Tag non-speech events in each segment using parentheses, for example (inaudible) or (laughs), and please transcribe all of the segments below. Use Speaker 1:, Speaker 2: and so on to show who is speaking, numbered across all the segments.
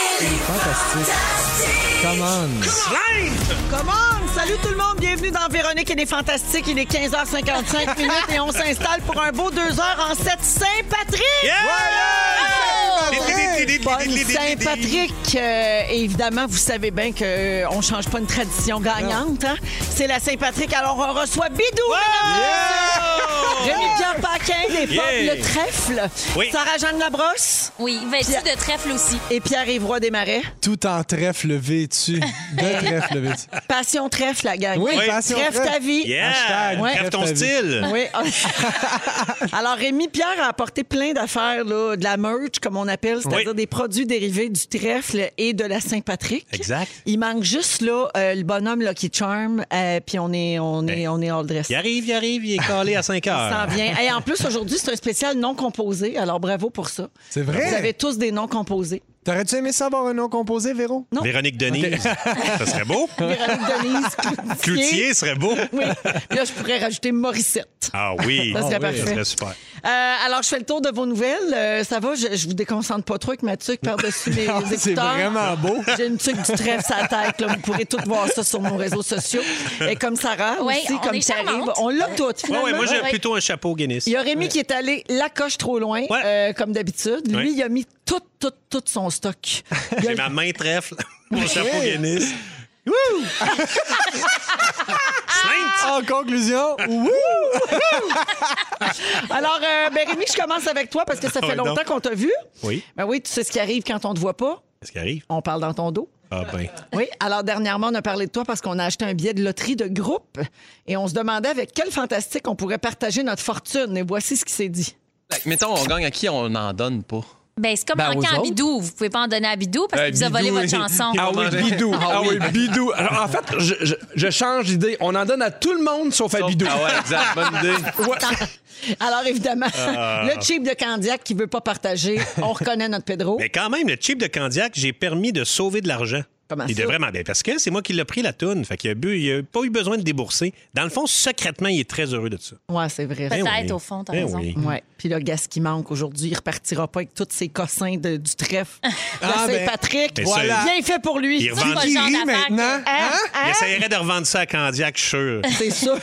Speaker 1: Fantastique. Come on.
Speaker 2: Comment? Salut tout le monde, bienvenue dans Véronique et les Fantastiques. Il est 15h55 minutes et on s'installe pour un beau deux heures en cette Saint-Patrick. Bonne Saint-Patrick. Euh, et évidemment, vous savez bien qu'on ne change pas une tradition gagnante. hein. C'est la Saint-Patrick, alors on reçoit Bidou. mesdames et messieurs. Rémi-Pierre Paquin, les
Speaker 3: Yeah.
Speaker 2: pommes, le trèfle.
Speaker 3: Oui.
Speaker 2: Sarah-Jeanne Labrosse
Speaker 4: Oui, vêtu de trèfle aussi.
Speaker 2: et Pierre-Yves Roy Desmarais.
Speaker 1: Tout en trèfle vêtu. De trèfle vêtu.
Speaker 2: Passion trèfle, la gang.
Speaker 1: Ah. Oui,
Speaker 3: Oui.
Speaker 1: passion
Speaker 2: Trèfle ta vie.
Speaker 3: Yeah!
Speaker 1: Hashtag,
Speaker 2: Ouais.
Speaker 3: Crève ton
Speaker 1: crève ta vie.
Speaker 3: style!
Speaker 2: Oui. (laughs) Alors, Rémi Pierre a apporté plein d'affaires, là, de la merch, comme on appelle, c'est-à-dire
Speaker 3: Oui.
Speaker 2: des produits dérivés du trèfle et de la Saint-Patrick.
Speaker 3: Exact.
Speaker 2: Il manque juste, là, euh, le bonhomme Lucky Charm, euh, puis on est, on est,
Speaker 3: Ben,
Speaker 2: on est all dressed.
Speaker 3: Il arrive, il arrive, il est calé à 5
Speaker 2: Il s'en
Speaker 3: heures.
Speaker 2: vient. Et en plus, aujourd'hui, c'est un spécial non composé. Alors, bravo pour ça.
Speaker 1: C'est
Speaker 2: Vous avez
Speaker 1: vrai.
Speaker 2: tous des noms composés.
Speaker 1: T'aurais-tu aimé ça avoir un nom composé, Véro?
Speaker 2: Non.
Speaker 3: Véronique Denise, (laughs) ça serait
Speaker 2: (laughs)
Speaker 3: beau.
Speaker 2: Véronique Denise, Cloutier.
Speaker 3: Cloutier serait beau.
Speaker 2: Oui. Là, je pourrais rajouter Morissette.
Speaker 3: Ah oui,
Speaker 2: Ça serait
Speaker 3: Ah oui. Ça
Speaker 2: parfait.
Speaker 3: serait super.
Speaker 2: Euh, alors, je fais le tour de vos nouvelles. Euh, ça va, je, je vous déconcentre pas trop avec ma tuque
Speaker 3: (laughs)
Speaker 2: par-dessus mes
Speaker 1: Non,
Speaker 2: écouteurs.
Speaker 1: c'est vraiment beau.
Speaker 2: J'ai une tuque du trèfle sur la tête. là. Vous pourrez tout voir ça sur nos réseaux sociaux. Et comme Sarah
Speaker 4: Ouais,
Speaker 2: aussi,
Speaker 4: on
Speaker 2: comme
Speaker 4: est
Speaker 2: Pierre-Yves,
Speaker 4: charmante.
Speaker 2: on l'a toutes.
Speaker 3: Ouais,
Speaker 2: finalement.
Speaker 3: ouais, moi, j'ai plutôt un chapeau Guinness.
Speaker 2: Il y a Rémi qui est allé la coche trop loin,
Speaker 3: Ouais.
Speaker 2: euh, comme d'habitude. Lui,
Speaker 3: Ouais.
Speaker 2: il a mis tout, tout, tout son stock. Il a
Speaker 3: J'ai ma main trèfle, (laughs) mon chapeau Guinness. (laughs) Wouh! Slint!
Speaker 1: En conclusion, wouh!
Speaker 2: Alors, euh, ben, Rémi, je commence avec toi parce que
Speaker 3: Ah
Speaker 2: ça fait
Speaker 3: ouais, donc.
Speaker 2: longtemps qu'on t'a vu.
Speaker 3: Oui,
Speaker 2: Ben oui, tu sais ce qui arrive quand on te voit pas.
Speaker 3: qu'est-ce qui arrive?
Speaker 2: On parle dans ton dos.
Speaker 3: Ah ben,
Speaker 2: Oui, alors dernièrement, on a parlé de toi parce qu'on a acheté un billet de loterie de groupe et on se demandait avec quel fantastique on pourrait partager notre fortune. Et voici ce qui s'est dit.
Speaker 5: Like, mettons, on gagne à qui on n'en donne pas.
Speaker 4: Ben, c'est comme
Speaker 5: Ben,
Speaker 4: en
Speaker 5: aux
Speaker 4: camp
Speaker 5: autres.
Speaker 4: Bidou. Vous pouvez pas en donner à Bidou parce
Speaker 1: Euh,
Speaker 4: qu'il vous a volé votre chanson.
Speaker 6: Euh, Ah oui, Bidou. Ah oui, Bidou. Alors, en fait, je, je- je change d'idée. On en donne à tout le monde sauf à Bidou.
Speaker 5: Ah
Speaker 6: (laughs)
Speaker 5: ouais, exact, bonne idée.
Speaker 6: Ouais.
Speaker 2: (laughs) Alors évidemment,
Speaker 3: Ah.
Speaker 2: le cheap de Candiac qui veut pas partager, on reconnaît notre Pedro.
Speaker 3: Mais quand même, le chip de Candiac, j'ai permis de sauver de l'argent.
Speaker 2: Comment
Speaker 3: il
Speaker 2: ça?
Speaker 3: de vraiment bien. Parce que c'est moi qui l'ai pris la toune. Fait qu'il a bu, il a pas eu besoin de débourser. Dans le fond, secrètement, il est très heureux de ça.
Speaker 2: Ouais, c'est vrai.
Speaker 3: Ben
Speaker 4: Peut-être,
Speaker 3: oui.
Speaker 4: au fond, t'as
Speaker 3: Ben
Speaker 4: raison.
Speaker 3: oui.
Speaker 2: Ouais. Puis le gaz qui manque aujourd'hui, il repartira pas avec tous ses cossins de- du trèfle.
Speaker 1: Ah, ben,
Speaker 2: Patrick,
Speaker 3: ben,
Speaker 2: voilà.
Speaker 3: ça,
Speaker 2: bien fait pour lui.
Speaker 3: il revend-
Speaker 4: pas
Speaker 1: Qui
Speaker 4: le genre
Speaker 1: rit
Speaker 4: d'affaire que-
Speaker 1: maintenant?
Speaker 2: Hein?
Speaker 3: Il
Speaker 2: Hein?
Speaker 3: essayerait de revendre ça à Candiac, je suis sûr. (laughs)
Speaker 2: C'est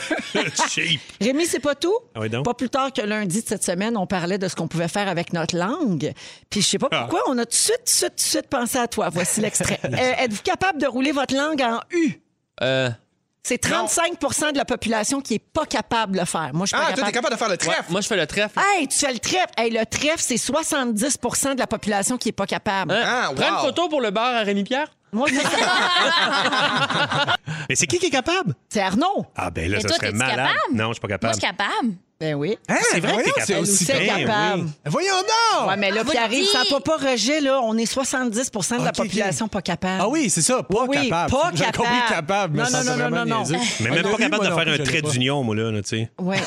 Speaker 2: sûr.
Speaker 3: Cheap.
Speaker 2: Rémi, c'est pas tout.
Speaker 3: Ah oui, donc?
Speaker 2: Pas plus tard que lundi de cette semaine, on parlait de ce qu'on pouvait faire avec notre langue. Puis je sais
Speaker 3: Ah.
Speaker 2: pas pourquoi, on a tout de suite, tout de suite, tout de suite pensé à toi. Voici
Speaker 3: (laughs)
Speaker 2: l'extrait. Euh, Êtes-vous capable de rouler votre langue en U?
Speaker 5: Euh,
Speaker 2: C'est 35 de la population qui est pas capable de le faire. Moi, je suis pas
Speaker 6: Ah, toi, t'es capable de faire le
Speaker 5: ouais,
Speaker 6: trèfle.
Speaker 5: moi, je fais le trèfle.
Speaker 2: Hey, tu fais le trèfle. Hey, le trèfle, c'est 70 de la population qui est pas capable.
Speaker 5: Hein?
Speaker 6: Ah, wow.
Speaker 5: Prends une photo pour le bar à Rémi-Pierre.
Speaker 2: Moi, je me-
Speaker 3: Mais c'est qui qui est capable?
Speaker 2: c'est Arnaud.
Speaker 3: Ah ben là,
Speaker 4: Mais
Speaker 3: ça
Speaker 4: toi,
Speaker 3: serait
Speaker 4: t'es-tu
Speaker 3: malade.
Speaker 4: capable?
Speaker 3: Non, je suis pas
Speaker 4: Moi,
Speaker 3: capable.
Speaker 4: je suis capable.
Speaker 2: Ben oui.
Speaker 1: Hein,
Speaker 3: C'est vrai que t'es
Speaker 1: voyons,
Speaker 3: capable. Ben
Speaker 1: c'est
Speaker 2: Nous,
Speaker 1: aussi
Speaker 2: c'est
Speaker 1: bien.
Speaker 3: oui.
Speaker 2: capable.
Speaker 1: Voyons donc!
Speaker 2: Ouais, mais là,
Speaker 4: vous
Speaker 2: qui arrive,
Speaker 4: le
Speaker 2: sans
Speaker 4: dit.
Speaker 2: toi pas rejet, là, on est 70 de la
Speaker 1: Ok, ok.
Speaker 2: population pas capable.
Speaker 1: Ah oui, c'est ça, pas
Speaker 2: Oui,
Speaker 1: capable.
Speaker 2: pas
Speaker 1: J'ai compris
Speaker 2: capable.
Speaker 1: capable, mais
Speaker 2: Non,
Speaker 1: ça,
Speaker 2: non,
Speaker 1: c'est
Speaker 2: non,
Speaker 1: vraiment
Speaker 2: non, non,
Speaker 1: niaiseux.
Speaker 2: non.
Speaker 3: Mais
Speaker 1: On
Speaker 3: même
Speaker 1: l'a
Speaker 3: pas
Speaker 1: eu,
Speaker 3: capable
Speaker 1: moi
Speaker 3: de
Speaker 1: non
Speaker 3: faire
Speaker 1: plus,
Speaker 3: un
Speaker 1: je l'ai
Speaker 3: trait
Speaker 1: pas.
Speaker 3: d'union, moi, là, là, tu sais.
Speaker 2: Ouais.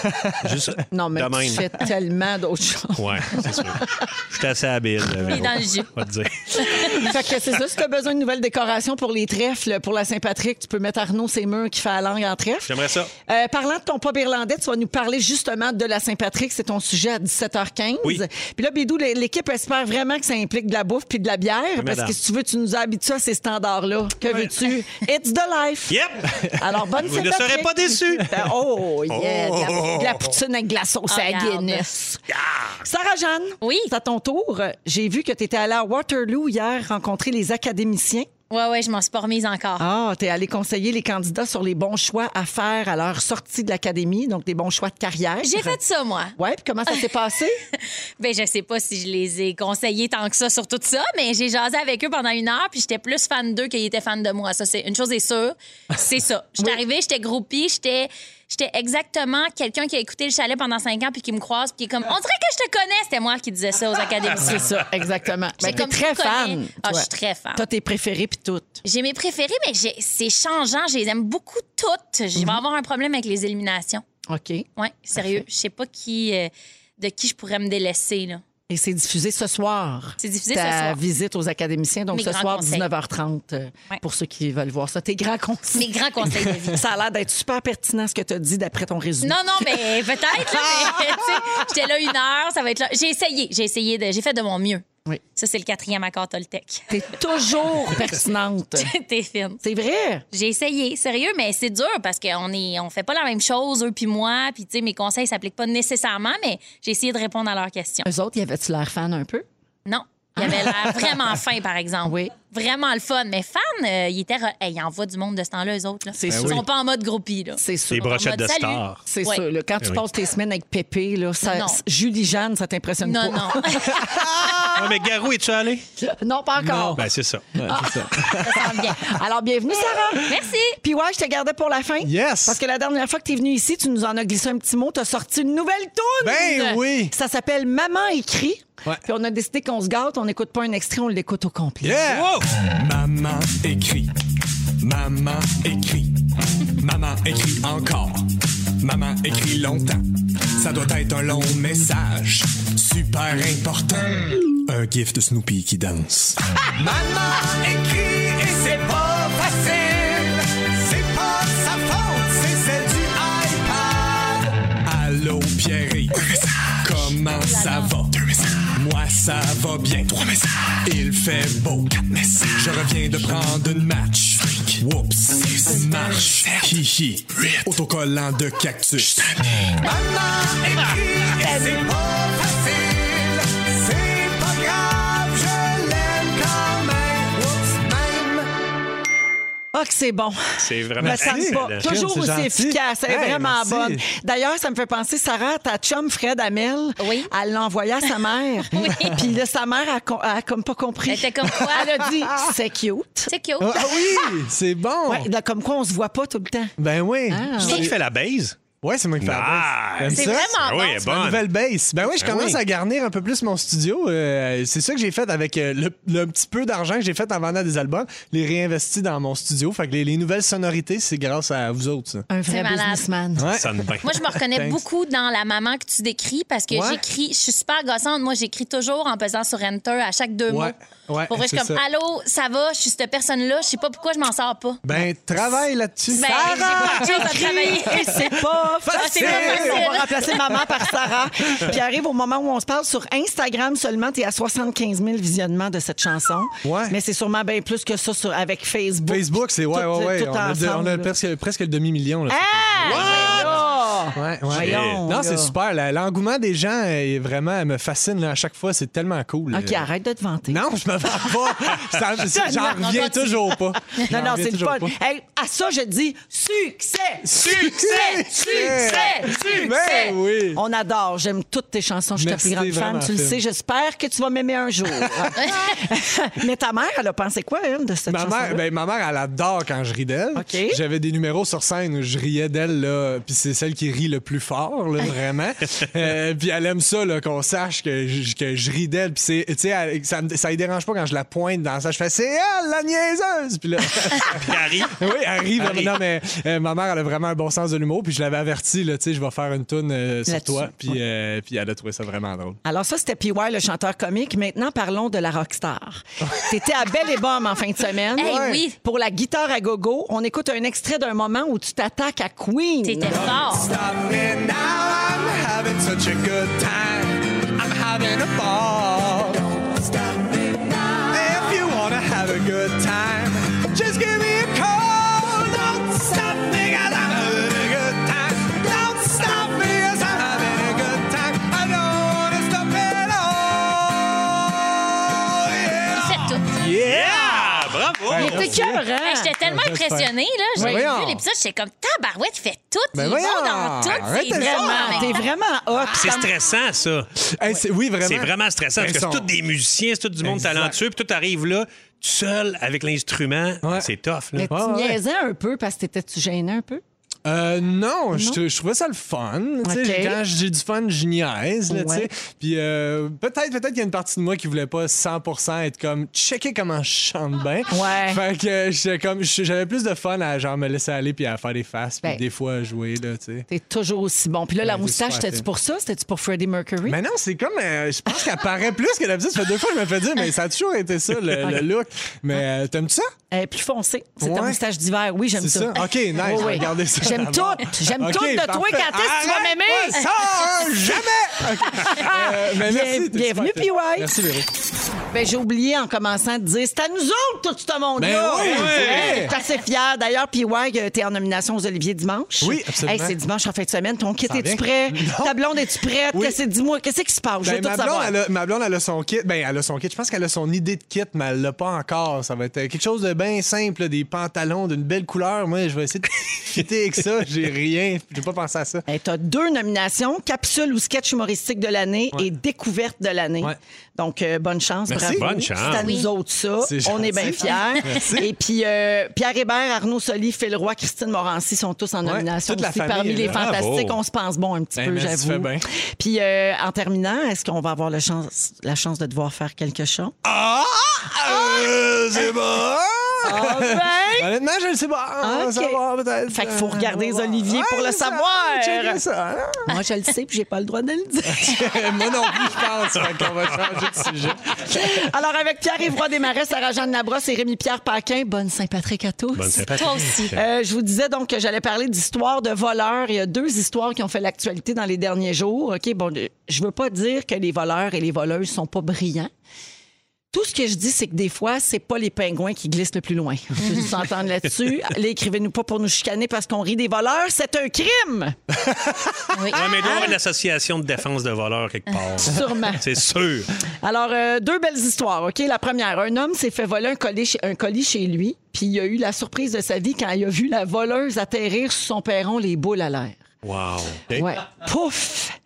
Speaker 3: Juste.
Speaker 2: (laughs) Non, mais
Speaker 3: de
Speaker 2: tu
Speaker 3: même.
Speaker 2: fais tellement d'autres
Speaker 3: (laughs)
Speaker 2: choses.
Speaker 3: Ouais, c'est sûr. Je suis assez habile. là,
Speaker 4: Il est
Speaker 3: Véro.
Speaker 4: dans le jus.
Speaker 3: Pas te dire.
Speaker 2: fait que c'est ça, si t'as besoin d'une nouvelle décoration pour les trèfles, pour la Saint-Patrick, tu peux mettre Arnaud ses murs qui fait la langue en trèfle.
Speaker 3: J'aimerais ça.
Speaker 2: Euh, parlant de ton pop irlandais, tu vas nous parler justement de la Saint-Patrick. C'est ton sujet à 17h15.
Speaker 3: Oui.
Speaker 2: Puis là, Bidou, l'é- l'équipe espère vraiment que ça implique de la bouffe puis de la bière. parce
Speaker 3: madame.
Speaker 2: que si tu veux, tu nous as habitués à ces standards-là. Que
Speaker 3: (laughs)
Speaker 2: veux-tu? It's the life.
Speaker 3: Yep!
Speaker 2: Alors, bonne
Speaker 3: Vous ne
Speaker 2: Saint-Patrick.
Speaker 3: serez pas déçus.
Speaker 2: (laughs) Ben, Oh, yeah,
Speaker 3: Oh. Ah.
Speaker 2: de la- de la poutine avec de la sauce à la
Speaker 4: Ah, Regarde.
Speaker 2: Guinness. Sarah-Jeanne,
Speaker 4: Oui.
Speaker 2: c'est à ton tour. J'ai vu que tu étais allée à Waterloo hier rencontrer les académiciens.
Speaker 4: Ouais, ouais, je m'en suis pas remise encore.
Speaker 2: Ah, tu es allée conseiller les candidats sur les bons choix à faire à leur sortie de l'académie, donc des bons choix de carrière.
Speaker 4: J'ai fait ça, moi.
Speaker 2: Ouais, puis comment ça
Speaker 4: (laughs)
Speaker 2: s'est passé?
Speaker 4: Ben, je sais pas si je les ai conseillés tant que ça sur tout ça, mais j'ai jasé avec eux pendant une heure, puis j'étais plus fan d'eux qu'ils étaient fans de moi. Ça, c'est une chose est sûre. C'est ça. J'étais arrivée, j'étais groupie, j'étais. J'étais exactement quelqu'un qui a écouté le chalet pendant cinq ans puis qui me croise puis qui est comme on dirait que je te connais c'était moi qui disais ça aux académiciens.
Speaker 2: C'est ça, exactement.
Speaker 4: J'ai
Speaker 2: Ben, t'es
Speaker 4: comme
Speaker 2: très
Speaker 4: tout
Speaker 2: fan.
Speaker 4: connu. Ah, je
Speaker 2: toi.
Speaker 4: suis très fan.
Speaker 2: Toi, tes préférés puis toutes.
Speaker 4: J'ai mes préférés, mais j'ai- c'est changeant. Je les aime beaucoup toutes. Je vais avoir un problème avec les éliminations.
Speaker 2: OK.
Speaker 4: Oui, sérieux. Je sais pas qui, euh, de qui je pourrais me délaisser. Là.
Speaker 2: Et c'est diffusé ce soir.
Speaker 4: C'est diffusé
Speaker 2: ta
Speaker 4: ce soir.
Speaker 2: visite aux académiciens, donc
Speaker 4: Mes
Speaker 2: ce
Speaker 4: grands
Speaker 2: soir,
Speaker 4: conseils.
Speaker 2: 19h30, euh,
Speaker 4: Ouais.
Speaker 2: pour ceux qui veulent voir ça. Tes grands
Speaker 4: Mes
Speaker 2: conseils.
Speaker 4: grands conseils de vie.
Speaker 2: (laughs) Ça a l'air d'être super pertinent ce que tu as dit d'après ton
Speaker 4: (laughs)
Speaker 2: résumé.
Speaker 4: Non, non, (laughs) mais peut-être. là, mais, tu sais, J'étais là une heure, ça va être là. J'ai essayé, j'ai essayé, de- j'ai fait de mon mieux.
Speaker 2: Oui.
Speaker 4: Ça, c'est le quatrième accord Toltec. (laughs)
Speaker 2: T'es toujours pertinente.
Speaker 4: T'es fine.
Speaker 2: C'est vrai.
Speaker 4: J'ai essayé, sérieux, mais c'est dur parce qu'on est, on fait pas la même chose, eux puis moi, puis tu sais, mes conseils s'appliquent pas nécessairement, mais j'ai essayé de répondre à leurs questions.
Speaker 7: Eux autres, y avait-tu l'air fan un peu?
Speaker 4: Non. Il avait l'air vraiment fin, par exemple.
Speaker 7: Oui.
Speaker 4: Vraiment le fun. Mais fan, euh, il était. re- Hey, il envoie du monde de ce temps-là, eux autres. Là.
Speaker 7: C'est
Speaker 4: Ils
Speaker 7: sûr.
Speaker 4: sont pas en mode groupie, là.
Speaker 7: C'est
Speaker 3: Les
Speaker 7: sûr.
Speaker 3: brochettes Ben de
Speaker 4: Salut.
Speaker 3: stars.
Speaker 7: C'est
Speaker 4: Ouais.
Speaker 7: sûr. là. Quand
Speaker 3: Eh
Speaker 7: tu
Speaker 3: oui.
Speaker 7: passes tes semaines avec Pépé, là, ça-
Speaker 4: Non.
Speaker 7: Julie-Jeanne, ça t'impressionne
Speaker 4: Non,
Speaker 7: pas.
Speaker 4: non.
Speaker 1: (laughs)
Speaker 3: Ah, mais Garou, es-tu allé?
Speaker 2: (laughs)
Speaker 7: Non, pas encore.
Speaker 3: Ben, c'est ça.
Speaker 4: Ça sent bien.
Speaker 7: Alors, bienvenue, Sarah.
Speaker 4: Merci.
Speaker 2: Puis ouais, je te gardais pour la fin.
Speaker 1: Yes.
Speaker 2: Parce que la dernière fois que t'es venue ici, tu nous en as glissé un petit mot. T'as sorti une nouvelle toune.
Speaker 1: Ben oui.
Speaker 2: Ça s'appelle Maman écrit.
Speaker 1: Ouais.
Speaker 2: Puis on a décidé qu'on se gâte. On n'écoute pas un extrait, on l'écoute au complet.
Speaker 1: Yeah!
Speaker 8: Maman écrit. Maman écrit. Maman écrit encore. Maman écrit longtemps. Ça doit être un long message. Super important. Un gif de Snoopy qui danse. Maman écrit et c'est pas facile. C'est pas sa faute, c'est celle du iPad. Allô Pierre, comment ça va? Moi ça va bien. Il fait beau. Je reviens de prendre une match. Whoops, marche. Hihi. Autocollant de cactus. Maman écrit et c'est pas facile. C'est pas grave, je l'aime quand même. Whoops, même.
Speaker 2: Ah, que c'est bon.
Speaker 3: C'est
Speaker 2: Je
Speaker 3: vraiment
Speaker 2: me sens
Speaker 3: excellent.
Speaker 2: pas. Toujours
Speaker 1: c'est
Speaker 2: aussi
Speaker 1: gentil.
Speaker 2: efficace. Elle est
Speaker 1: Hey,
Speaker 2: vraiment
Speaker 1: merci.
Speaker 2: bonne. D'ailleurs, ça me fait penser, Sarah, ta chum Fred Amel,
Speaker 4: Oui.
Speaker 2: elle l'a envoyé à sa mère.
Speaker 4: (laughs) Oui.
Speaker 2: Puis là, sa mère a, com- a comme pas compris.
Speaker 4: Elle était comme quoi?
Speaker 2: (laughs) Elle a dit, c'est cute.
Speaker 4: C'est cute.
Speaker 1: Ah oui, c'est bon.
Speaker 2: Ouais, Ah. là, comme quoi, on se voit pas tout le temps.
Speaker 1: Ben oui.
Speaker 3: C'est toi qui fais la base?
Speaker 1: Ouais, c'est moi qui fais la base.
Speaker 3: Nice.
Speaker 1: T'aimes
Speaker 4: C'est
Speaker 1: ça?
Speaker 4: vraiment
Speaker 3: Ben
Speaker 4: bon.
Speaker 3: oui, elle est
Speaker 4: ça.
Speaker 1: Ma
Speaker 3: bonne.
Speaker 1: nouvelle base. Ben oui, je
Speaker 3: Ben
Speaker 1: commence
Speaker 3: oui.
Speaker 1: à garnir un peu plus mon studio. Euh, c'est ça que j'ai fait avec euh, le, le petit peu d'argent que j'ai fait en vendant des albums, les réinvestis dans mon studio. Fait que les, les nouvelles sonorités, c'est grâce à vous autres. ça.
Speaker 7: Un
Speaker 4: C'est
Speaker 7: vrai
Speaker 4: malade.
Speaker 7: businessman.
Speaker 1: Ouais.
Speaker 3: Ça sonne bien.
Speaker 4: Moi, je me reconnais
Speaker 1: Thanks.
Speaker 4: beaucoup dans la maman que tu décris parce que
Speaker 1: Ouais.
Speaker 4: j'écris, je suis super gossante. Moi, j'écris toujours en pesant sur Enter à chaque deux
Speaker 1: Ouais.
Speaker 4: mots.
Speaker 1: Ouais,
Speaker 4: Pour vrai, je suis
Speaker 1: c'est
Speaker 4: comme
Speaker 1: ça.
Speaker 4: Allô, ça va, je suis cette personne-là, je sais pas pourquoi je m'en sors pas.
Speaker 1: Ben, travaille là-dessus.
Speaker 4: Ben, j'ai pas de job à travailler.
Speaker 1: (laughs)
Speaker 2: Et c'est pas facile.
Speaker 4: pas facile.
Speaker 2: On va remplacer maman par Sarah. Puis arrive au moment où on se parle sur Instagram seulement, t'es à 75 000 visionnements de cette chanson.
Speaker 1: Ouais.
Speaker 2: Mais c'est sûrement bien plus que ça sur- avec Facebook.
Speaker 1: Facebook, c'est ouais,
Speaker 2: Tout-
Speaker 1: ouais, ouais.
Speaker 2: tout
Speaker 1: on a, de-
Speaker 2: ensemble,
Speaker 1: on a
Speaker 2: là.
Speaker 1: presque, presque le demi-million. là.
Speaker 2: Ah! Voilà!
Speaker 1: Ouais, ouais.
Speaker 2: Voyons,
Speaker 1: Non, c'est
Speaker 2: là.
Speaker 1: super. là. L'engouement des gens est vraiment elle me fascine là, à chaque fois. C'est tellement cool.
Speaker 2: OK,
Speaker 1: Euh,
Speaker 2: arrête de te vanter.
Speaker 1: Non, je me vends pas. Ça me- c'est- J'en
Speaker 4: Non,
Speaker 1: reviens
Speaker 4: non, tu-
Speaker 1: toujours pas. J'en
Speaker 2: Non, non,
Speaker 1: reviens
Speaker 2: c'est le
Speaker 1: toujours
Speaker 2: fun.
Speaker 1: pas.
Speaker 2: Hey, à ça, je dis succès!
Speaker 1: (laughs) Succès!
Speaker 2: Succès!
Speaker 1: Ben oui.
Speaker 2: On adore. J'aime toutes tes chansons. Je suis ta
Speaker 1: Merci,
Speaker 2: plus grande fan.
Speaker 1: vraiment
Speaker 2: Tu le
Speaker 1: fine.
Speaker 2: sais, j'espère que tu vas m'aimer un
Speaker 1: (laughs)
Speaker 2: jour. Mais ta mère, elle a pensé quoi, elle, de cette
Speaker 1: Ma
Speaker 2: chanson?
Speaker 1: mère, ben, ma mère, elle adore quand je ris d'elle.
Speaker 2: OK.
Speaker 1: J'avais des numéros sur scène où je riais d'elle, là, puis c'est celle qui rit le plus fort, là,
Speaker 2: (laughs)
Speaker 1: vraiment. Euh, puis elle aime ça, là, qu'on sache que je, que je ris d'elle. Puis c'est, tu sais, elle- ça, me- ça lui dérange pas quand je la pointe dans ça. Je fais, c'est elle, la niaiseuse! Puis là,
Speaker 3: Puis Harry,
Speaker 1: (laughs) oui, elle rit.
Speaker 3: Elle rit.
Speaker 1: Non, mais euh, ma mère, elle a vraiment un bon sens de l'humour, puis je l'avais avertie, là, tu sais, je vais faire une toune euh, sur
Speaker 2: Là-dessus.
Speaker 1: toi. Puis, euh, puis elle a trouvé ça vraiment drôle.
Speaker 2: Alors ça, c'était P.Y., le chanteur comique. Maintenant, parlons de la rockstar. T'étais à Belle et Bomme en fin de semaine.
Speaker 4: Eh Ouais. oui.
Speaker 2: Pour la guitare à gogo, on écoute un extrait d'un moment où tu t'attaques à Queen.
Speaker 4: T'étais fort.
Speaker 8: Stop me now, I'm having such a good time. I'm having a ball. Stop me now. If you wanna have a good time, just give me a call. Don't stop me, i I'm having a good time. Don't stop me, i I'm having a good time. I don't wanna stop at all. Yeah.
Speaker 4: C'est tout.
Speaker 3: Yeah! Bravo!
Speaker 1: Ouais,
Speaker 7: T'es
Speaker 1: merci.
Speaker 7: cœur, hein?
Speaker 4: Hey, J'étais tellement
Speaker 1: j'espère.
Speaker 4: impressionnée, là. J'ai
Speaker 1: Ben voyons.
Speaker 4: vu l'épisode, j'étais comme Tabarouette fait tout.
Speaker 1: Ben
Speaker 4: ils
Speaker 1: voyons.
Speaker 4: vont dans tout.
Speaker 1: Arrête
Speaker 4: c'est
Speaker 1: de
Speaker 4: drôle
Speaker 1: faire.
Speaker 4: en même
Speaker 2: Ah, T'es
Speaker 4: temps.
Speaker 2: vraiment
Speaker 1: Ah,
Speaker 2: hot.
Speaker 3: C'est stressant, ça.
Speaker 1: Hey, c'est- oui, vraiment.
Speaker 3: C'est vraiment stressant parce que
Speaker 1: Ben,
Speaker 3: c'est
Speaker 1: son-
Speaker 3: tous des musiciens, c'est tout du monde
Speaker 1: Exact.
Speaker 3: talentueux, puis tout arrive là, tout seul avec l'instrument.
Speaker 1: Ouais.
Speaker 3: C'est tough, là.
Speaker 7: Mais tu
Speaker 1: Ouais, ouais.
Speaker 7: niaisais un peu parce que t'étais-tu gêné un peu?
Speaker 1: Euh, non, Je, trou- je trouvais ça le fun. Tu sais,
Speaker 7: Ok.
Speaker 1: j'ai- Quand j'ai du fun, je niaise. là, tu sais.
Speaker 7: Ouais.
Speaker 1: Puis euh, peut-être peut qu'il y a une partie de moi qui voulait pas 100% être comme checker comment je chante bien.
Speaker 7: Ouais.
Speaker 1: Fait que euh, j'étais comme je- j'avais plus de fun à genre me laisser aller puis à faire des faces puis
Speaker 7: Ben.
Speaker 1: des fois à jouer là, tu sais.
Speaker 7: T'es toujours aussi bon. Puis là, la
Speaker 1: Ouais,
Speaker 7: moustache,
Speaker 1: j'espère,
Speaker 7: c'était-tu
Speaker 1: t'es-
Speaker 7: pour ça? C'était-tu pour Freddie Mercury?
Speaker 1: Mais non, c'est comme euh, je pense qu'elle paraît plus que d'habitude. Ça fait deux fois que je me fais dire mais ça a toujours été ça le, le look. Mais euh, t'aimes-tu ça
Speaker 2: Elle est plus foncée. Eh, C'est
Speaker 1: Ouais.
Speaker 2: un moustache d'hiver. Oui, j'aime
Speaker 1: C'est
Speaker 2: ça.
Speaker 1: ça.
Speaker 2: (laughs)
Speaker 1: OK, nice.
Speaker 7: Oui, oui.
Speaker 1: Regardez ça.
Speaker 7: J'aime
Speaker 1: d'abord.
Speaker 7: tout. J'aime
Speaker 1: OK,
Speaker 7: tout de toi.
Speaker 1: parfait.
Speaker 7: Quand est-ce que tu vas
Speaker 1: Arrête,
Speaker 7: m'aimer?
Speaker 2: (laughs)
Speaker 1: ouais, ça, euh, jamais. OK. Euh, mais
Speaker 2: Bien-
Speaker 1: merci, t'es
Speaker 2: bienvenue,
Speaker 1: super fine.
Speaker 2: PY.
Speaker 1: Merci, Véro.
Speaker 2: Ben, j'ai oublié en commençant de dire, c'est à nous autres, tout ce monde-là.
Speaker 1: Ben oui,
Speaker 2: Hey,
Speaker 1: ouais.
Speaker 2: Je suis assez fière. D'ailleurs, puis ouais, t'es en nomination aux Olivier dimanche.
Speaker 1: Oui, absolument.
Speaker 2: Hey, c'est dimanche en fin de semaine. Ton kit,
Speaker 1: Ça
Speaker 2: es-tu
Speaker 1: vient.
Speaker 2: prêt?
Speaker 1: Non.
Speaker 2: Ta blonde, es-tu prête?
Speaker 1: Oui.
Speaker 2: Qu'est-ce- Dis-moi, qu'est-ce qui se passe? Je veux
Speaker 1: Ben,
Speaker 2: tout
Speaker 1: ma, blonde,
Speaker 2: savoir.
Speaker 1: elle a, ma blonde, elle a son kit. Ben, elle a son kit. Je pense qu'elle a son idée de kit, mais elle l'a pas encore. Ça va être euh, quelque chose de bien simple, là, des pantalons d'une belle couleur. Moi, je vais essayer de (laughs) fitter avec ça. J'ai rien. J'ai pas pensé à ça.
Speaker 2: Hey, Eh, T'as deux nominations, capsule ou sketch humoristique de l'année et découverte de l'année.
Speaker 1: Ouais.
Speaker 2: Donc, euh, bonne chance,
Speaker 3: Merci.
Speaker 2: bravo.
Speaker 3: Bonne chance.
Speaker 2: C'est à nous
Speaker 4: Oui.
Speaker 2: autres, ça.
Speaker 1: C'est
Speaker 2: On est bien
Speaker 1: gentil.
Speaker 2: fiers. Et puis, euh, Pierre Hébert, Arnaud Soli, Phil Roy, Christine Morancy sont tous en
Speaker 1: Ouais,
Speaker 2: nomination
Speaker 1: toute la
Speaker 2: aussi.
Speaker 1: famille
Speaker 2: Parmi
Speaker 1: est
Speaker 2: les
Speaker 1: là.
Speaker 2: fantastiques,
Speaker 3: Bravo.
Speaker 2: on se pense bon un petit
Speaker 1: Ben,
Speaker 2: peu,
Speaker 1: merci, tu
Speaker 2: j'avoue.
Speaker 1: fais bien.
Speaker 2: Puis, euh, en terminant, est-ce qu'on va avoir la chance, la chance de devoir faire quelque chose?
Speaker 1: Ah! Euh, c'est bon!
Speaker 2: (laughs) Ah ben!
Speaker 1: Honnêtement, je ne sais pas. On va
Speaker 2: Ok.
Speaker 1: savoir, peut-être. Euh,
Speaker 2: Fait qu'il faut regarder les
Speaker 1: On va voir.
Speaker 2: oliviers pour le
Speaker 1: Ouais, ça,
Speaker 2: savoir. (laughs)
Speaker 1: checker ça, hein? (laughs)
Speaker 2: Moi, je le sais, puis j'ai pas le droit de le dire.
Speaker 1: Moi non plus, je pense. Fait qu'on va changer de sujet.
Speaker 2: Alors, avec Pierre-Yves Roy Desmarais, Sarah-Jeanne Labrosse et Rémi-Pierre Paquin, bonne Saint-Patrick à tous.
Speaker 3: Bonne sympathie.
Speaker 4: Toi
Speaker 2: (laughs)
Speaker 4: aussi.
Speaker 2: Euh, je vous disais donc que j'allais parler d'histoires de voleurs. Il y a deux histoires qui ont fait l'actualité dans les derniers jours. OK, bon, euh, je veux pas dire que les voleurs et les voleuses sont pas brillants. Tout ce que je dis, c'est que des fois, c'est pas les pingouins qui glissent le plus loin. (laughs) On peut s'entendre là-dessus. Allez, écrivez-nous pas pour nous chicaner parce qu'on rit des voleurs. C'est un crime!
Speaker 4: Oui.
Speaker 3: Ouais, mais il doit y avoir une association de défense de voleurs quelque part.
Speaker 2: Sûrement.
Speaker 3: C'est sûr.
Speaker 2: Alors, euh, deux belles histoires, OK? La première, un homme s'est fait voler un colis, chez, un colis chez lui, puis il a eu la surprise de sa vie quand il a vu la voleuse atterrir sur son perron les boules à l'air.
Speaker 3: Wow.
Speaker 2: Ouais. Pouf!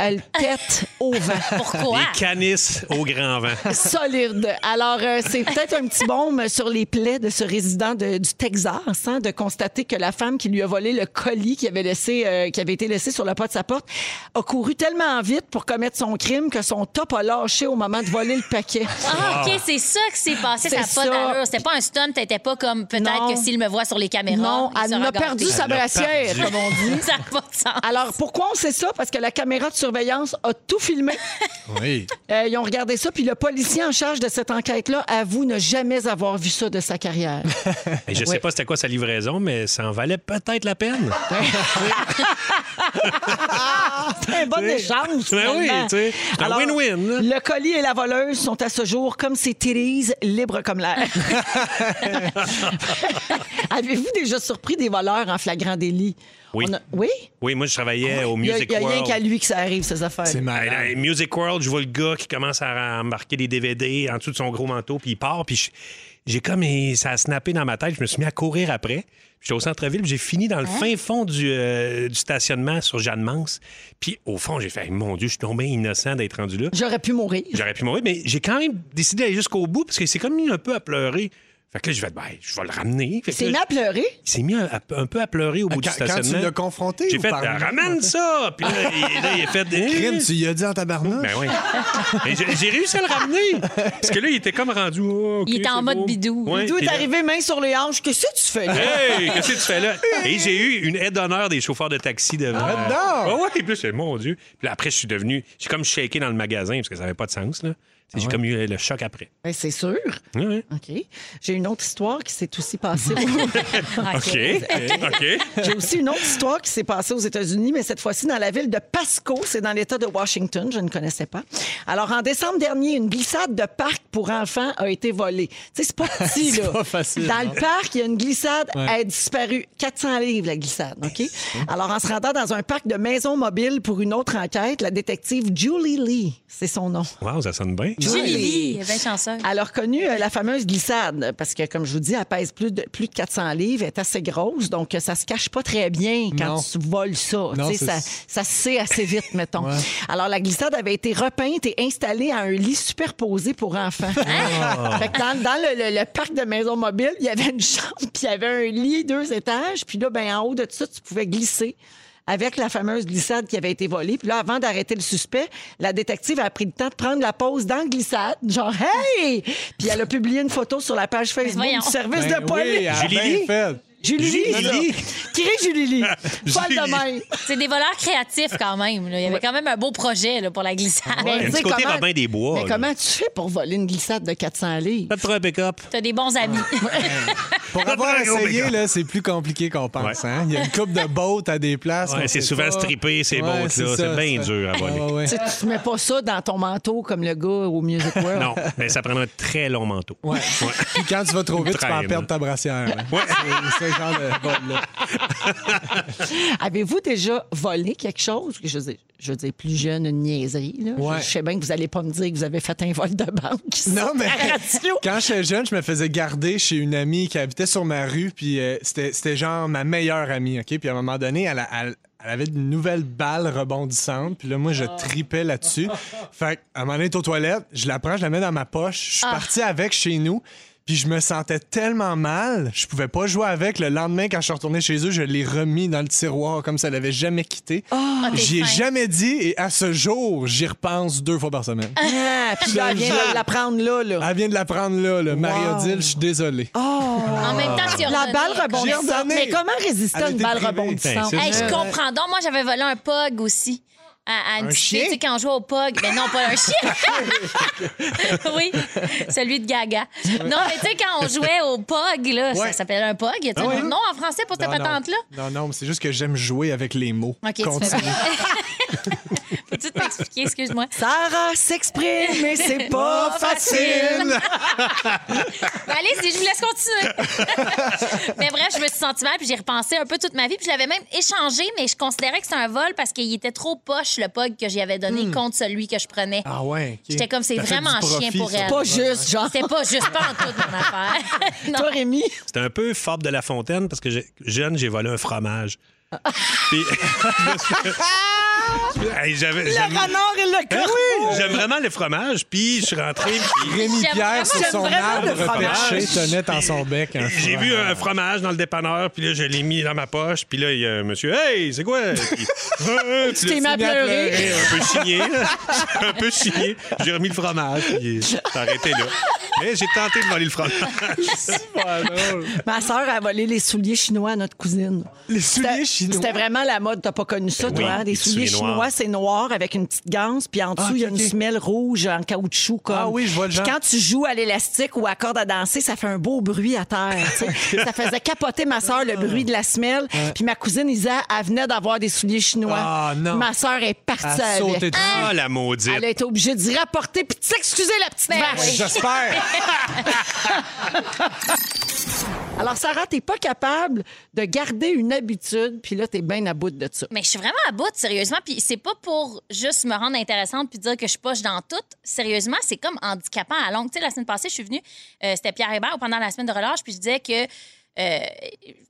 Speaker 2: Elle pète au vent.
Speaker 4: Pourquoi?
Speaker 3: Les canisses au grand vent.
Speaker 2: Solide. Alors, euh, c'est peut-être un petit baume sur les plaies de ce résident de- du Texas, hein, de constater que la femme qui lui a volé le colis qui avait, laissé, euh, qui avait été laissé sur le pas de sa porte a couru tellement vite pour commettre son crime que son top a lâché au moment de voler le paquet.
Speaker 4: Ah, OK, c'est ça qui s'est passé. Ça n'a
Speaker 2: C'est
Speaker 4: pas
Speaker 2: ça.
Speaker 4: d'allure. C'était pas un stun. T'étais pas comme peut-être
Speaker 2: Non.
Speaker 4: que s'il me voit sur les caméras.
Speaker 2: Non,
Speaker 4: il
Speaker 2: elle
Speaker 4: sera
Speaker 2: a perdu
Speaker 4: gâté. (laughs)
Speaker 2: sa
Speaker 3: Elle a
Speaker 2: brassière,
Speaker 3: perdu.
Speaker 2: comme on dit.
Speaker 4: Ça n'a pas de sens.
Speaker 2: Alors, pourquoi on sait ça? Parce que la caméra de surveillance a
Speaker 3: (laughs)
Speaker 2: tout filmé.
Speaker 1: Oui.
Speaker 2: Euh, ils ont regardé ça, puis le policier en charge de cette enquête-là avoue ne jamais avoir vu ça de sa
Speaker 3: (laughs)
Speaker 2: carrière.
Speaker 3: Et je sais pas c'était quoi sa livraison, mais ça en valait peut-être la peine.
Speaker 2: C'est un bon échange,
Speaker 3: Ben oui,
Speaker 2: finalement.
Speaker 3: tu sais, c'est un
Speaker 2: Alors,
Speaker 3: win-win.
Speaker 2: Le colis et la voleuse sont à ce jour, comme ces Thérèse, libres
Speaker 3: (laughs)
Speaker 2: comme l'air. Avez-vous déjà surpris des voleurs en flagrant délit?
Speaker 3: Oui.
Speaker 2: On a- Oui?
Speaker 3: Oui, moi, je travaillais au
Speaker 2: Il n'y a,
Speaker 3: Music
Speaker 2: il y a rien
Speaker 3: World.
Speaker 2: qu'à lui que ça arrive, ces affaires.
Speaker 1: C'est
Speaker 3: Hey,
Speaker 1: malade.
Speaker 3: hey, Music World, je vois le gars qui commence à embarquer des DVD en dessous de son gros manteau, puis il part, puis je- j'ai comme eh, ça a snappé dans ma tête, je me suis mis à courir après. J'étais au centre-ville, puis j'ai fini dans le
Speaker 2: Hein?
Speaker 3: fin fond du, euh, du stationnement sur Jeanne Mans. Puis au fond, j'ai fait Hey, mon Dieu, je suis tombé innocent d'être rendu là.
Speaker 2: J'aurais pu mourir.
Speaker 3: J'aurais pu mourir, mais j'ai quand même décidé d'aller jusqu'au bout parce que c'est comme mis un peu à pleurer. Fait que là, je vais ben, je vais le ramener. Fait que
Speaker 2: C'est
Speaker 3: là,
Speaker 2: mis à pleurer.
Speaker 3: il s'est mis un, un peu à pleurer au bout du
Speaker 1: Euh, Quand- quand
Speaker 3: stationnement.
Speaker 1: tu l'as confronté
Speaker 3: J'ai
Speaker 1: ou
Speaker 3: fait Ah,
Speaker 1: par lui?
Speaker 3: ramène ça. Puis là, il, là, il a fait Eh,
Speaker 1: (laughs) Crime, tu y as dit en tabarnak.
Speaker 3: ben oui. Mais j'ai j'ai réussi à le ramener. Parce que là, il était comme rendu. Oh, ok,
Speaker 4: Il était en
Speaker 3: c'est
Speaker 4: mode
Speaker 3: beau.
Speaker 4: bidou.
Speaker 3: Ouais,
Speaker 2: D'où
Speaker 3: puis
Speaker 2: est
Speaker 3: là, Hein?
Speaker 2: arrivé main sur les hanches? Qu'est-ce que tu fais là?
Speaker 3: Hey, qu'est-ce que tu fais
Speaker 4: (laughs)
Speaker 3: là? Et j'ai eu une aide d'honneur des chauffeurs de taxi devant.
Speaker 1: Ah, non!
Speaker 3: Ouais, ouais, et puis là, c'est mon Dieu. Puis là, après, je suis devenu. J'ai comme shaké dans le magasin parce que ça n'avait pas de sens, là.
Speaker 1: Ah
Speaker 3: J'ai comme eu euh, le choc après.
Speaker 2: Ben, c'est sûr.
Speaker 3: Ouais,
Speaker 1: (laughs)
Speaker 3: ouais.
Speaker 2: OK. J'ai une autre histoire qui s'est aussi passée. Ah,
Speaker 3: OK. OK.
Speaker 2: J'ai aussi une autre histoire qui s'est passée aux États-Unis, mais cette fois-ci dans la ville de Pasco. C'est dans l'État de Washington. Je ne connaissais pas. Alors, en décembre dernier, une glissade de parc pour enfants a été volée. Tu sais, c'est pas petit, là.
Speaker 1: pas facile,
Speaker 2: Dans
Speaker 1: non.
Speaker 2: le parc, il y a une glissade. Elle a disparu. 400 livres, la glissade. OK? Alors, en se rendant dans un parc de maisons mobiles pour une autre enquête, la détective Julie Lee, c'est son nom.
Speaker 3: Wow, ça sonne bien.
Speaker 4: Julie Lee, elle est bien chanceuse.
Speaker 2: Alors, connue euh, la fameuse glissade, parce que, comme je vous dis, elle pèse plus de, plus de 400 livres, elle est assez grosse, donc euh, ça se cache pas très bien quand
Speaker 1: Non.
Speaker 2: tu voles ça.
Speaker 1: Non,
Speaker 2: Tu sais, ça,
Speaker 1: c'est-
Speaker 2: ça se sait assez vite, mettons. Alors, la glissade avait été repeinte et installée à un lit superposé pour enfants. Fait que dans dans le, le- le parc de maison mobile, il y avait une chambre, puis il y avait un lit, deux étages, puis là, ben, en haut de tout ça, tu pouvais glisser avec la fameuse glissade qui avait été volée. Puis là, avant d'arrêter le suspect, la détective a pris le temps de prendre la pause dans la glissade. Genre, hey! Puis elle a publié une photo sur la page Facebook
Speaker 4: voyons.
Speaker 2: du service
Speaker 1: Ben
Speaker 2: de police.
Speaker 1: oui, elle a
Speaker 3: Julie
Speaker 1: bien
Speaker 3: Lee?
Speaker 1: fait.
Speaker 2: Julie Lee.
Speaker 3: Julie.
Speaker 2: Qui rit Julie Lee? Folle
Speaker 3: Julie.
Speaker 2: de même.
Speaker 4: C'est des voleurs créatifs quand même. là. Il y avait quand même un beau projet là, pour la glissade.
Speaker 2: Ah, Mais
Speaker 3: Il y a un
Speaker 2: tu sais
Speaker 3: petit côté
Speaker 2: comment-
Speaker 3: Robin des Bois.
Speaker 2: Mais
Speaker 3: là.
Speaker 2: comment tu fais pour voler une glissade de 400 livres?
Speaker 3: Pas de trop un pick-up.
Speaker 4: T'as des bons amis.
Speaker 3: (laughs)
Speaker 1: Pour avoir
Speaker 3: Pas de gros
Speaker 1: essayé,
Speaker 3: bacon.
Speaker 1: là, c'est plus compliqué qu'on pense. hein. Il y a une coupe de bottes à des places.
Speaker 3: Ouais,
Speaker 1: on
Speaker 3: c'est
Speaker 1: sait
Speaker 3: souvent
Speaker 1: pas.
Speaker 3: strippé, ces
Speaker 1: Ouais,
Speaker 3: bottes-là.
Speaker 1: ça,
Speaker 3: C'est bien
Speaker 1: ça.
Speaker 3: dur à voler.
Speaker 1: Ah, ouais.
Speaker 2: Tu sais, tu mets pas ça dans ton manteau comme le gars au Music World.
Speaker 3: Non, mais ça prendrait un très long manteau.
Speaker 1: Ouais. Puis quand tu vas trop vite, tu vas en
Speaker 3: Traîne.
Speaker 1: perdre ta brassière. là.
Speaker 3: Ouais.
Speaker 1: C'est ce genre de bottes-là.
Speaker 2: Avez-vous déjà volé quelque chose? Je veux dire, je veux dire, plus jeune, une niaiserie. Là.
Speaker 1: Ouais.
Speaker 2: Je, je sais bien que vous allez pas me dire que vous avez fait un vol de banque. ici,
Speaker 1: Non, mais
Speaker 2: à la radio.
Speaker 1: (laughs) quand j'étais jeune, je me faisais garder chez une amie qui habitait sur ma rue, puis euh, c'était, c'était genre ma meilleure amie, OK? Puis à un moment donné, elle, a- elle- elle avait une nouvelle balle rebondissante, puis là, moi,
Speaker 4: Ah.
Speaker 1: je tripais là-dessus. Fait qu'à un moment donné, elle est aux toilettes, je la prends, je la mets dans ma poche, je
Speaker 4: Ah.
Speaker 1: suis parti avec chez nous, puis je me sentais tellement mal, je pouvais pas jouer avec. Le lendemain, quand je suis retourné chez eux, je l'ai remis dans le tiroir comme ça l'avait jamais quitté.
Speaker 4: Ah, t'es
Speaker 1: J'y ai
Speaker 4: fin.
Speaker 1: jamais dit, et à ce jour, j'y repense deux fois par semaine.
Speaker 2: Ah, puis là, elle vient de la prendre là. là.
Speaker 1: Elle vient de la prendre là, là. Marie-Odile, je suis désolé.
Speaker 4: Oh, En même temps, tu as
Speaker 2: La
Speaker 4: redonné.
Speaker 2: balle rebondissante.
Speaker 1: redonné.
Speaker 2: Mais comment résister
Speaker 1: Elle
Speaker 2: à une
Speaker 1: était
Speaker 2: balle
Speaker 1: privée.
Speaker 3: Ben,
Speaker 2: rebondissante?
Speaker 3: c'est
Speaker 4: Hey, je comprends. Donc, moi, j'avais volé un pug aussi. À, à une
Speaker 1: Un
Speaker 4: petite
Speaker 1: chien?
Speaker 4: fille, tu sais, quand on jouait au pug. Mais non, pas un
Speaker 1: (laughs)
Speaker 4: chien. oui, celui de Gaga. Non, mais tu sais, quand on jouait au pug, là, ça
Speaker 1: Ouais. Ah
Speaker 4: s'appelle un pug. Y a-t-il
Speaker 1: Ouais. Ben
Speaker 4: un nom en français pour cette
Speaker 1: Non, non.
Speaker 4: patente-là?
Speaker 1: Non, non, mais c'est juste que j'aime jouer avec les mots.
Speaker 4: OK, tu
Speaker 1: Continue.
Speaker 4: fais bien. Peux-tu t'expliquer, excuse-moi?
Speaker 2: Sarah s'exprime, mais c'est pas facile.
Speaker 1: Facile!
Speaker 4: Ben, allez, si je vous laisse
Speaker 1: (laughs)
Speaker 4: continuer. mais bref, je me suis sentie mal, puis j'ai repensé un peu toute ma vie. Puis je l'avais même échangé, mais je considérais que c'est un vol parce qu'il était trop poche, le pug que j'y avais donné,
Speaker 1: Hmm.
Speaker 4: contre celui que je prenais.
Speaker 1: Ah ouais. ok.
Speaker 4: J'étais comme, c'est
Speaker 1: T'as fait
Speaker 4: vraiment
Speaker 1: du profit,
Speaker 4: chien pour
Speaker 1: ça.
Speaker 4: elle.
Speaker 2: Pas juste, genre.
Speaker 4: C'était pas juste pas en tout mon affaire. (laughs)
Speaker 2: Toi,
Speaker 4: non.
Speaker 2: Rémi,
Speaker 3: C'était un peu Fab de la Fontaine parce que j'ai- jeune, j'ai volé un fromage.
Speaker 1: (laughs)
Speaker 3: Puis- (laughs) Hey, j'avais- j'aime-
Speaker 2: le renard et le corbeau.
Speaker 3: J'aime vraiment le fromage, puis je suis rentré. puis-
Speaker 1: Ah, Rémi
Speaker 4: J'aime
Speaker 1: Pierre, sur
Speaker 4: vraiment-
Speaker 1: son
Speaker 2: j'aime vraiment le
Speaker 1: arbre
Speaker 2: fromage.
Speaker 1: perché, tenait dans son bec un
Speaker 3: J'ai vu un fromage dans le dépanneur, puis là, je l'ai mis dans ma poche, puis là, il y a un monsieur, Hey, c'est quoi? Puis,
Speaker 1: (laughs)
Speaker 3: (laughs) Ah,
Speaker 2: Tu t'es mis à
Speaker 1: pleurer.
Speaker 2: pleurer.
Speaker 3: un peu (laughs) chigné, là. J'étais un peu chigné. J'ai remis le fromage, puis j'ai arrêté là. Mais j'ai tenté de voler le fromage.
Speaker 2: Ma sœur a volé les souliers chinois à notre cousine.
Speaker 1: Les
Speaker 2: C'était
Speaker 1: souliers chinois.
Speaker 2: c'était vraiment la mode. T'as pas connu ça,
Speaker 3: Ben
Speaker 2: toi?
Speaker 3: oui,
Speaker 2: hein? Des
Speaker 3: les
Speaker 2: souliers,
Speaker 3: souliers noirs.
Speaker 2: chinois, c'est noir avec une petite ganse, puis en dessous, il y a
Speaker 1: Ah, ok,
Speaker 2: une
Speaker 1: ok.
Speaker 2: semelle rouge en caoutchouc. Comme.
Speaker 1: Ah oui, je vois le
Speaker 2: Puis
Speaker 1: genre.
Speaker 2: quand tu joues à l'élastique ou à corde à danser, ça fait un beau bruit à terre. tu
Speaker 3: (laughs)
Speaker 2: sais. ça faisait capoter ma sœur
Speaker 1: Ah.
Speaker 2: le bruit de la semelle. Puis ma cousine Isa, elle venait d'avoir des souliers chinois.
Speaker 1: Ah, non.
Speaker 2: Ma sœur est partie
Speaker 1: Elle a
Speaker 2: avec.
Speaker 1: sauté dessus.
Speaker 3: Ah, la maudite.
Speaker 2: Elle a été obligée d'y rapporter puis de s'excuser la petite vache.
Speaker 1: J'espère.
Speaker 4: Ah,
Speaker 2: Alors, Sarah, t'es pas capable de garder une habitude, puis là, t'es bien à bout de ça.
Speaker 4: Mais je suis vraiment à bout, sérieusement. Puis c'est pas pour juste me rendre intéressante puis dire que je suis poche dans tout. Sérieusement, c'est comme handicapant à longue. Tu sais, la semaine passée, je suis venue, euh, c'était Pierre Hébert pendant la semaine de relâche, puis je disais que. euh,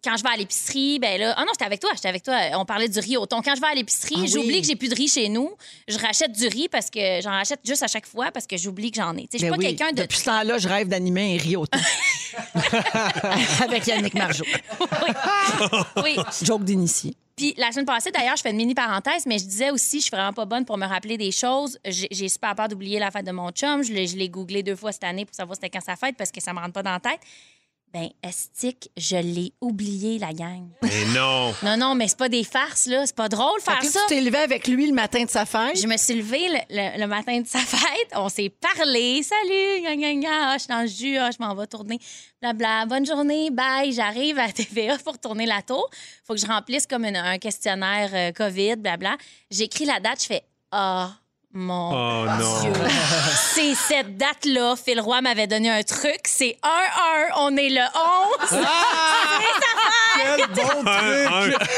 Speaker 4: quand je vais à l'épicerie, ben là, ah non, j'étais avec toi, j'étais avec toi. On parlait du riz au thon. Quand je vais à l'épicerie,
Speaker 2: Ah
Speaker 4: j'oublie
Speaker 2: oui.
Speaker 4: que j'ai plus de riz chez nous. Je rachète du riz parce que j'en rachète juste à chaque fois parce que j'oublie que j'en ai. Tu sais, Je suis pas
Speaker 2: Ben oui.
Speaker 4: quelqu'un de
Speaker 2: Depuis ce temps-là, je rêve d'animer
Speaker 4: (laughs)
Speaker 2: un Rio Avec Yannick Margeau.
Speaker 4: oui.
Speaker 2: (laughs) Joke d'initié.
Speaker 4: Puis la semaine passée, d'ailleurs, je fais une mini parenthèse, mais je disais aussi, je suis vraiment pas bonne pour me rappeler des choses. J'ai j'ai super peur d'oublier la fête de mon chum. Je l'ai je l'ai googlé deux fois cette année pour savoir c'était quand sa fête parce que ça me rentre pas dans la tête. Ben, estique, je l'ai oublié, la gang.
Speaker 3: Mais non.
Speaker 4: Non, non, mais c'est pas des farces, là. C'est pas drôle
Speaker 2: Fait
Speaker 4: faire
Speaker 2: que là,
Speaker 4: ça.
Speaker 2: tu t'es levé avec lui le matin de sa fête.
Speaker 4: Je me suis levée le, le- le matin de sa (laughs) fête. On s'est parlé. Salut, gna, gna, gna. Ah, je suis dans le jus. Ah, je m'en vais tourner. Blabla. Bonne journée. Bye. J'arrive à (laughs) TVA pour tourner la tour. faut que je remplisse comme une- un questionnaire euh, COVID. Blabla. J'écris la date. Je fais Ah, mon
Speaker 3: Oh non.
Speaker 4: Dieu. c'est cette date-là. Phil Roy m'avait donné un truc. C'est 1-1. On est le 11.
Speaker 1: Quel bon
Speaker 3: Un,
Speaker 7: (laughs)
Speaker 3: un.
Speaker 1: truc.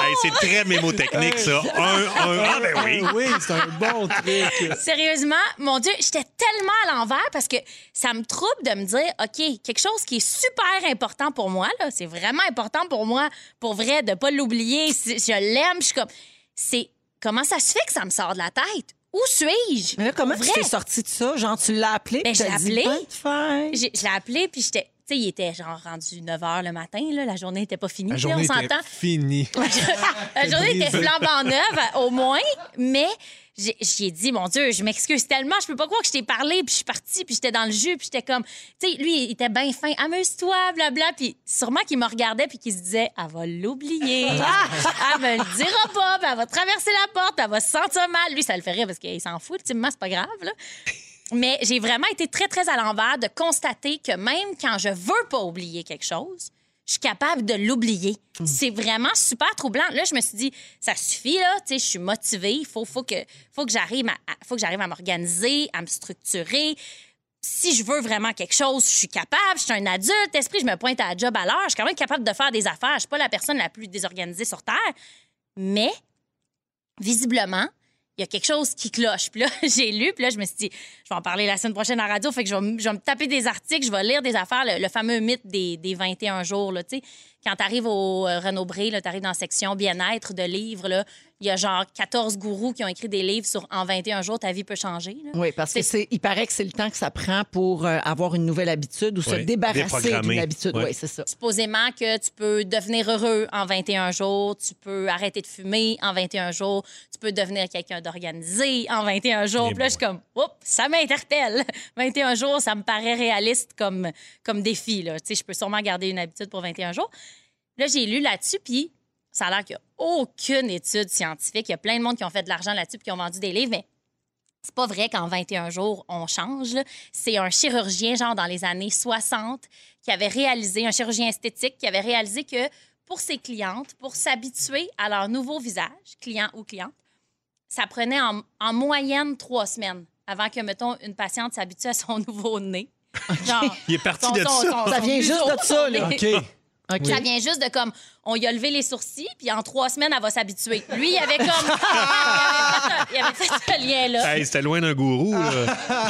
Speaker 3: Hey, c'est très mémotechnique,
Speaker 7: Euh,
Speaker 3: ça. Un, un. Ah, ben oui.
Speaker 1: Ah Oui, c'est un
Speaker 4: (laughs)
Speaker 1: bon truc.
Speaker 4: Sérieusement, mon Dieu, j'étais tellement à l'envers parce que ça me trouble de me dire, OK, quelque chose qui est super important pour moi, là, c'est vraiment important pour moi, pour vrai, de pas l'oublier. Si Je l'aime, je suis comme. C'est comment ça se fait que ça me sort de la tête? Où suis-je?
Speaker 2: Mais là, comment
Speaker 4: Pour
Speaker 2: tu
Speaker 4: vrai?
Speaker 2: t'es sortie de ça? Genre, tu l'as appelé,
Speaker 4: Ben,
Speaker 2: puis
Speaker 4: je
Speaker 2: t'as
Speaker 4: l'ai
Speaker 2: dit
Speaker 4: appelé.
Speaker 2: bonne fête.
Speaker 4: J'ai- Je l'ai appelé, puis j'étais Tu sais, il était genre rendu 9 h le matin, là, la journée n'était pas finie,
Speaker 1: La
Speaker 4: là,
Speaker 1: journée
Speaker 4: on
Speaker 1: était
Speaker 4: s'entend.
Speaker 1: finie.
Speaker 4: (laughs) la journée était
Speaker 1: brisé.
Speaker 4: flambant neuve, euh, au moins, mais j'ai- j'y ai dit, mon Dieu, je m'excuse tellement, je peux pas croire que je t'ai parlé, puis je suis partie, puis j'étais dans le jus, puis j'étais comme, tu sais, lui, il était bien fin, amuse-toi, blabla, puis sûrement qu'il me regardait, puis qu'il se disait, elle va l'oublier, elle me le dira pas, puis elle va traverser la porte, puis elle va se sentir mal. Lui, ça le fait rire parce qu'il s'en fout, ultimement, c'est pas grave, là. Mais j'ai vraiment été très, très à l'envers de constater que même quand je veux pas oublier quelque chose, je suis capable de l'oublier. C'est vraiment super troublant. Là, je me suis dit, ça suffit, là, tu sais, je suis motivée. Il faut, faut que, faut que j'arrive à, à- faut que j'arrive à m'organiser, à me structurer. Si je veux vraiment quelque chose, je suis capable. Je suis un adulte, esprit, je me pointe à la job à l'heure. Je suis quand même capable de faire des affaires. Je suis pas la personne la plus désorganisée sur Terre. Mais visiblement, il y a quelque chose qui cloche. Puis là, (laughs) j'ai lu, puis là, je me suis dit, je vais en parler la semaine prochaine en radio, fait que je vais, m- je vais me taper des articles, je vais lire des affaires, le, le fameux mythe des, des 21 jours, là, tu sais. Quand t'arrives au euh, Renaud-Bré, là, t'arrives dans la section bien-être de livres, là, il y a genre 14 gourous qui ont écrit des livres sur « En 21 jours, ta vie peut changer », là.
Speaker 7: Oui, parce que
Speaker 4: C'est-
Speaker 7: c'est, il paraît que c'est le temps que ça prend pour euh, avoir une nouvelle habitude ou se
Speaker 3: Oui,
Speaker 7: débarrasser
Speaker 3: déprogrammer.
Speaker 7: d'une habitude.
Speaker 3: Oui.
Speaker 7: Oui, c'est ça.
Speaker 4: supposément que tu peux devenir heureux en 21 jours, tu peux arrêter de fumer en 21 jours, tu peux devenir quelqu'un d'organisé en 21 jours.
Speaker 3: Eh
Speaker 4: Puis
Speaker 3: ben
Speaker 4: là, je suis comme, oups, ça m'interpelle. (laughs) 21 jours, ça me paraît réaliste comme, comme défi. Là. Tu sais, je peux sûrement garder une habitude pour 21 jours. Là, j'ai lu là-dessus, puis ça a l'air qu'il n'y a aucune étude scientifique. Il y a plein de monde qui ont fait de l'argent là-dessus puis qui ont vendu des livres, mais c'est pas vrai qu'en 21 jours, on change. là. C'est un chirurgien, genre dans les années 60, qui avait réalisé, un chirurgien esthétique, qui avait réalisé que pour ses clientes, pour s'habituer à leur nouveau visage, client ou cliente, ça prenait en, en moyenne trois semaines avant que, mettons, une patiente s'habitue à son (laughs) nouveau nez. Genre,
Speaker 3: Il est parti
Speaker 4: son-
Speaker 3: de
Speaker 4: son-
Speaker 3: ça.
Speaker 4: son-
Speaker 7: Ça
Speaker 4: son
Speaker 7: vient juste
Speaker 4: museau,
Speaker 7: de ça,
Speaker 4: son
Speaker 7: là.
Speaker 4: nez.
Speaker 1: OK.
Speaker 4: Ça vient juste de comme, on y a levé les sourcils, puis en trois semaines, elle va s'habituer. Lui, il avait comme.
Speaker 3: (laughs)
Speaker 4: il, avait fait, un- il avait fait ce lien-là.
Speaker 3: Hey, C'était loin d'un gourou. là.
Speaker 7: Ah.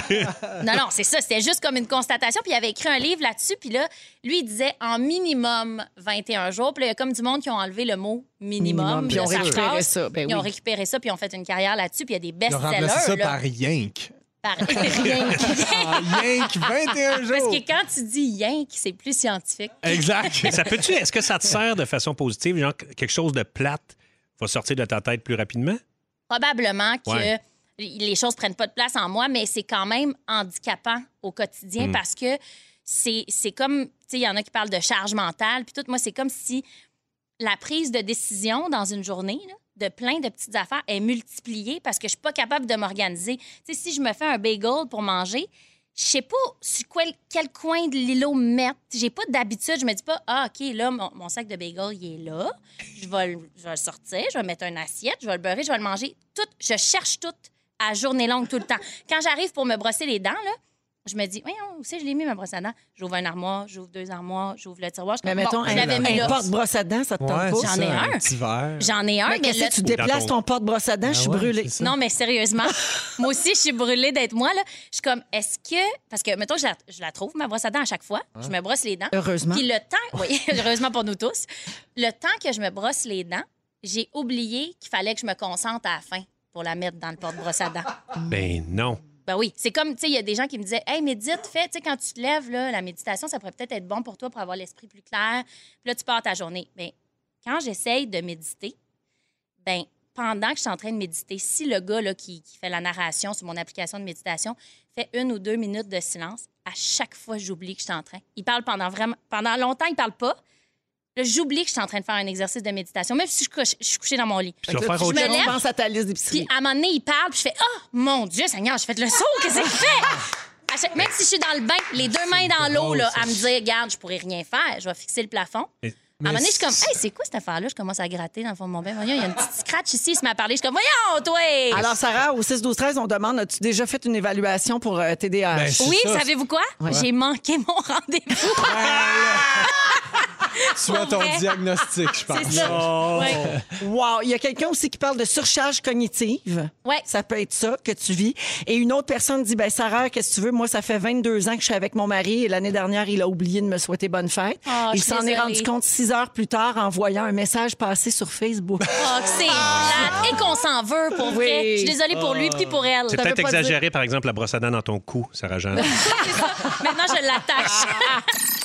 Speaker 4: Non, non, c'est ça. C'était juste comme une constatation. Puis il avait écrit un livre là-dessus. Puis là, lui, il disait en minimum 21 jours. Puis là, il y a comme du monde qui ont enlevé le mot minimum.
Speaker 7: Minimum,
Speaker 4: de
Speaker 7: puis ils ont
Speaker 4: sa
Speaker 7: récupéré
Speaker 4: phrase.
Speaker 7: ça, ben
Speaker 4: ils ont
Speaker 7: oui.
Speaker 4: récupéré ça, puis ils ont fait une carrière là-dessus. Puis il y a des
Speaker 1: Ils ont remplacé
Speaker 4: best-sellers.
Speaker 1: ça
Speaker 4: là,
Speaker 1: par Yank.
Speaker 4: par- (laughs)
Speaker 1: (laughs)
Speaker 4: Rien que-
Speaker 1: Ah,
Speaker 4: (laughs)
Speaker 1: Yank, 21
Speaker 4: Parce
Speaker 1: jours.
Speaker 4: que quand tu dis yank, c'est plus scientifique.
Speaker 3: exact. ça peut-tu, est-ce que ça te sert de façon positive, genre quelque chose de plate va sortir de ta tête plus rapidement?
Speaker 4: probablement que
Speaker 3: Ouais.
Speaker 4: les choses prennent pas de place en moi, mais c'est quand même handicapant au quotidien parce que c'est c'est comme, tu sais, il y en a qui parlent de charge mentale, puis tout, moi, c'est comme si la prise de décision dans une journée, là, de plein de petites affaires, est multipliée parce que je suis pas capable de m'organiser. Tu sais, si je me fais un bagel pour manger, je sais pas sur quel, quel coin de l'îlot me mettre. J'ai pas d'habitude. Je me dis pas, ah, OK, là, mon, mon sac de bagel, il est là. Je vais, le- je vais le sortir, je vais mettre une assiette, je vais le beurrer, je vais le manger. Tout, je cherche tout à journée longue, tout le temps. Quand j'arrive pour me brosser les dents, là, je me dis, oui, où c'est que je l'ai mis, ma brosse à dents? J'ouvre une armoire, j'ouvre deux armoires, j'ouvre le tiroir. Je suis
Speaker 7: Mais
Speaker 4: comme,
Speaker 7: mettons,
Speaker 4: bon, je
Speaker 7: un,
Speaker 4: l'avais mis
Speaker 7: un
Speaker 4: là.
Speaker 7: porte-brosse à dents, ça te
Speaker 1: Ouais,
Speaker 7: tente pas?
Speaker 4: J'en
Speaker 1: c'est
Speaker 4: ai
Speaker 1: ça,
Speaker 4: un.
Speaker 1: petit verre.
Speaker 4: J'en ai un,
Speaker 7: Mais
Speaker 4: mais
Speaker 7: qu'est-ce
Speaker 4: le-
Speaker 7: que tu
Speaker 3: Ou dans
Speaker 7: déplaces
Speaker 3: ton-
Speaker 7: ton porte-brosse à dents? Je suis
Speaker 1: Ah ouais,
Speaker 7: brûlée.
Speaker 1: c'est ça.
Speaker 4: Non,
Speaker 7: (laughs)
Speaker 4: mais sérieusement, moi aussi, je suis brûlée d'être moi. Là. Je suis comme, est-ce que. Parce que, mettons, je la, je la trouve, ma brosse à dents à chaque fois. Je me brosse les dents.
Speaker 7: Heureusement.
Speaker 4: Puis le temps. Oui, (laughs) heureusement pour nous tous. Le temps que je me brosse les dents, j'ai oublié qu'il fallait que je me concentre à la fin pour la mettre dans le porte-brosse à dents.
Speaker 7: Ah.
Speaker 3: Ben non.
Speaker 4: Ben oui, c'est comme, tu sais, il y a des gens qui me disaient, hey, médite, fais, tu sais, quand tu te lèves, là, la méditation, ça pourrait peut-être être bon pour toi pour avoir l'esprit plus clair. Puis là, tu pars ta journée. Ben, quand j'essaye de méditer, ben, pendant que je suis en train de méditer, si le gars là, qui, qui fait la narration sur mon application de méditation fait une ou deux minutes de silence, à chaque fois, j'oublie que je suis en train. Il parle pendant vraiment, pendant longtemps, il parle pas. Là, j'oublie que je suis en train de faire un exercice de méditation, même si je, couche- je suis couchée dans mon lit.
Speaker 3: Puis tu vas
Speaker 7: Là,
Speaker 3: faire
Speaker 7: tu
Speaker 3: autre
Speaker 4: me
Speaker 3: chose.
Speaker 4: lève.
Speaker 7: penses à ta liste
Speaker 4: Puis
Speaker 7: d'épicerie.
Speaker 4: à un moment donné, il parle, puis je fais Ah, mon Dieu, Seigneur, je fais le saut, qu'est-ce que je fait? À chaque- Même si je suis dans le bain, les deux mains dans l'eau, là, à me dire, garde, je pourrais rien faire, je vais fixer le plafond. à un moment donné, je suis comme, hey, c'est quoi cette affaire-là? Je commence à gratter dans le fond de mon bain. Voyons, il y a une petite scratch ici, il se m'a parlé. Je suis comme, voyons, toi!
Speaker 7: Alors, Sarah, au 6-12-13, on demande as-tu déjà fait une évaluation pour euh, TDAH?
Speaker 1: Ben, c'est
Speaker 4: oui,
Speaker 1: ça,
Speaker 4: savez-vous quoi? J'ai manqué mon rendez-vous.
Speaker 1: (laughs) Soit
Speaker 4: Ah!
Speaker 1: ton
Speaker 4: pour vrai.
Speaker 1: diagnostic, je pense.
Speaker 4: c'est
Speaker 7: Oh.
Speaker 4: ça. Ouais.
Speaker 7: Wow! Il y a quelqu'un aussi qui parle de surcharge cognitive.
Speaker 4: Ouais.
Speaker 7: Ça peut être ça que tu vis. Et une autre personne dit, ben Sarah, qu'est-ce que tu veux? Moi, ça fait 22 ans que je suis avec mon mari et l'année dernière, il a oublié de me souhaiter bonne fête.
Speaker 4: Ah, je
Speaker 7: il
Speaker 4: suis
Speaker 7: s'en est
Speaker 4: désolée.
Speaker 7: rendu compte six heures plus tard en voyant un message passer sur Facebook.
Speaker 4: Ah, que c'est plate et qu'on s'en veut pour
Speaker 7: Oui.
Speaker 4: vrai.
Speaker 7: Oh.
Speaker 4: Je suis désolée pour lui puis pour elle.
Speaker 3: C'est
Speaker 7: Ça
Speaker 3: peut-être
Speaker 7: veut pas dire- (laughs)
Speaker 3: exagéré, par exemple, la brosse à dents dans ton cou, Sarah Jeanne.
Speaker 4: Maintenant, je l'attache.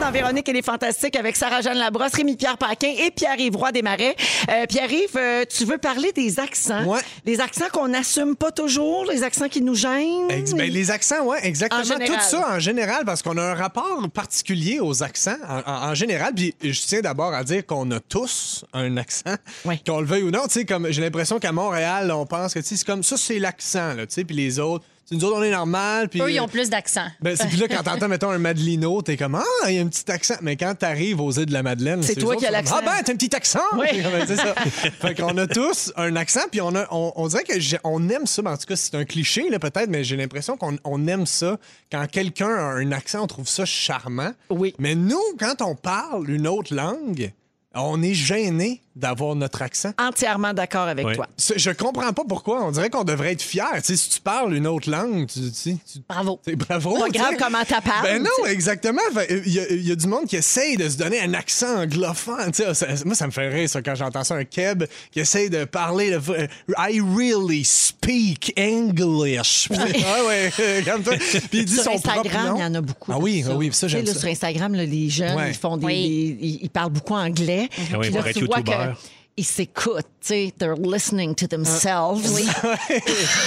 Speaker 7: Dans Véronique, elle est fantastique avec Sarah-Jeanne Labrosse, Rémi-Pierre Paquin et Pierre-Yves Roy Desmarais. Euh, Pierre-Yves, euh, tu veux parler des accents.
Speaker 1: Ouais.
Speaker 7: Les accents qu'on n'assume pas toujours, les accents qui nous gênent.
Speaker 1: Ex- ben, les accents, oui,
Speaker 7: En
Speaker 1: exactement.
Speaker 7: général.
Speaker 1: Tout ça en général, parce qu'on a un rapport particulier aux accents en, en- en général. Puis je tiens d'abord à dire qu'on a tous un accent,
Speaker 7: Ouais.
Speaker 1: qu'on le veuille ou non. Tu sais, comme j'ai l'impression qu'à Montréal, on pense que tu sais, c'est comme ça, c'est l'accent, là, tu sais, puis les autres. tu sais, Nous autres, on est normal. Puis
Speaker 4: Eux, ils ont plus d'accent.
Speaker 1: Ben, c'est plus là, quand t'entends, mettons, un Madelino, t'es comme, ah, il y a un petit accent. Mais quand t'arrives aux îles de la Madeleine,
Speaker 7: C'est
Speaker 1: eux
Speaker 7: toi
Speaker 1: autres
Speaker 7: qui as
Speaker 1: sont comme,
Speaker 7: l'accent.
Speaker 1: Ah ben, t'as un petit accent. (laughs) T'es comme, c'est ça. fait qu'on a tous un accent, puis on, a, on, on dirait que j'ai- on aime ça. mais En tout cas, c'est un cliché, là, peut-être, mais j'ai l'impression qu'on on aime ça. Quand quelqu'un a un accent, on trouve ça charmant.
Speaker 7: Oui.
Speaker 1: Mais nous, quand on parle une autre langue, on est gêné d'avoir notre accent.
Speaker 7: Entièrement d'accord avec
Speaker 3: Ouais.
Speaker 7: toi.
Speaker 1: C'est- Je comprends pas pourquoi. On dirait qu'on devrait être fier. Tu sais, si tu parles une autre langue, tu, tu, sais, tu-
Speaker 4: Bravo.
Speaker 1: c'est bravo.
Speaker 7: Pas
Speaker 1: tu sais.
Speaker 7: grave comment t'as parlé,
Speaker 1: Ben non,
Speaker 7: tu
Speaker 1: exactement. Fait, Il y, a- il y a du monde qui essaye de se donner un accent anglophone. tu sais. Ça- moi, ça me fait rire ça, quand j'entends ça, un keb qui essaye de parler le v- euh, I really speak English. Puis, ah ouais, (laughs) euh, comme toi. Puis il dit
Speaker 7: Sur
Speaker 1: son propre
Speaker 7: Instagram,
Speaker 1: nom.
Speaker 7: il y en a beaucoup.
Speaker 1: Ah oui,
Speaker 7: comme
Speaker 1: ah
Speaker 7: ça.
Speaker 1: oui, ça,
Speaker 7: Tu sais,
Speaker 1: j'aime
Speaker 7: là,
Speaker 1: ça.
Speaker 7: Sur Instagram, là, les jeunes,
Speaker 1: Ouais. Ah
Speaker 7: ils font des,
Speaker 4: Oui.
Speaker 7: des- ils, ils parlent beaucoup anglais.
Speaker 3: oui,
Speaker 7: Puis
Speaker 3: pour
Speaker 7: là,
Speaker 3: être
Speaker 7: tu vois
Speaker 3: youtubeur.
Speaker 7: qu'ils s'écoutent, tu sais, they're listening to themselves.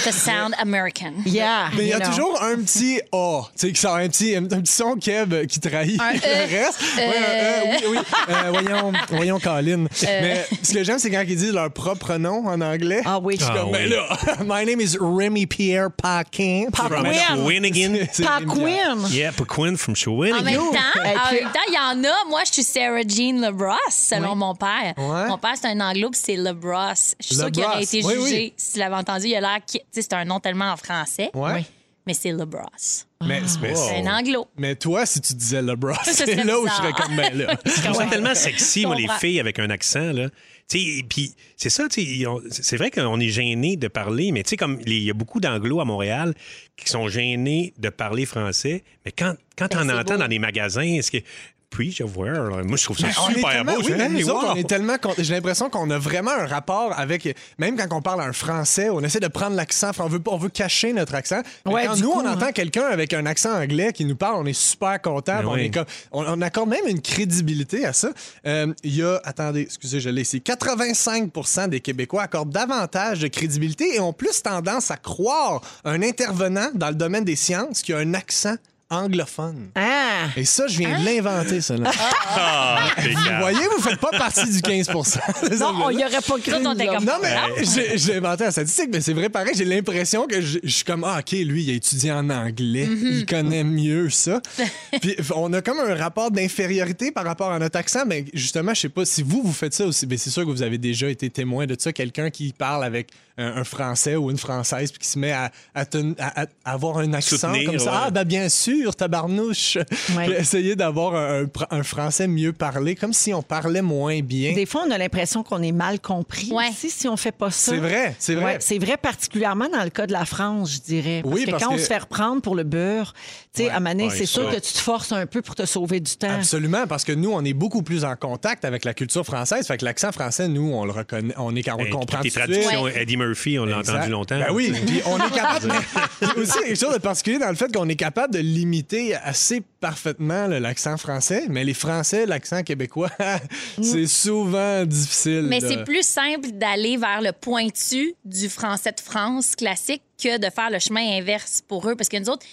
Speaker 4: The sound American.
Speaker 7: (laughs) Yeah.
Speaker 1: Ah. Mais il y a
Speaker 7: you know.
Speaker 1: toujours un petit A, tu sais, qui sort un petit, un petit son Keb qui trahit
Speaker 4: Un
Speaker 1: (laughs) le
Speaker 4: E.
Speaker 1: reste. Ouais, un E, oui, oui. Euh, voyons, voyons,
Speaker 7: Euh.
Speaker 1: Colin. Mais ce que j'aime, c'est quand ils disent leur propre nom en anglais.
Speaker 7: Ah oui.
Speaker 1: Je suis comme,
Speaker 3: Ah
Speaker 1: ben
Speaker 3: oui.
Speaker 1: là, (laughs) my name is Remy Pierre Paquin.
Speaker 7: Paquin.
Speaker 1: Mais non,
Speaker 7: (laughs)
Speaker 3: Winnigan.
Speaker 1: c'est
Speaker 7: Pas
Speaker 1: Rémi Pierre.
Speaker 7: Quinn.
Speaker 3: Yeah, pour Quinn from
Speaker 7: Ah,
Speaker 4: En même
Speaker 3: Shawinigan.
Speaker 4: temps,
Speaker 7: Hey,
Speaker 4: en
Speaker 7: puis-
Speaker 4: même temps, il y en a. Moi, je suis Sarah Jean LeBross, selon mon père.
Speaker 1: Ouais.
Speaker 4: Mon père, c'est un anglo, puis c'est LeBross. Je suis sûre qu'il aurait
Speaker 1: LeBross,
Speaker 4: été
Speaker 1: oui,
Speaker 4: jugé
Speaker 1: oui.
Speaker 4: s'il avait entendu. Il a l'air. qui- Tu sais, c'est un nom tellement en français,
Speaker 1: Ouais. Oh.
Speaker 4: mais c'est LeBross.
Speaker 1: Mais, mais-
Speaker 4: C'est un anglo.
Speaker 1: mais toi, si tu disais LeBron,
Speaker 4: Ah. Ça, ça
Speaker 1: c'est
Speaker 4: serait
Speaker 1: là où je
Speaker 4: bizarre.
Speaker 1: serais comme, ben là.
Speaker 4: (laughs)
Speaker 3: Je trouve ça tellement sexy,
Speaker 1: (laughs)
Speaker 3: moi, les
Speaker 4: comprends.
Speaker 3: filles avec un accent, là. Tu sais, Puis c'est ça, tu sais, ils ont- c'est vrai qu'on est gêné de parler, mais tu sais, comme les- il y a beaucoup d'anglo à Montréal qui sont gênés de parler français, mais quand, quand on entend dans les magasins, est-ce que. Puis, je vois, alors, moi, je trouve ça
Speaker 1: Mais Ben, Ah, on est
Speaker 3: super
Speaker 1: tellement-
Speaker 3: beau.
Speaker 1: oui,
Speaker 3: je fais,
Speaker 1: même
Speaker 3: hey,
Speaker 1: nous autres,
Speaker 3: wow.
Speaker 1: on est tellement con- J'ai l'impression qu'on a vraiment un rapport avec. Même quand on parle un français, on essaie de prendre l'accent. enfin, on, veut, on veut cacher notre accent. Mais
Speaker 7: Ouais,
Speaker 1: quand
Speaker 7: du
Speaker 1: nous,
Speaker 7: coup,
Speaker 1: on
Speaker 7: hein.
Speaker 1: entend quelqu'un avec un accent anglais qui nous parle, on est super content. puis On,
Speaker 3: Ben oui.
Speaker 1: est comme, on, on accorde même une crédibilité à ça. Euh, Il y a. Attendez, excusez, je l'ai ici. 85 des Québécois accordent davantage de crédibilité et ont plus tendance à croire un intervenant dans le domaine des sciences qui a un accent anglophone.
Speaker 7: Ah.
Speaker 1: Et ça, je viens de l'inventer, ça. là.
Speaker 3: Ah,
Speaker 1: (laughs) Vous
Speaker 3: impeccable.
Speaker 1: voyez, vous faites pas partie du 15 (laughs)
Speaker 7: Non, on y aurait pas cru.
Speaker 4: Nous autres, on était
Speaker 7: là.
Speaker 4: comme-
Speaker 1: Non, mais j'ai- j'ai inventé la statistique, mais c'est vrai, pareil, j'ai l'impression que je je suis comme, ah, OK, lui, il a étudié en anglais,
Speaker 7: Mhm.
Speaker 1: il connaît mieux ça.
Speaker 7: (laughs)
Speaker 1: Puis on a comme un rapport d'infériorité par rapport à notre accent, mais justement, je sais pas si vous, vous faites ça aussi, mais c'est sûr que vous avez déjà été témoin de ça, quelqu'un qui parle avec un, un Français ou une Française, puis qui se met à, à ten- à- à avoir un accent
Speaker 3: Soutenir,
Speaker 1: comme ça.
Speaker 3: ouais.
Speaker 1: Ah, ben bien sûr, tabarnouche! Puis Essayer d'avoir un, un- un français mieux parlé, comme si on parlait moins bien.
Speaker 7: Des fois, on a l'impression qu'on est mal compris
Speaker 4: Ouais.
Speaker 7: aussi si on fait pas ça.
Speaker 1: C'est vrai, c'est vrai.
Speaker 7: Ouais, c'est vrai particulièrement dans le cas de la France, je dirais. Parce
Speaker 1: Oui,
Speaker 7: que
Speaker 1: parce
Speaker 7: quand on
Speaker 1: que-
Speaker 7: se fait reprendre pour le beurre, tu sais, à Mané,
Speaker 3: Ouais,
Speaker 7: c'est sûr
Speaker 3: ça.
Speaker 7: que tu te forces un peu pour te sauver du
Speaker 4: Hein?
Speaker 7: temps.
Speaker 1: Absolument, parce que nous, on est beaucoup plus en contact avec la culture française. Fait que l'accent français, nous, on le reconnaît, on est on le
Speaker 3: Hey,
Speaker 1: comprend
Speaker 3: Ben, Tes
Speaker 1: tout de suite.
Speaker 3: traductions, Eddie Murphy, on l'a
Speaker 1: Exact.
Speaker 3: entendu longtemps. (laughs)
Speaker 1: Ben oui, puis on est capable. Il y a aussi quelque chose de particulier dans le fait qu'on est capable de limiter assez parfaitement là, l'accent français, mais les Français, l'accent québécois, (laughs) c'est souvent difficile.
Speaker 4: Mm. Mais
Speaker 1: là.
Speaker 4: c'est plus simple d'aller vers le pointu du français de France classique que de faire le chemin inverse pour eux. Parce que nous autres,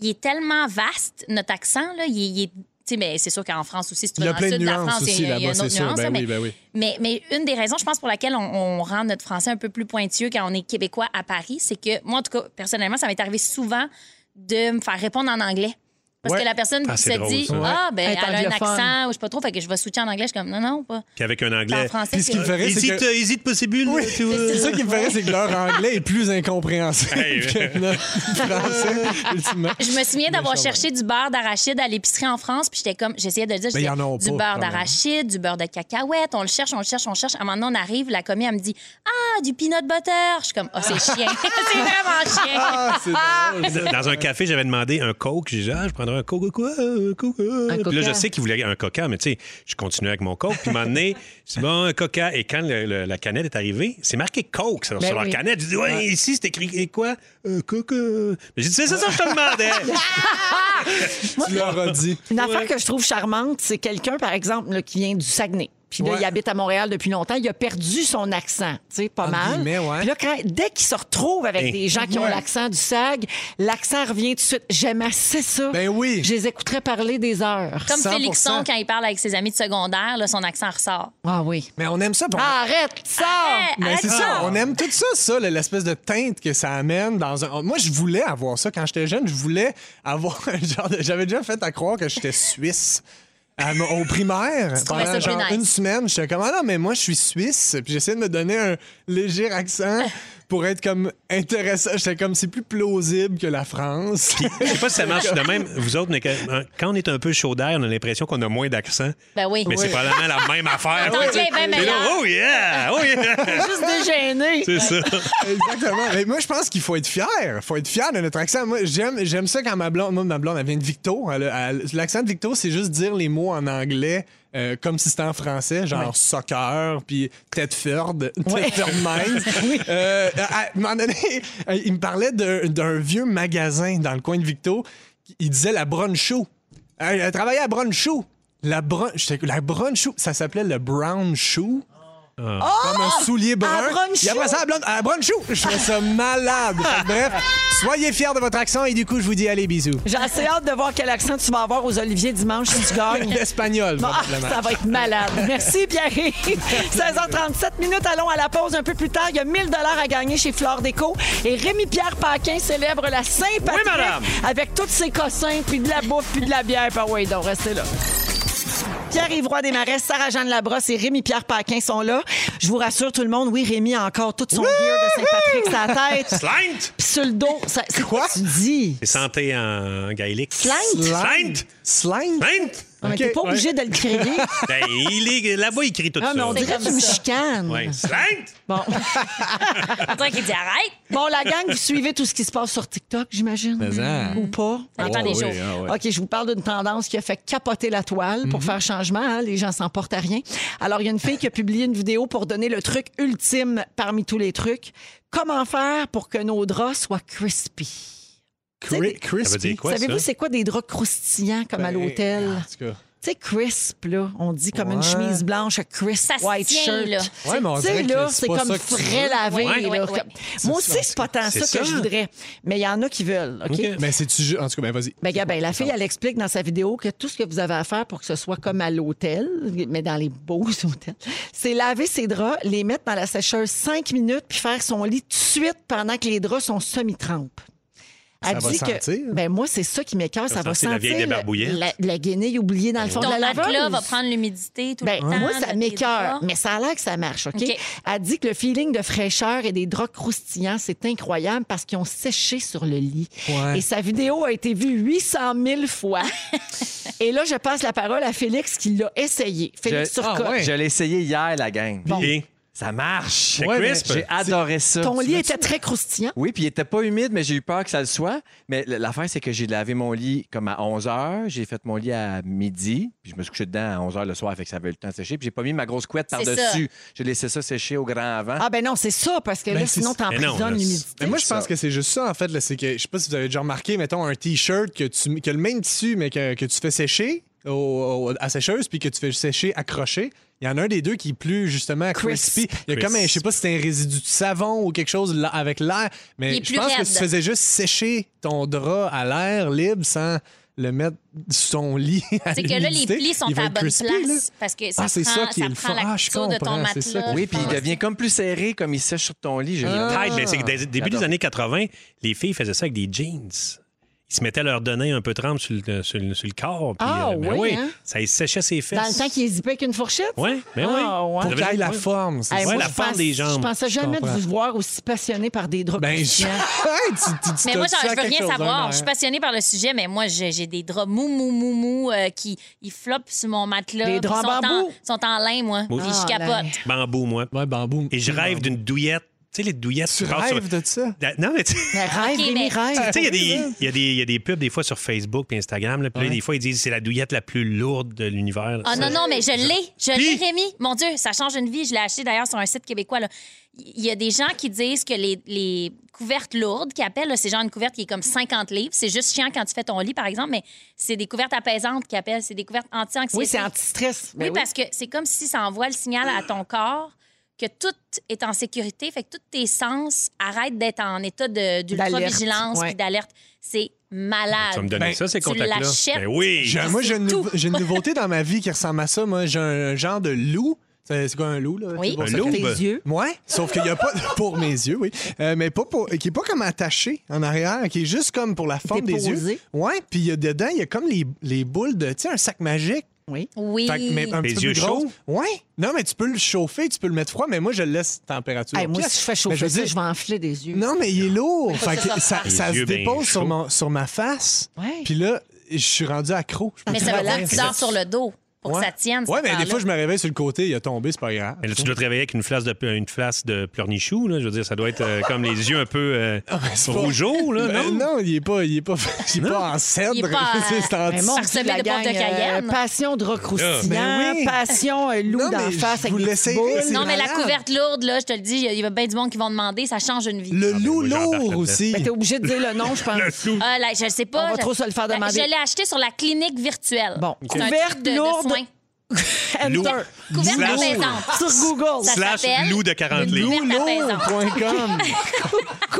Speaker 4: il est tellement vaste, notre accent, là, il est- il est. tu sais, mais c'est sûr qu'en France aussi, si tu
Speaker 1: Il y
Speaker 4: vas dans
Speaker 1: a
Speaker 4: le
Speaker 1: plein de
Speaker 4: sud de la
Speaker 1: nuances
Speaker 4: France, il
Speaker 1: aussi
Speaker 4: y a, il y a
Speaker 1: là-bas,
Speaker 4: une
Speaker 1: c'est
Speaker 4: autre
Speaker 1: sûr.
Speaker 4: nuance. là,
Speaker 1: Ben oui,
Speaker 4: mais-
Speaker 1: ben oui.
Speaker 4: mais, mais une des raisons, je pense, pour laquelle on, on rend notre français un peu plus pointueux quand on est québécois à Paris, c'est que moi, en tout cas, personnellement, ça m'est arrivé souvent de me faire répondre en anglais. Parce
Speaker 1: Ouais.
Speaker 4: que la personne
Speaker 3: Ah,
Speaker 4: se
Speaker 3: c'est drôle,
Speaker 4: dit
Speaker 3: ça.
Speaker 4: Ah, ben,
Speaker 7: Être
Speaker 4: elle a un
Speaker 7: anglophone.
Speaker 4: accent, ou je sais pas trop, fait que je vais switcher en anglais. Je suis comme Non, non, pas.
Speaker 3: Puis avec un
Speaker 4: Pas en
Speaker 3: anglais.
Speaker 4: français.
Speaker 1: Puis ce qui me
Speaker 4: c'est-
Speaker 1: fait rire, c'est
Speaker 3: Hésite,
Speaker 1: que.
Speaker 3: hésite possible.
Speaker 1: Oui,
Speaker 3: tu vois.
Speaker 1: c'est ça qui me ferait, c'est que leur anglais est plus
Speaker 3: Hey.
Speaker 1: incompréhensible que
Speaker 4: (laughs)
Speaker 1: notre français, ultimement.
Speaker 4: Je me souviens d'avoir
Speaker 1: Mais ça va.
Speaker 4: cherché du beurre d'arachide à l'épicerie en France, puis j'étais comme, j'essayais de le dire,
Speaker 1: Ben,
Speaker 4: j'étais,
Speaker 1: y en a
Speaker 4: du
Speaker 1: pas,
Speaker 4: beurre
Speaker 1: quand même.
Speaker 4: d'arachide, du beurre de cacahuète, on le cherche, on le cherche, on le cherche. À un moment donné, on arrive, la commis, elle me dit, ah, du peanut butter. Je suis comme, ah, (laughs)
Speaker 1: (laughs)
Speaker 4: c'est chien, c'est vraiment chien.
Speaker 1: Ah, c'est drôle.
Speaker 3: Dans un café, j'avais demandé un Coke. J'ai dit, ah, je prendrais prendra un coca, quoi, un coca. Puis là,
Speaker 9: coca.
Speaker 3: je sais qu'il voulait un coca, mais tu sais, je continuais avec mon coke. Puis à un moment donné, c'est bon, un coca. Et quand le- le- la canette est arrivée, c'est marqué coke sur,
Speaker 9: Ben
Speaker 3: sur leur
Speaker 9: oui.
Speaker 3: canette. Je dis, ouais, ici, c'est écrit et quoi? Un coca. Mais j'ai dit, c'est ça, ça, je te demandais.
Speaker 1: Tu leur as dit.
Speaker 2: Une affaire que je trouve charmante, c'est quelqu'un, par exemple, là, qui vient du Saguenay. Puis là,
Speaker 1: Ouais.
Speaker 2: il habite à Montréal depuis longtemps. Il a perdu son accent, tu sais, pas
Speaker 1: Entre
Speaker 2: mal.
Speaker 1: guillemets, ouais.
Speaker 2: Puis là, quand- dès qu'il se retrouve avec
Speaker 3: Hey.
Speaker 2: des gens qui ont
Speaker 1: Ouais.
Speaker 2: l'accent du SAG, l'accent revient tout de suite. J'aime assez ça.
Speaker 1: Ben oui.
Speaker 2: Je les écouterais parler des heures.
Speaker 4: Comme
Speaker 1: 100%.
Speaker 4: Félixon, quand il parle avec ses amis de secondaire, là, son accent ressort. Eh,
Speaker 2: Ah oui.
Speaker 1: Mais on aime ça. puis on-
Speaker 4: Ah,
Speaker 2: Arrête ça!
Speaker 4: Arrête,
Speaker 1: Mais c'est
Speaker 4: arrête
Speaker 1: ça, on aime tout ça, ça, le- l'espèce de teinte que ça amène dans un. Moi, je voulais avoir ça quand j'étais jeune. Je voulais avoir (laughs) un genre de- J'avais déjà fait à croire que j'étais suisse. à mon- au primaire,
Speaker 4: trouvais
Speaker 1: pendant
Speaker 4: ça plus
Speaker 1: genre
Speaker 4: nice.
Speaker 1: une semaine, j'étais comme ah non mais moi je suis suisse, puis j'essayais de me donner un léger
Speaker 4: (laughs)
Speaker 1: accent pour être comme intéressant. J'étais comme c'est plus plausible que la France.
Speaker 3: Je sais pas si ça marche de même, vous autres, mais que- hein, quand on est un peu chaud d'air, on a l'impression qu'on a moins d'accent.
Speaker 4: Ben oui.
Speaker 3: Mais c'est probablement la même affaire.
Speaker 4: Ton
Speaker 3: Puis
Speaker 4: dieu est bien
Speaker 3: là,
Speaker 4: meilleur.
Speaker 3: oh yeah! Oh yeah!
Speaker 2: Juste dégêné.
Speaker 3: c'est ça.
Speaker 1: Exactement. Mais moi, je pense qu'il faut être fier. Il faut être fier de notre accent. Moi, j'aime, j'aime ça quand ma blonde, moi, ma blonde, elle vient de Victo. Elle a- elle- l'accent de Victo, c'est juste dire les mots en anglais euh, comme si c'était en français, genre soccer, puis Tedford, (laughs) Tedford Mines. Euh, à, à un moment donné, euh, il me parlait d'un, d'un vieux magasin dans le coin de Victo. Il disait la Broncho. Show. Elle, elle travaillait à Broncho. Show. La, brun, j'étais- la Broncho, ça s'appelait le Brown Shoe comme un soulier brun.
Speaker 2: à brunch
Speaker 1: Il après ça, à, blonde, à brunch shoe. Je fais ça malade. Fait que bref, soyez fiers de votre accent et du coup, je vous dis allez, bisous.
Speaker 2: J'ai assez hâte de voir quel accent tu vas avoir aux Oliviers dimanche si tu gagnes.
Speaker 3: (laughs)
Speaker 1: L'espagnol,
Speaker 2: Ah,
Speaker 1: probablement.
Speaker 2: ça va être malade. Merci,
Speaker 3: (laughs)
Speaker 2: Pierre. 16h37 minutes, allons à la pause un peu plus tard. Il y a 1000 dollars à gagner chez Flore Déco. Et Rémi-Pierre Paquin célèbre la Saint-Patrick
Speaker 3: madame.
Speaker 2: avec tous ses cossins, puis de la bouffe, puis de la bière. Puis ouais, donc restez là. Pierre-Yves Roy Desmarais, Sarah-Jeanne Labrosse et Rémi-Pierre Paquin sont là. Je vous rassure tout le monde, oui, Rémi a encore tout son gear de Saint-Patrick, sa tête,
Speaker 3: Slint!
Speaker 2: puis sur le dos. Ça- C'est quoi tu dis?
Speaker 3: C'est santé en gaélique.
Speaker 2: Slint?
Speaker 3: Slint!
Speaker 1: Slang?
Speaker 3: Slint!
Speaker 2: Non, mais t'es
Speaker 1: Ok,
Speaker 2: pas
Speaker 1: ouais.
Speaker 2: obligé de le crier.
Speaker 3: Ben, il est... Là-bas, il crie tout
Speaker 2: Ah, mais
Speaker 3: ça.
Speaker 2: on dirait que tu
Speaker 4: comme
Speaker 2: me
Speaker 4: ça.
Speaker 2: chicanes.
Speaker 3: Ouais. Slint!
Speaker 2: Bon.
Speaker 4: On dirait qu'il dit arrête.
Speaker 2: Bon, la gang, vous suivez tout ce qui se passe sur TikTok, j'imagine. Ou pas.
Speaker 4: Ça
Speaker 1: Ah
Speaker 4: dépend des jours.
Speaker 1: Oh,
Speaker 2: OK, je vous parle d'une tendance qui a fait capoter la toile pour faire changement. hein, les gens s'en portent à rien. Alors, il y a une fille qui a publié une vidéo pour donner le truc ultime parmi tous les trucs. Comment faire pour que nos draps soient crispy?
Speaker 1: Cri-
Speaker 3: Ça veut
Speaker 1: crispy.
Speaker 3: dire quoi,
Speaker 2: Savez-vous
Speaker 3: ça?
Speaker 2: c'est quoi des draps croustillants comme à
Speaker 1: Ben,
Speaker 2: l'hôtel?
Speaker 1: En tout cas.
Speaker 2: Tu sais, crisp, là. On dit comme une chemise blanche, un crisp
Speaker 4: Ça se
Speaker 2: white
Speaker 4: tient,
Speaker 2: shirt.
Speaker 4: là.
Speaker 1: Ouais, mais on
Speaker 2: Tu sais,
Speaker 1: dirait que
Speaker 2: là,
Speaker 1: c'est
Speaker 2: c'est
Speaker 1: pas
Speaker 2: comme
Speaker 1: ça que tu
Speaker 2: frais
Speaker 1: veux.
Speaker 2: lavé.
Speaker 4: Ouais,
Speaker 2: là.
Speaker 4: ouais, ouais.
Speaker 2: Moi aussi, c'est pas tant ça,
Speaker 3: C'est
Speaker 2: que
Speaker 3: ça.
Speaker 2: je voudrais. Mais il y en a qui veulent, OK?
Speaker 3: Ok.
Speaker 1: Mais c'est-tu ju- En tout cas, ben vas-y.
Speaker 2: Ben, regarde, ben, la fille, elle explique dans sa vidéo que tout ce que vous avez à faire pour que ce soit comme à l'hôtel, mais dans les beaux (laughs) hôtels, c'est laver ses draps, les mettre dans la sécheuse cinq minutes, puis faire son lit tout de suite pendant que les draps sont semi-trempes. Elle
Speaker 1: Ça va
Speaker 2: dit que,
Speaker 1: sentir.
Speaker 2: Ben, moi, c'est ça qui m'écœure. Ça,
Speaker 3: Ça
Speaker 2: va
Speaker 3: va sentir
Speaker 2: sentir
Speaker 3: la vieille
Speaker 2: le-
Speaker 3: débarbouillette.
Speaker 2: la, la guenille oubliée
Speaker 1: Ben
Speaker 2: dans le fond
Speaker 4: Ton
Speaker 2: de la
Speaker 4: matelas
Speaker 2: laveuse.
Speaker 4: va prendre l'humidité tout
Speaker 2: Ben,
Speaker 4: le temps.
Speaker 2: moi, ça
Speaker 4: de tes
Speaker 2: m'écœure,
Speaker 4: draps.
Speaker 2: mais ça a l'air que ça marche, OK?
Speaker 4: OK.
Speaker 2: Elle dit que le feeling de fraîcheur et des draps croustillants, c'est incroyable parce qu'ils ont séché sur le lit.
Speaker 1: Ouais.
Speaker 2: Et sa vidéo a été vue 800
Speaker 4: (laughs)
Speaker 2: 000 fois. et là, je passe la parole à Félix qui l'a essayé. Félix
Speaker 5: Je-
Speaker 2: Turcotte.
Speaker 5: Ah ouais. Je l'ai essayé hier, la gang.
Speaker 3: Et
Speaker 5: Ça marche.
Speaker 3: C'est
Speaker 1: Ouais, mais
Speaker 3: crisp.
Speaker 5: J'ai adoré ça.
Speaker 2: Ton lit était très croustillant.
Speaker 5: Oui, puis il était pas humide, mais j'ai eu peur que ça le soit. Mais l- l'affaire, c'est que j'ai lavé mon lit comme à 11 h. J'ai fait mon lit à midi. Puis je me suis couché dedans à 11 h le soir, fait que ça avait eu le temps de sécher. Puis j'ai pas mis ma grosse couette
Speaker 4: C'est
Speaker 5: par-dessus. J'ai laissé ça sécher au grand avant.
Speaker 2: Ah ben non, c'est ça, parce que là,
Speaker 1: Ben, c'est
Speaker 2: sinon,
Speaker 1: ça.
Speaker 3: Mais non, là,
Speaker 2: t'emprisonnes
Speaker 3: c'est-
Speaker 2: l'humidité.
Speaker 1: Mais moi, je
Speaker 5: ça.
Speaker 1: pense que c'est juste ça, en fait. là, C'est que, je sais pas si vous avez déjà remarqué, mettons, un T-shirt que tu que le même tissu, mais que, que tu fais sécher au- au- à sécheuse, puis que tu fais sécher accroché. Il y en a un des deux qui est plus, justement,
Speaker 2: Crisp.
Speaker 1: crispy. Il y a comme un, je sais pas si c'est un résidu de savon ou quelque chose là- avec l'air,
Speaker 4: Il
Speaker 1: mais
Speaker 4: est
Speaker 1: je
Speaker 4: plus
Speaker 1: pense que
Speaker 4: raide.
Speaker 1: si tu faisais juste sécher ton drap à l'air libre sans le mettre sous son lit. à
Speaker 4: C'est que là, les
Speaker 1: l'humidité,
Speaker 4: plis sont à
Speaker 1: il va
Speaker 4: la
Speaker 1: être
Speaker 4: bonne
Speaker 1: crispy, là.
Speaker 4: place. Parce que ça
Speaker 1: Ah, c'est
Speaker 4: prend,
Speaker 1: ça qui est le
Speaker 4: prend
Speaker 1: fun.
Speaker 4: la
Speaker 1: Ah, je
Speaker 4: couture de ton
Speaker 1: comprends, c'est
Speaker 4: matelas.
Speaker 1: ça qui est
Speaker 5: Oui, puis
Speaker 4: je
Speaker 5: il
Speaker 4: pense.
Speaker 5: devient comme plus serré, comme il sèche sur ton lit. Je l'ai-
Speaker 2: Ah.
Speaker 3: Tight, mais Ben, c'est que dès- début des
Speaker 5: J'adore.
Speaker 3: années 80, les filles faisaient ça avec des jeans. Ils se mettaient à leur donner un peu de trempe sur le, sur le- sur le corps. puis,
Speaker 2: Ah,
Speaker 3: ben
Speaker 2: oui,
Speaker 3: oui,
Speaker 2: hein?
Speaker 3: Ça les séchait ses fesses.
Speaker 2: Dans le temps qu'il zippait avec une fourchette.
Speaker 3: Oui, mais oui.
Speaker 2: Ah, ouais.
Speaker 3: Vous
Speaker 1: Pour
Speaker 3: avez-
Speaker 1: qu'il ait la
Speaker 3: ouais.
Speaker 1: forme, c'est
Speaker 4: Ah
Speaker 2: Hey,
Speaker 1: ça.
Speaker 3: Ouais,
Speaker 2: moi,
Speaker 3: la
Speaker 2: je
Speaker 3: forme
Speaker 2: pense-
Speaker 3: des jambes.
Speaker 2: Je pensais jamais de
Speaker 1: comprends.
Speaker 2: vous voir aussi passionné par des draps
Speaker 1: Ben, je...
Speaker 2: croustillants.
Speaker 1: (laughs)
Speaker 4: (laughs)
Speaker 1: Hey, tu- tu- tu
Speaker 4: Mais
Speaker 1: t'as
Speaker 4: moi,
Speaker 1: dit ça
Speaker 4: je, je veux
Speaker 1: quelque
Speaker 4: rien
Speaker 1: chose, hein,
Speaker 4: savoir.
Speaker 1: Marie?
Speaker 4: Je suis passionnée par le sujet, mais moi, j'ai j'ai des draps mou, mou, mou, mou euh, qui ils floppent sur mon matelas.
Speaker 2: Des
Speaker 4: puis
Speaker 2: draps en
Speaker 4: sont
Speaker 2: bambou?
Speaker 4: en- sont en lin, moi.
Speaker 3: Oui.
Speaker 4: Puis je
Speaker 2: Ah, lin.
Speaker 4: capote.
Speaker 3: Bambou, moi.
Speaker 1: Ouais, bambou.
Speaker 3: Et je rêve d'une douillette sais, les douillettes.
Speaker 1: Tu
Speaker 3: passes
Speaker 1: rêves
Speaker 3: sur-
Speaker 1: de ça?
Speaker 3: La- Non, mais tu tu
Speaker 2: Mais
Speaker 4: Ok,
Speaker 2: rêve,
Speaker 4: ben,
Speaker 2: Rémi,
Speaker 4: mais-
Speaker 2: rêve.
Speaker 3: sais, il y a
Speaker 2: hein.
Speaker 3: des- il y, a des- il y a des pubs des fois sur Facebook et Instagram. là, Puis là, des fois, ils disent c'est la douillette la plus lourde de l'univers.
Speaker 4: Ah non, non, mais je l'ai. Je l'ai,
Speaker 3: Puis-
Speaker 4: Rémi. Mon Dieu, ça change une vie. Je l'ai acheté d'ailleurs sur un site québécois. là. Il y a des gens qui disent que les, les couvertes lourdes, qui appellent, là, c'est genre une couverte qui est comme 50 livres. C'est juste chiant quand tu fais ton lit, par exemple, mais c'est des couvertes apaisantes qui appellent. C'est des couvertes anti-anxiété.
Speaker 2: Oui, c'est anti-stress.
Speaker 4: Oui,
Speaker 2: Ben oui.
Speaker 4: parce que c'est comme si ça envoie le signal à ton corps que tout est en sécurité, fait que tous tes sens arrêtent d'être en état de- d'ultra-vigilance
Speaker 2: D'alerte, ouais.
Speaker 4: puis d'alerte. C'est malade.
Speaker 3: Tu vas me donner
Speaker 1: Ben,
Speaker 3: ça, ces
Speaker 4: tu
Speaker 3: contacts-là?
Speaker 4: l'achètes.
Speaker 3: Ben oui.
Speaker 1: J'ai- moi, j'ai une,
Speaker 4: tout.
Speaker 1: nouveau- j'ai une nouveauté dans ma vie qui ressemble à ça. Moi, j'ai un genre de loup. C'est c'est quoi un loup, là?
Speaker 4: Oui.
Speaker 1: C'est pour
Speaker 3: Un
Speaker 1: ça
Speaker 3: loup?
Speaker 1: que-
Speaker 2: Tes
Speaker 3: ben-
Speaker 2: yeux.
Speaker 1: Ouais, sauf qu'il n'y a pas, pour mes yeux, oui, Euh, mais pas pour, qui est pas comme attaché en arrière, qui est juste comme pour la forme des
Speaker 2: Déposé.
Speaker 1: yeux. Ouais, puis il y a dedans, il y a comme les, les boules de, tu sais, un sac magique.
Speaker 2: Oui.
Speaker 4: Oui.
Speaker 1: Fait que, mais un
Speaker 3: Les
Speaker 1: petit peu
Speaker 3: yeux
Speaker 1: plus grosse.
Speaker 3: chauds?
Speaker 1: Ouais. Non, mais tu peux le chauffer, tu peux le mettre froid, mais moi, je le laisse température.
Speaker 2: Hey, moi, si je fais chauffer
Speaker 1: Mais je veux
Speaker 2: ça,
Speaker 1: dire-
Speaker 2: je vais enfler des yeux.
Speaker 1: Non, mais il est lourd. Fait que ça,
Speaker 3: Les
Speaker 1: ça se
Speaker 3: yeux bien
Speaker 1: dépose sur,
Speaker 3: chauds.
Speaker 1: mon- sur ma face.
Speaker 2: Ouais.
Speaker 1: Puis là, je suis rendu accro. Je peux
Speaker 4: Mais
Speaker 1: plus
Speaker 4: ça va
Speaker 1: dormir.
Speaker 4: là, tu dors sur le dos pour
Speaker 1: Ouais.
Speaker 4: que ça tienne.
Speaker 1: Ouais,
Speaker 4: cette
Speaker 1: mais des
Speaker 4: affaire-là.
Speaker 1: fois, je me réveille sur le côté, il a tombé, c'est pas grave.
Speaker 3: Mais là, tu dois te réveiller avec une flasque de, une flasque de pleurnichou. Là. Je veux dire, ça doit être euh, comme les yeux un peu euh,
Speaker 1: (laughs) ben, c'est pas-
Speaker 3: rougeaux. Là,
Speaker 1: (laughs) Ben
Speaker 3: non?
Speaker 1: non, il est pas, il est pas, (laughs) il est pas en cèdre.
Speaker 4: Il est pas,
Speaker 1: C'est- (laughs) c'est en-
Speaker 4: euh,
Speaker 2: Mais mon Dieu,
Speaker 4: Parsemé de
Speaker 2: la
Speaker 4: pompes de
Speaker 2: gang, euh,
Speaker 4: Cayenne.
Speaker 2: passion de recroustillant,
Speaker 1: Ben Ah, oui.
Speaker 2: passion euh, loup
Speaker 1: Non, mais
Speaker 2: d'en
Speaker 1: je
Speaker 2: face avec
Speaker 1: vous
Speaker 2: des
Speaker 1: l'essayerai,
Speaker 2: petites
Speaker 1: c'est
Speaker 2: boules.
Speaker 4: Non, mais la
Speaker 1: malade.
Speaker 4: couverte lourde, là, je te le dis, il y a- il y a bien du monde qui vont demander, ça change une vie.
Speaker 1: Le
Speaker 3: Ah, ben
Speaker 1: loup
Speaker 3: moi, j'embarque
Speaker 1: lourd
Speaker 3: là-dedans.
Speaker 1: aussi.
Speaker 2: Mais Ben, t'es obligé de dire le nom, je pense.
Speaker 4: Ah, là, je sais pas.
Speaker 2: On va
Speaker 4: je- Ben,
Speaker 2: trop se le faire demander.
Speaker 4: Je l'ai acheté sur la clinique virtuelle.
Speaker 2: Bon.
Speaker 4: C'est un
Speaker 2: Couverte
Speaker 4: truc de, de
Speaker 2: lourde.
Speaker 4: soins.
Speaker 3: Loup.
Speaker 2: Enter.
Speaker 4: Couverte
Speaker 3: Slash-
Speaker 4: apaisante.
Speaker 1: Ah,
Speaker 2: Sur Google.
Speaker 4: Ça
Speaker 3: Slash
Speaker 4: s'appelle
Speaker 3: loup de 40
Speaker 4: une
Speaker 1: (laughs)
Speaker 3: livres.
Speaker 4: couverte apaisante.
Speaker 1: Loulourd.com.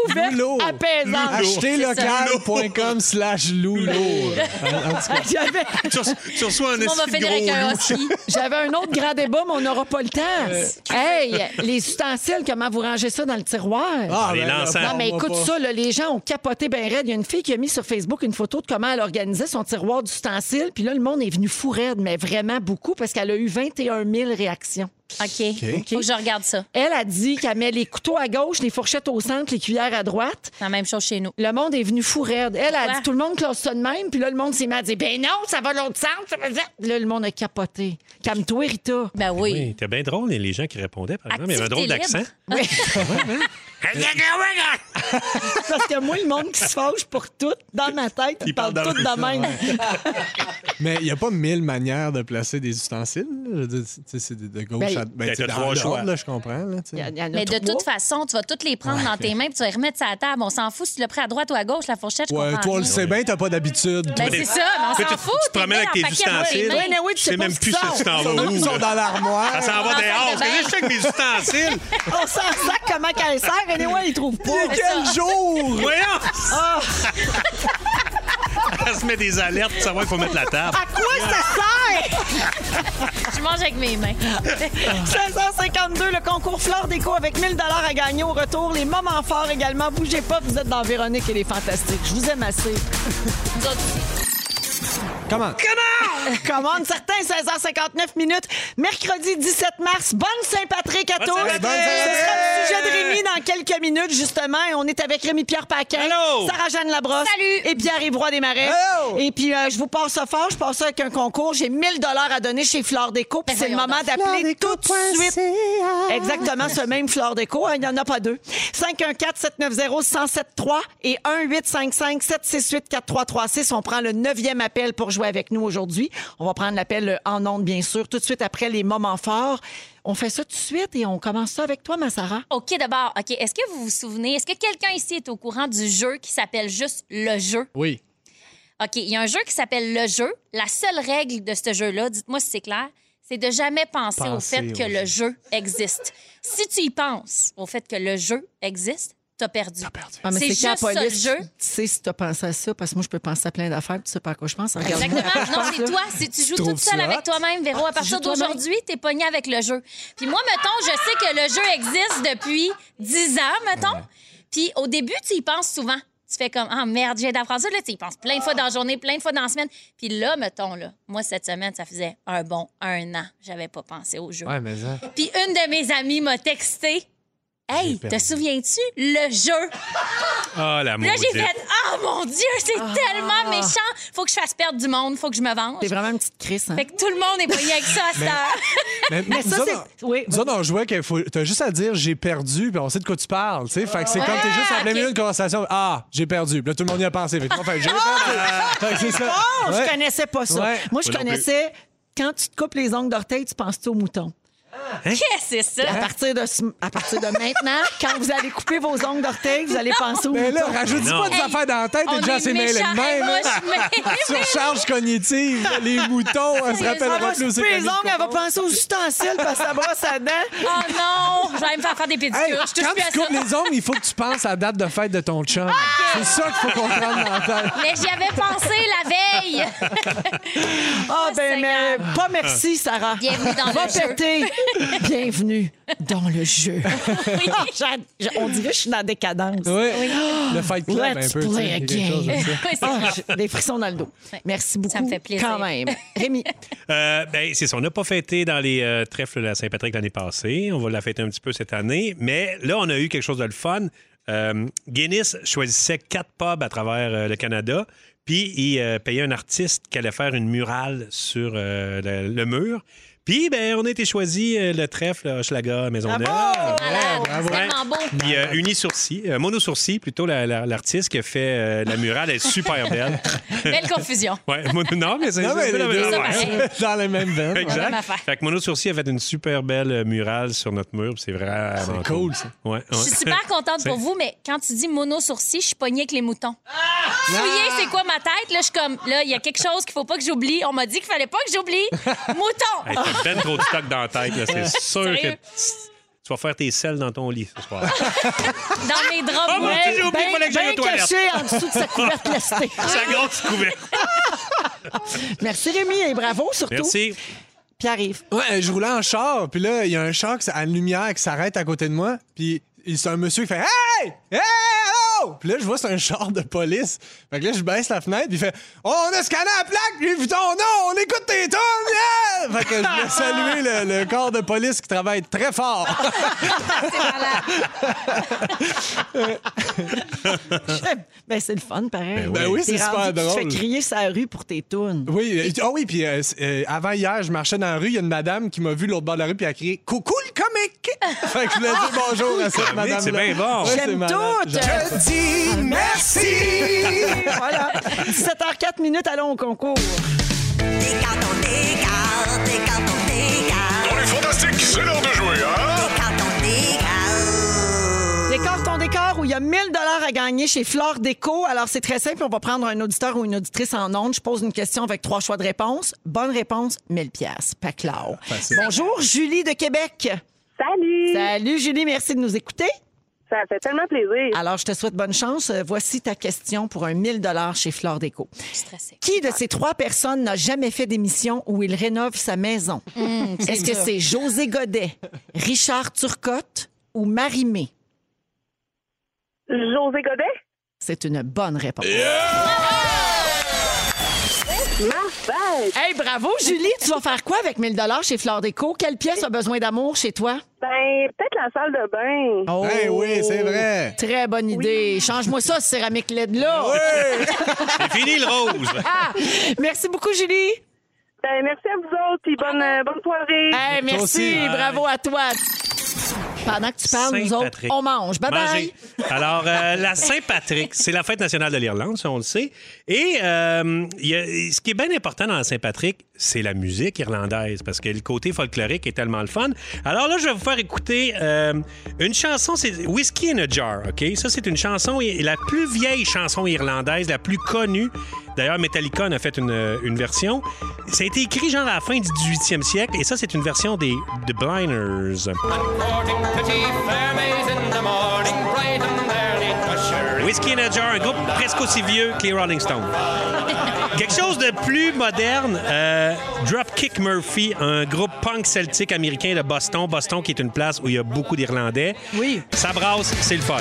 Speaker 2: Couverte
Speaker 1: Loulo.
Speaker 2: apaisante.
Speaker 1: Achetezlocal.com slash loulourd. En- en tout cas,
Speaker 2: J'avais,
Speaker 3: Tu reç- tu reçois un
Speaker 4: On va
Speaker 3: esprit de
Speaker 4: finir avec
Speaker 3: gros
Speaker 4: un
Speaker 3: loup.
Speaker 1: (laughs)
Speaker 4: husky.
Speaker 2: j'avais un autre grand débat, mais on n'aura pas le temps.
Speaker 4: Euh,
Speaker 2: Hey, les ustensiles, comment vous rangez ça dans le tiroir?
Speaker 1: ah,
Speaker 3: Allez,
Speaker 1: ben,
Speaker 3: l'encens.
Speaker 1: ben,
Speaker 2: Non, mais
Speaker 1: on va
Speaker 2: écoute
Speaker 1: pas-
Speaker 2: ça, là, les gens ont capoté ben raide. Il y a une fille qui a mis sur Facebook une photo de comment elle organisait son tiroir d'ustensiles. Puis là, le monde est venu fou raide, mais vraiment beaucoup, parce qu'elle a eu 21 000 réactions.
Speaker 4: OK. Faut que je regarde ça.
Speaker 2: Elle a dit qu'elle met les couteaux à gauche, les fourchettes au centre, les cuillères à droite.
Speaker 4: C'est la même chose chez nous.
Speaker 2: Le monde est venu fou raide. Elle a
Speaker 4: Pourquoi?
Speaker 2: dit tout le monde classe ça de même, puis là, le monde s'est mis à dire ben non, ça va l'autre sens. ça va- Là, le monde a capoté. Calme-toi, Rita.
Speaker 4: Ben oui. Ah,
Speaker 3: Oui, t'es bien drôle, et les gens qui répondaient, par exemple, il y avait un drôle
Speaker 4: Activité
Speaker 3: d'accent.
Speaker 4: libre.
Speaker 2: Parce que moi, le monde qui se fâche pour tout, dans ma tête, ils parlent tout de même.
Speaker 1: Mais il n'y a pas mille manières de placer des ustensiles. là. Je veux dire, tu sais, c'est de- de gauche
Speaker 2: Ben,
Speaker 1: à.
Speaker 3: y
Speaker 1: Ben,
Speaker 3: a
Speaker 1: c'est dans
Speaker 3: trois
Speaker 1: l'ordre,
Speaker 3: choix.
Speaker 1: là, je comprends. là, tu sais.
Speaker 2: Il y en- il y en a
Speaker 4: Mais de
Speaker 2: trois.
Speaker 4: toute façon, tu vas toutes les prendre dans tes mains puis tu vas les remettre sur la table. On s'en fout si tu l'as pris à droite ou à gauche, la fourchette. je
Speaker 1: Ouais,
Speaker 4: comprends
Speaker 1: toi, on le
Speaker 4: rien.
Speaker 1: sais bien, t'as pas d'habitude.
Speaker 4: Ben, c'est ça, mais on
Speaker 3: Tu-
Speaker 4: s'en
Speaker 3: tu
Speaker 4: fout.
Speaker 3: te promènes avec tes ustensiles.
Speaker 2: Oui, mais oui,
Speaker 3: Tu
Speaker 2: tu sais
Speaker 3: sais
Speaker 2: pas
Speaker 3: même
Speaker 2: ce
Speaker 3: plus
Speaker 2: qu'ils sont.
Speaker 3: si tu t'en vas
Speaker 1: Ils
Speaker 3: où.
Speaker 1: sont
Speaker 3: là.
Speaker 1: dans l'armoire.
Speaker 3: Ça s'en va dehors.
Speaker 4: de
Speaker 3: Qu'est-ce que
Speaker 4: bain.
Speaker 3: je fais avec mes ustensiles?
Speaker 2: On s'en sac comment qu'elle sert, mais ouais, ils trouvent pas.
Speaker 1: Et Quel jour!
Speaker 3: Voyons! Elle se met des alertes pour savoir qu'il faut mettre la table.
Speaker 2: À quoi ça
Speaker 4: Je mange avec mes mains.
Speaker 2: sert? 1652, le concours Fleur Déco avec 1000 à gagner au retour. Les moments forts également. Bougez pas, vous êtes dans Véronique et les Fantastiques. Je vous aime assez.
Speaker 4: Nous autres,
Speaker 1: Comment?
Speaker 2: Commande certains, 16h59 minutes. Mercredi 17 mars. Bonne Saint-Patrick à tous.
Speaker 3: Saint-Patrick!
Speaker 1: Bonne
Speaker 2: Ce
Speaker 1: Saint-Patrick!
Speaker 2: sera le sujet de Rémi dans quelques minutes, justement. Et on est avec Rémi-Pierre Paquin,
Speaker 3: Allô!
Speaker 2: Sarah-Jeanne Labrosse
Speaker 4: Salut!
Speaker 2: et Pierre-Yvroy Desmarais.
Speaker 1: Allô!
Speaker 2: Et puis, euh, je vous passe ça fort. Je passe ça avec un concours. J'ai 1000 à donner chez Fleur Déco. Puis
Speaker 4: Ben
Speaker 2: c'est le
Speaker 4: voyons
Speaker 2: moment d'appeler tout de suite. Exactement ce même Fleur Déco. hein, Il n'y en a pas deux. 514-790-1073 et 1-855-768-4336. On prend le neuvième appel pour jouer avec nous aujourd'hui. On va prendre l'appel euh, en ondes, bien sûr, tout de suite après les moments forts. On fait ça tout de suite et on commence ça avec toi, ma Sarah.
Speaker 4: OK, d'abord, OK. Est-ce que vous vous souvenez, est-ce que quelqu'un ici est au courant du jeu qui s'appelle juste le jeu?
Speaker 1: Oui.
Speaker 4: OK, il y a un jeu qui s'appelle le jeu. La seule règle de ce jeu-là, dites-moi si c'est clair, c'est de jamais penser au
Speaker 1: Penser
Speaker 4: fait que
Speaker 1: au
Speaker 4: le jeu existe. si tu y penses au fait que le jeu existe, t'as perdu.
Speaker 2: Ah,
Speaker 1: Ah,
Speaker 4: C'est juste ça, le jeu.
Speaker 2: Tu sais si tu as pensé à ça, parce que moi, je peux penser à plein d'affaires, puis tu sais pas à quoi je pense. Regarde-moi.
Speaker 4: Exactement. Non, c'est toi. Si tu joues toute
Speaker 1: trouves
Speaker 4: seule
Speaker 1: ça
Speaker 4: avec
Speaker 1: hot?
Speaker 4: toi-même, Véro, à partir
Speaker 2: joues toi-même?
Speaker 4: d'aujourd'hui, t'es pogné avec le jeu. Puis moi, mettons, je sais que le jeu existe depuis 10 ans, mettons. Puis au début, tu y penses souvent. Tu fais comme, ah merde, j'ai d'apprendre ça. Là, tu y penses plein de fois dans la journée, plein de fois dans la semaine. Puis là, mettons, là, moi, cette semaine, ça faisait un bon un an. J'avais pas pensé au jeu.
Speaker 1: Ouais, mais ça.
Speaker 4: Puis une de mes amies m'a texté. Hey, te souviens-tu le jeu?
Speaker 3: Ah, la
Speaker 4: Puis là, j'ai
Speaker 3: maudite.
Speaker 4: fait Ah mon Dieu, c'est tellement méchant. Faut que je fasse perdre du monde, faut que je me venge.
Speaker 2: T'es vraiment une petite crise. Hein?
Speaker 4: Fait que tout le monde est pogné avec ça à cette heure.
Speaker 1: Mais, mais
Speaker 2: ça,
Speaker 1: nous
Speaker 2: c'est-
Speaker 1: autres, on-
Speaker 2: oui,
Speaker 1: nous autres, on jouait qu'il faut. T'as juste à dire j'ai perdu, puis on sait de quoi tu parles. tu sais. Fait que c'est comme t'es juste en
Speaker 4: Ah,
Speaker 1: plein
Speaker 4: ok.
Speaker 1: milieu d'une conversation. Ah, j'ai perdu. Puis là, tout le monde y a pensé. Fait que tout le monde fait, j'ai perdu. Fait que c'est ça.
Speaker 2: Oh,
Speaker 1: Ouais.
Speaker 2: je connaissais pas ça.
Speaker 1: Ouais.
Speaker 2: Moi, je
Speaker 3: Moi non
Speaker 2: connaissais quand tu te coupes les ongles d'orteil, tu penses-tu au mouton?
Speaker 1: Hein?
Speaker 4: (laughs) Qu'est-ce que c'est
Speaker 2: À
Speaker 4: ça?
Speaker 2: partir, de, ce- à partir de maintenant, quand vous allez couper vos ongles d'orteil, vous allez penser au
Speaker 1: Mais
Speaker 2: mouton.
Speaker 1: Ben là, rajoute
Speaker 3: Non.
Speaker 1: pas des
Speaker 4: Hey,
Speaker 1: affaires dans la tête,
Speaker 4: on
Speaker 1: t'es déjà
Speaker 4: est
Speaker 1: assez mêlé de
Speaker 4: méchants,
Speaker 1: même.
Speaker 4: moi,
Speaker 1: hein.
Speaker 4: je suis mêlée.
Speaker 1: Surcharge cognitive, les moutons, on se
Speaker 4: Elle
Speaker 1: rappellera
Speaker 4: va
Speaker 1: plus. c'est
Speaker 2: Couper les
Speaker 1: Camille
Speaker 2: ongles, elle va
Speaker 1: Coupon.
Speaker 2: penser aux ustensiles parce que ça brosse à dents.
Speaker 4: Oh non! Je vais aller me faire faire des pédicures.
Speaker 1: Hey,
Speaker 4: je touche
Speaker 1: quand
Speaker 4: plus à
Speaker 1: tu
Speaker 4: ça.
Speaker 1: coupes les ongles, il faut que tu penses à la date de fête de ton chum. C'est ça qu'il faut comprendre dans la tête.
Speaker 4: Mais j'y avais pensé la
Speaker 1: (laughs)
Speaker 4: veille.
Speaker 2: Ah,
Speaker 4: Oh,
Speaker 2: ben, mais
Speaker 4: Seigneur.
Speaker 2: pas merci, Sarah.
Speaker 4: Bienvenue dans
Speaker 2: Va
Speaker 4: le jeu.
Speaker 2: péter. Bienvenue dans le jeu. Ah, j'a- j'a- on dirait que je suis dans la décadence.
Speaker 1: Ouais. Le fight club, un
Speaker 2: Let's
Speaker 1: peu. tu sais,
Speaker 2: play a
Speaker 1: quelque chose
Speaker 2: game.
Speaker 1: comme ça.
Speaker 4: Ouais, c'est-
Speaker 2: Ah, j'ai des frissons dans le dos. Merci beaucoup.
Speaker 4: me fait plaisir.
Speaker 2: Quand (laughs) même. Rémi,
Speaker 3: Euh, ben, c'est ça. On n'a pas fêté dans les euh, trèfles de la Saint-Patrick l'année passée. On va la fêter un petit peu cette année. Mais là, on a eu quelque chose de le fun. Euh, Guinness choisissait quatre pubs à travers euh, le Canada. Puis, il euh, payait un artiste qui allait faire une murale sur euh, le, le mur. Puis, ben, on a été choisi le trèfle, Hochelaga, Maisonneuve.
Speaker 1: Ah
Speaker 4: Malade,
Speaker 1: bravo.
Speaker 4: c'est tellement beau.
Speaker 3: Puis euh, unisourcil, euh, monosourcil, plutôt la- la- l'artiste qui a fait euh, la murale, elle est super
Speaker 1: (laughs)
Speaker 3: belle.
Speaker 4: Belle confusion.
Speaker 3: Ouais, mono- non, mais c'est
Speaker 1: Non,
Speaker 3: c'est
Speaker 1: mais
Speaker 3: un peu la
Speaker 1: les
Speaker 3: même
Speaker 1: deux,
Speaker 3: affaire.
Speaker 4: pareil.
Speaker 1: (laughs) dans les mêmes veines.
Speaker 4: la même
Speaker 3: Exact.
Speaker 4: affaire.
Speaker 3: Fait que Mono Sourcil a fait une super belle euh, murale sur notre mur, puis c'est vraiment
Speaker 1: C'est cool, ça.
Speaker 3: Ouais, ouais.
Speaker 4: Je suis super contente pour vous, mais quand tu dis mono sourcil, je suis pognée avec les moutons.
Speaker 1: Ah!
Speaker 4: Fouillez, c'est quoi ma tête? Là, je suis comme, là, il y a quelque chose qu'il faut pas que j'oublie. On m'a dit qu'il fallait pas que j'oublie.
Speaker 3: Hey,
Speaker 4: Mouton!
Speaker 3: t'as ben trop de stock dans la tête, là.
Speaker 4: (laughs)
Speaker 3: C'est sûr que
Speaker 4: Sérieux?
Speaker 3: t- tu vas faire tes selles dans ton lit ce soir.
Speaker 4: Dans mes
Speaker 1: Ah,
Speaker 4: draps.
Speaker 3: mon
Speaker 4: mouillés.
Speaker 3: Dieu, j'ai oublié, il fallait que j'aille
Speaker 2: bien
Speaker 4: ben
Speaker 3: aux toilettes.
Speaker 2: ben, caché en dessous de sa couverte lestée.
Speaker 3: Sa grosse couverte.
Speaker 2: Merci Rémi et bravo surtout.
Speaker 3: Merci.
Speaker 2: Pierre-Yves.
Speaker 1: Ouais, je roulais en char, puis là, il y a un char qui, à une lumière qui s'arrête à côté de moi, puis il- c'est un monsieur qui fait Hey! Hey! Hello! Puis là, je vois, c'est un char de police. Fait que là, je baisse la fenêtre, puis il fait Oh, on a scanné la plaque, j'ai vu ton nom, Oh on écoute tes tonnes! Yeah! Fait que
Speaker 3: (laughs)
Speaker 1: je voulais saluer le, le corps de police qui travaille très fort.
Speaker 2: ben, c'est le fun, pareil.
Speaker 1: Ben oui,
Speaker 2: T'es
Speaker 1: c'est super
Speaker 2: rendu que Tu
Speaker 1: drôle.
Speaker 2: te fais crier sa rue pour tes tunes.
Speaker 1: Oui, euh, ah oui, puis euh, c- euh, avant hier, je marchais dans la rue, il y a une madame qui m'a vu l'autre bord de la rue puis elle a crié Coucou
Speaker 3: (laughs)
Speaker 1: le comique! Fait que je voulais dire bonjour à cette madame.
Speaker 3: c'est bien bon.
Speaker 2: J'aime tout.
Speaker 1: Je
Speaker 3: (laughs)
Speaker 1: dis merci!
Speaker 2: (laughs) voilà. 17h04 minutes, allons au concours.
Speaker 10: On est fantastique, c'est l'heure de jouer, hein?
Speaker 2: Décore ton décor où il y a 1000 dollars à gagner chez Flore Déco. Alors, c'est très simple. On va prendre un auditeur ou une auditrice en ondes. Je pose une question avec trois choix de réponse. Bonne réponse, 1000 pièces. Pas clair. Bonjour, Julie de Québec.
Speaker 11: Salut!
Speaker 2: Salut, Julie. Merci de nous écouter.
Speaker 11: Ça fait tellement plaisir.
Speaker 2: Alors, je te souhaite bonne chance. Euh, Voici ta question pour un 1000 dollars chez Flore Déco.
Speaker 4: Je suis stressée.
Speaker 2: Qui de ces trois personnes n'a jamais fait d'émission où il rénove sa maison? Est-ce que
Speaker 4: dur.
Speaker 2: c'est José Godet, Richard Turcotte ou Marie-Mé?
Speaker 11: José Godet?
Speaker 2: C'est une bonne réponse.
Speaker 11: Ma fête!
Speaker 2: Hey, bravo, Julie. Tu vas faire quoi avec 1000 chez Fleur Déco? Quelle pièce a besoin d'amour chez toi?
Speaker 11: Ben, peut-être la salle de bain.
Speaker 2: Oh,
Speaker 1: Eh oui, c'est vrai.
Speaker 2: Très bonne idée. Change-moi ça, ce céramique E LED-là.
Speaker 3: C'est fini le rose.
Speaker 2: Ah, merci beaucoup, Julie.
Speaker 11: Ben, merci à vous autres, puis bonne, euh, bonne soirée.
Speaker 2: Hey, merci.
Speaker 1: aussi.
Speaker 2: Bravo à toi. Pendant que tu parles, nous autres,
Speaker 3: Saint-Patrick.
Speaker 2: on mange. Bye-bye.
Speaker 3: Mangez. Alors, euh, la Saint-Patrick, c'est la fête nationale de l'Irlande, ça, on le sait. Et euh, il y a- ce qui est bien important dans la Saint-Patrick, c'est la musique irlandaise, parce que le côté folklorique est tellement le fun. Alors là, je vais vous faire écouter euh, une chanson, c'est Whiskey in a Jar, OK? Ça, c'est une chanson, et la plus vieille chanson irlandaise, la plus connue. D'ailleurs, Metallica en a fait une, une version. Ça a été écrit genre à la fin du 18e siècle, et ça, c'est une version des The Blinders. Whiskey in a Jar, un groupe presque aussi vieux que les
Speaker 7: (laughs)
Speaker 3: Rolling Stones. Quelque chose de plus moderne, euh, Dropkick Murphy, un groupe punk celtique américain de Boston. Boston qui est une place où il y a beaucoup d'Irlandais.
Speaker 2: Oui.
Speaker 3: Ça brasse, c'est le fun.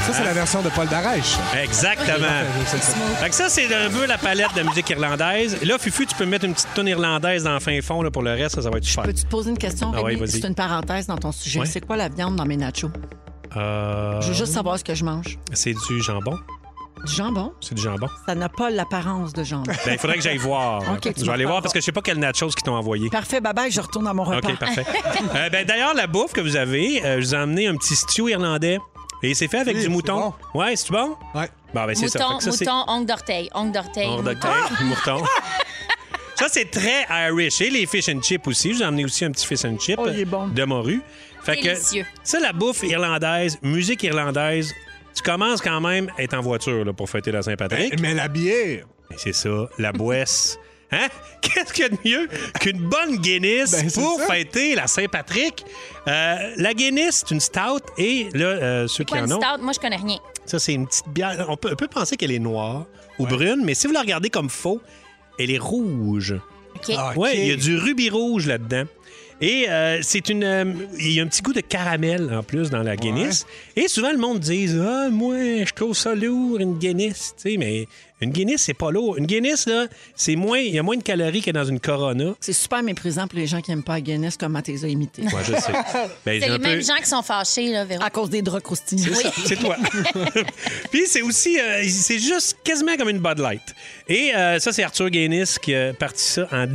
Speaker 2: Ça,
Speaker 1: Ça, c'est la version de Paul Darèche.
Speaker 7: (laughs)
Speaker 3: Exactement.
Speaker 1: Je sais ça.
Speaker 3: Fait que ça, c'est un peu la palette de musique irlandaise. Là, Fufu, tu peux mettre une petite tonne irlandaise dans le fin fond là, pour le reste, ça, ça va être super.
Speaker 7: Peux-tu te poser une question?
Speaker 3: Ah ouais,
Speaker 7: Rémi?
Speaker 3: vas-y.
Speaker 7: C'est une parenthèse dans ton sujet.
Speaker 3: Ouais.
Speaker 7: C'est quoi la viande dans mes nachos?
Speaker 3: Euh,
Speaker 7: Je veux juste savoir ce que je mange.
Speaker 3: C'est du jambon.
Speaker 7: Du jambon?
Speaker 3: C'est du jambon.
Speaker 7: Ça n'a pas l'apparence de
Speaker 3: (laughs)
Speaker 7: jambon.
Speaker 3: Ben, il faudrait que j'aille voir.
Speaker 7: (laughs) Ok, tu
Speaker 3: je vais
Speaker 7: vas
Speaker 3: aller
Speaker 7: voir.
Speaker 3: voir parce que je sais pas quelle nachos qu'ils t'ont envoyé.
Speaker 7: Parfait, bye bye, je retourne à mon repas.
Speaker 3: OK, parfait. (laughs) Euh, ben, D'ailleurs, la bouffe que vous avez, euh, je vous ai emmené un petit stew irlandais. Et c'est fait avec
Speaker 1: Oui,
Speaker 3: du
Speaker 1: c'est
Speaker 3: mouton. Ouais, c'est bon?
Speaker 1: Ouais.
Speaker 3: Bon, ben, c'est ça. Fait
Speaker 4: Mouton,
Speaker 3: que ça, c'est-
Speaker 4: mouton, ongle d'orteil, ongle d'orteil.
Speaker 3: Hors
Speaker 4: mouton.
Speaker 3: d'octave, mouton. (laughs) Ça, c'est très Irish. Et les fish and chips aussi. Je vous ai emmené aussi un petit fish and chip
Speaker 7: Oh, il est bon.
Speaker 3: de morue. Fait que
Speaker 4: Délicieux.
Speaker 3: ça, la bouffe irlandaise, musique irlandaise, tu commences quand même à être en voiture là, pour fêter la Saint-Patrick.
Speaker 1: Mais la bière.
Speaker 3: Et C'est ça, la boisse. (laughs) Hein? Qu'est-ce qu'il y a de mieux qu'une bonne Guinness
Speaker 1: Ben, c'est
Speaker 3: pour
Speaker 1: ça.
Speaker 3: fêter la Saint-Patrick? Euh, la Guinness, c'est une stout et là, euh, ceux qui
Speaker 4: Quoi, une
Speaker 3: en ont,
Speaker 4: stout? Moi, je connais rien.
Speaker 3: ça, c'est une petite bière. On peut, on peut penser qu'elle est noire ou brune, mais si vous la regardez comme faux, elle est rouge.
Speaker 4: OK.
Speaker 1: Ah,
Speaker 3: Ouais,
Speaker 1: ok.
Speaker 3: il y a du rubis rouge là-dedans. Et euh, c'est une. euh, Il y a un petit goût de caramel en plus dans la Guinness. Et souvent, le monde dit Ah, moi, je trouve ça lourd, une Guinness. Tu sais, mais une Guinness, c'est pas lourd. Une Guinness, là, c'est moins. Il y a moins de calories que dans une
Speaker 4: (laughs)
Speaker 3: Corona.
Speaker 7: C'est super méprisant pour les gens qui n'aiment pas la Guinness, comment t'es imité.
Speaker 3: Moi, je sais. Ben, j'ai
Speaker 4: C'est
Speaker 3: un
Speaker 4: les
Speaker 3: peu- Ah.
Speaker 4: mêmes gens qui sont fâchés, là, Véro.
Speaker 7: À cause des draps croustillants.
Speaker 3: C'est
Speaker 1: (laughs)
Speaker 3: toi. Puis c'est aussi, euh, c'est juste quasiment comme une Bud Light. Et euh, ça, c'est Arthur Guinness qui a parti ça en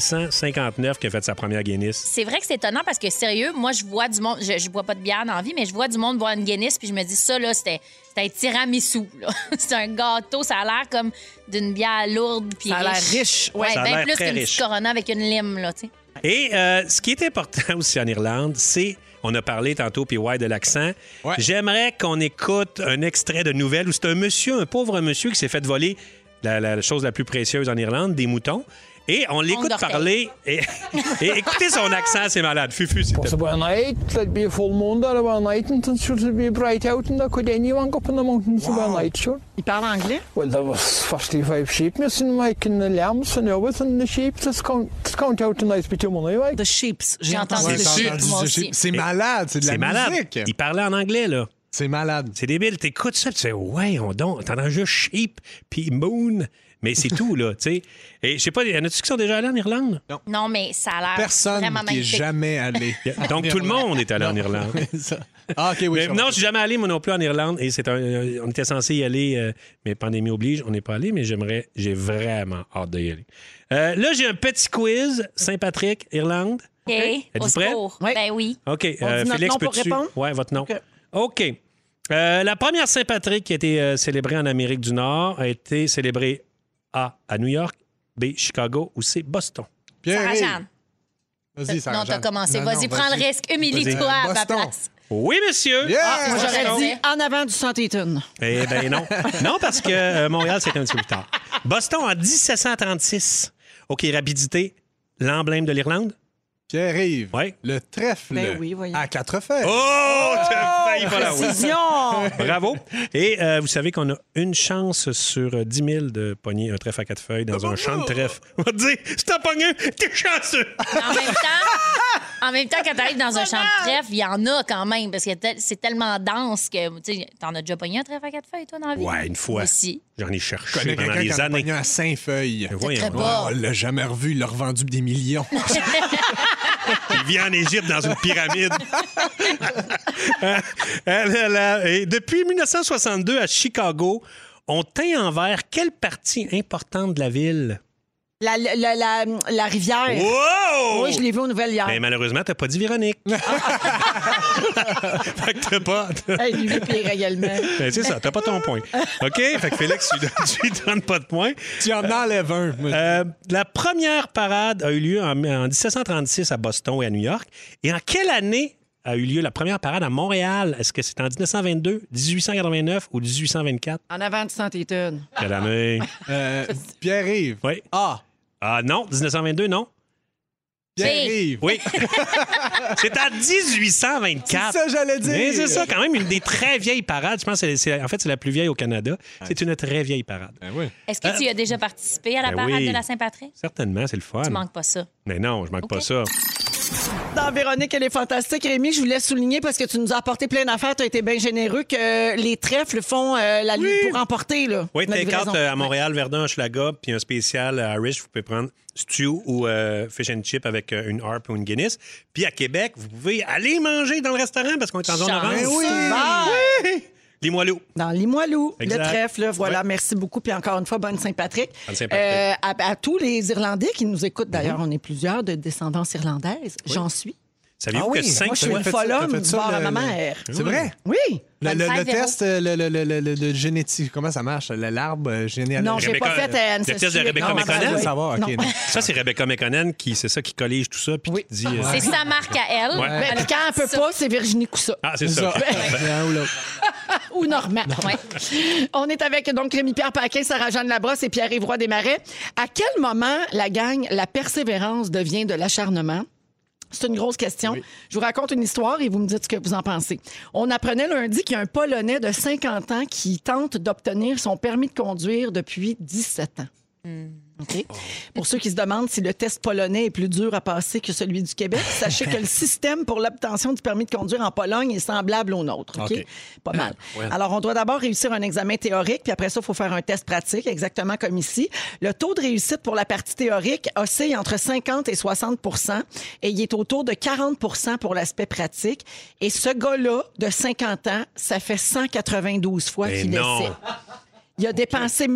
Speaker 3: 1759, qui a fait sa première Guinness.
Speaker 4: C'est vrai que c'est étonnant parce que, sérieux, moi, je vois du monde, je, je bois pas de bière dans la vie, mais je vois du monde boire une Guinness, puis je me dis, ça, là, c'était c'était un tiramisu. là. (laughs) c'est un gâteau, ça a l'air comme d'une bière lourde. Puis
Speaker 7: Ça a l'air riche, ouais.
Speaker 3: Ça a
Speaker 4: bien
Speaker 3: l'air
Speaker 4: plus
Speaker 3: très
Speaker 4: qu'une
Speaker 3: riche.
Speaker 4: petite Corona avec une lime, là, tu sais.
Speaker 3: Et euh, ce qui est important (laughs) aussi en Irlande, c'est, on a parlé tantôt, puis ouais, de l'accent.
Speaker 1: Ouais.
Speaker 3: J'aimerais qu'on écoute un extrait de nouvelles où c'est un monsieur, un pauvre monsieur qui s'est fait voler la, la chose la plus précieuse en Irlande, des moutons. Et on l'écoute
Speaker 4: d'orteil.
Speaker 3: parler. Et, (laughs) et écoutez son accent, c'est malade. Fufu, s'il te plaît.
Speaker 12: About a night, there'd be a full moon there about a night, and it should be bright out, and there could anyone go up in the mountains about a night, sure.
Speaker 7: Il parle anglais?
Speaker 12: Well, there was 45 sheep missing, like, and the lambs and the others, and the sheep that's count, that's count out tonight, be too many, like.
Speaker 7: The sheeps. J'ai
Speaker 4: J'ai
Speaker 7: entendu
Speaker 4: entendu
Speaker 1: Ouais,
Speaker 7: le
Speaker 4: ça.
Speaker 1: t'as
Speaker 4: chip,
Speaker 1: entendu
Speaker 4: moi
Speaker 1: ce
Speaker 4: aussi.
Speaker 1: chip. C'est malade, c'est de la
Speaker 3: C'est malade.
Speaker 1: musique.
Speaker 3: Il parlait en anglais, là.
Speaker 1: C'est malade.
Speaker 3: C'est débile. T'écoutes ça, tu fais, ouais, on donc. T'entends juste sheep, puis moon. Mais c'est tout, là, tu sais. Et je sais pas, y en a-tu qui sont déjà allés en Irlande?
Speaker 4: Non, mais ça a l'air
Speaker 1: Personne
Speaker 4: Ah, vraiment
Speaker 1: qui est
Speaker 4: magnifique.
Speaker 1: jamais (laughs) allé.
Speaker 3: Ah, Donc, tout le monde est allé en Irlande.
Speaker 1: Ça- ah, OK, oui.
Speaker 3: Mais
Speaker 1: je
Speaker 3: non, je suis jamais allé, moi non plus, en Irlande. Et c'est un- euh, on était censé y aller, euh, mais pandémie oblige, on n'est pas allé, mais j'aimerais, j'ai vraiment hâte d'y aller. Euh, là, j'ai un petit quiz. Saint-Patrick, Irlande.
Speaker 4: OK.
Speaker 3: Êtes-vous
Speaker 4: Au
Speaker 3: prêts?
Speaker 4: secours.
Speaker 7: Oui.
Speaker 4: Ben oui.
Speaker 3: OK. euh,
Speaker 7: On dit notre
Speaker 3: Félix,
Speaker 7: nom pour
Speaker 3: peux-tu-
Speaker 7: répondre?
Speaker 3: Ouais, votre nom.
Speaker 7: OK.
Speaker 3: OK. Euh, la première Saint-Patrick qui a été euh, célébrée en Amérique du Nord a été célébrée A, à New York, B, Chicago ou C, Boston.
Speaker 1: Pierre, hey,
Speaker 4: Sarah-Jeanne.
Speaker 1: Vas-y, Sarah
Speaker 4: non, t'as
Speaker 1: Jeanne.
Speaker 4: commencé.
Speaker 1: Non,
Speaker 4: Vas-y,
Speaker 1: non,
Speaker 4: prends le risque. Humilie-toi
Speaker 1: Vas-y.
Speaker 4: à ma
Speaker 1: Boston.
Speaker 4: place.
Speaker 3: Oui, monsieur.
Speaker 1: Yeah!
Speaker 7: Ah, moi,
Speaker 4: Ah,
Speaker 7: j'aurais
Speaker 4: non.
Speaker 7: dit en avant du saint étienne
Speaker 3: Eh bien, (laughs) non. non, parce que euh, Montréal, c'est un petit peu plus tard. Boston en 1736. OK, rapidité. L'emblème de l'Irlande?
Speaker 1: Pierre-Yves,
Speaker 3: Ouais.
Speaker 1: le trèfle
Speaker 7: Ben oui, voyons.
Speaker 1: à quatre feuilles.
Speaker 3: Oh, t'as failli
Speaker 4: Ah,
Speaker 3: pas l'avoir.
Speaker 4: (laughs)
Speaker 7: Décision!
Speaker 3: Bravo. Et euh, vous savez qu'on a une chance sur euh, 10 000 de pogner un trèfle à quatre feuilles
Speaker 1: Oh,
Speaker 3: dans un champ de trèfle. On va te dire, si t'as pogné, t'es chanceux.
Speaker 4: en même temps, en même temps quand t'arrives dans un champ de trèfle, il y en a quand même, parce que tel- c'est tellement dense que, tu sais, t'en as déjà pogné un trèfle à quatre feuilles, toi, dans la vie?
Speaker 3: Ouais, une fois.
Speaker 4: Moi aussi.
Speaker 3: J'en ai
Speaker 1: Je connais
Speaker 3: cherché pendant
Speaker 1: quelqu'un qui
Speaker 3: des
Speaker 1: en a
Speaker 3: années.
Speaker 1: pogné un à cinq feuilles.
Speaker 3: Voyons.
Speaker 4: très bon.
Speaker 1: Oh, on l'a jamais revu, il l'a revendu pour des millions.
Speaker 3: Il vit en Égypte dans une
Speaker 1: (laughs)
Speaker 3: pyramide. Euh, euh, là, et depuis 1962 à Chicago, on teint en vert quelle partie importante de la ville?
Speaker 7: La, la, la, la, la rivière.
Speaker 3: Wow!
Speaker 7: Oui, je l'ai vu aux nouvelles hier.
Speaker 3: Oh! Mais malheureusement, t'as pas dit
Speaker 1: (laughs)
Speaker 3: Véronique. fait que t'as pas. t'as-
Speaker 7: Hey, lui, puis les règlements.
Speaker 3: Ben, c'est ça, t'as pas ton point. OK? Fait que Félix, (laughs) tu, lui donnes- tu lui donnes pas de point.
Speaker 1: (laughs) tu en enlèves un. moi.
Speaker 3: Euh, la première parade a eu lieu en, en 1736 à Boston et à New York. Et en quelle année a eu lieu la première parade à Montréal? Est-ce que c'est en 1922, 1889 ou 1824?
Speaker 7: En avant du saint étienne
Speaker 3: Quelle année?
Speaker 1: Euh, Pierre-Yves.
Speaker 3: Oui.
Speaker 1: Ah,
Speaker 3: Ah non, 1922, non?
Speaker 1: Pierre-Yves.
Speaker 3: Oui. (laughs) c'est en
Speaker 1: C'est
Speaker 3: 1824.
Speaker 1: ça, j'allais dire.
Speaker 3: Mais c'est ça, quand même, une des très vieilles parades. Je pense que c'est- c'est- en fait, c'est la plus vieille au Canada. C'est une très vieille parade.
Speaker 1: Ben oui.
Speaker 4: Est-ce que tu y as déjà participé à la
Speaker 3: Euh, Ben
Speaker 4: parade
Speaker 3: oui. Ah,
Speaker 4: de la Saint-Patrick?
Speaker 3: Certainement, c'est le fun.
Speaker 4: Tu manques pas ça.
Speaker 3: Mais non, je manque
Speaker 4: Ok.
Speaker 3: pas ça.
Speaker 2: Dans Véronique, elle est fantastique. Rémi, je voulais souligner parce que tu nous as apporté plein d'affaires. Tu as été bien généreux que les trèfles font euh, la lutte pour emporter. Là,
Speaker 3: Oui,
Speaker 2: la
Speaker 3: take
Speaker 2: livraison.
Speaker 3: out euh, à Montréal, Verdun, Hochelaga, puis un spécial à Irish, vous pouvez prendre stew ou euh, fish and chip avec euh, une harpe ou une Guinness. Puis à Québec, vous pouvez aller manger dans le restaurant parce qu'on est en zone
Speaker 2: Chance.
Speaker 3: orange.
Speaker 2: Ben oui.
Speaker 3: oui. Les moelleux.
Speaker 2: Dans Limoilou,
Speaker 3: Exact.
Speaker 2: le trèfle, là, voilà. Merci beaucoup. Puis encore une fois, bonne Saint-Patrick.
Speaker 3: Bonne Saint-Patrick. Mhm.
Speaker 2: Euh, à, à tous les Irlandais qui nous écoutent, d'ailleurs, on est plusieurs de descendance irlandaise. J'en suis.
Speaker 3: Saviez-vous que cinq
Speaker 2: Ah Moi, je suis
Speaker 3: fois...
Speaker 2: une
Speaker 1: T'as fait ça,
Speaker 2: folle
Speaker 1: t'as
Speaker 2: homme
Speaker 1: fait
Speaker 2: du
Speaker 1: ça,
Speaker 2: bord à
Speaker 1: le-
Speaker 2: ma
Speaker 1: le-
Speaker 2: mère.
Speaker 1: C'est vrai?
Speaker 2: Oui.
Speaker 1: Le, le-
Speaker 4: Bonne
Speaker 1: le
Speaker 4: fête, Véro.
Speaker 1: test, euh, le, le, le, le, le- le génétique, comment ça marche? Le- L'arbre généalogique?
Speaker 2: Non, j'ai
Speaker 3: Rebecca-
Speaker 2: pas fait à
Speaker 3: le
Speaker 2: Ancestry.
Speaker 3: test de Rebecca
Speaker 2: Non, ma
Speaker 3: McConnell,
Speaker 2: mère, oui.
Speaker 1: Ça va, OK.
Speaker 2: Non. (laughs)
Speaker 1: non.
Speaker 3: Ça, c'est Rebecca McConnell qui, c'est ça, qui collige tout ça, puis qui dit... euh,
Speaker 4: C'est sa marque à elle.
Speaker 3: Ouais.
Speaker 2: Ben,
Speaker 4: Elle a
Speaker 2: puis quand elle peut
Speaker 4: ça.
Speaker 2: pas, c'est Virginie Coussa.
Speaker 3: Ah, c'est
Speaker 1: C'est
Speaker 3: ça.
Speaker 1: ça. Un ou l'autre.
Speaker 2: ou Normand.
Speaker 4: Ouais.
Speaker 2: On est avec donc Rémi-Pierre Paquin, Sarah-Jeanne Labrosse et pierre Roy Desmarais. À quel moment la gang, la persévérance devient de l'acharnement? C'est une grosse question. Je vous raconte une histoire et vous me dites ce que vous en pensez. On apprenait lundi qu'il y a un Polonais de 50 ans qui tente d'obtenir son permis de conduire depuis 17 ans. OK?
Speaker 3: Oh.
Speaker 2: Pour ceux qui se demandent si le test polonais est plus dur à passer que celui du Québec,
Speaker 3: (laughs)
Speaker 2: sachez que le système pour l'obtention du permis de conduire en Pologne est semblable au nôtre. OK?
Speaker 1: OK.
Speaker 2: Pas mal.
Speaker 3: Ah,
Speaker 2: Alors, on doit d'abord réussir un examen théorique, puis après ça, il faut faire un test pratique, exactement comme ici. Le taux de réussite pour la partie théorique oscille entre 50 et 60 et il est autour de 40 pour l'aspect pratique. Et ce gars-là, de 50 ans, ça fait 192 fois
Speaker 3: Mais
Speaker 2: qu'il
Speaker 3: non.
Speaker 2: essaie. Il a dépensé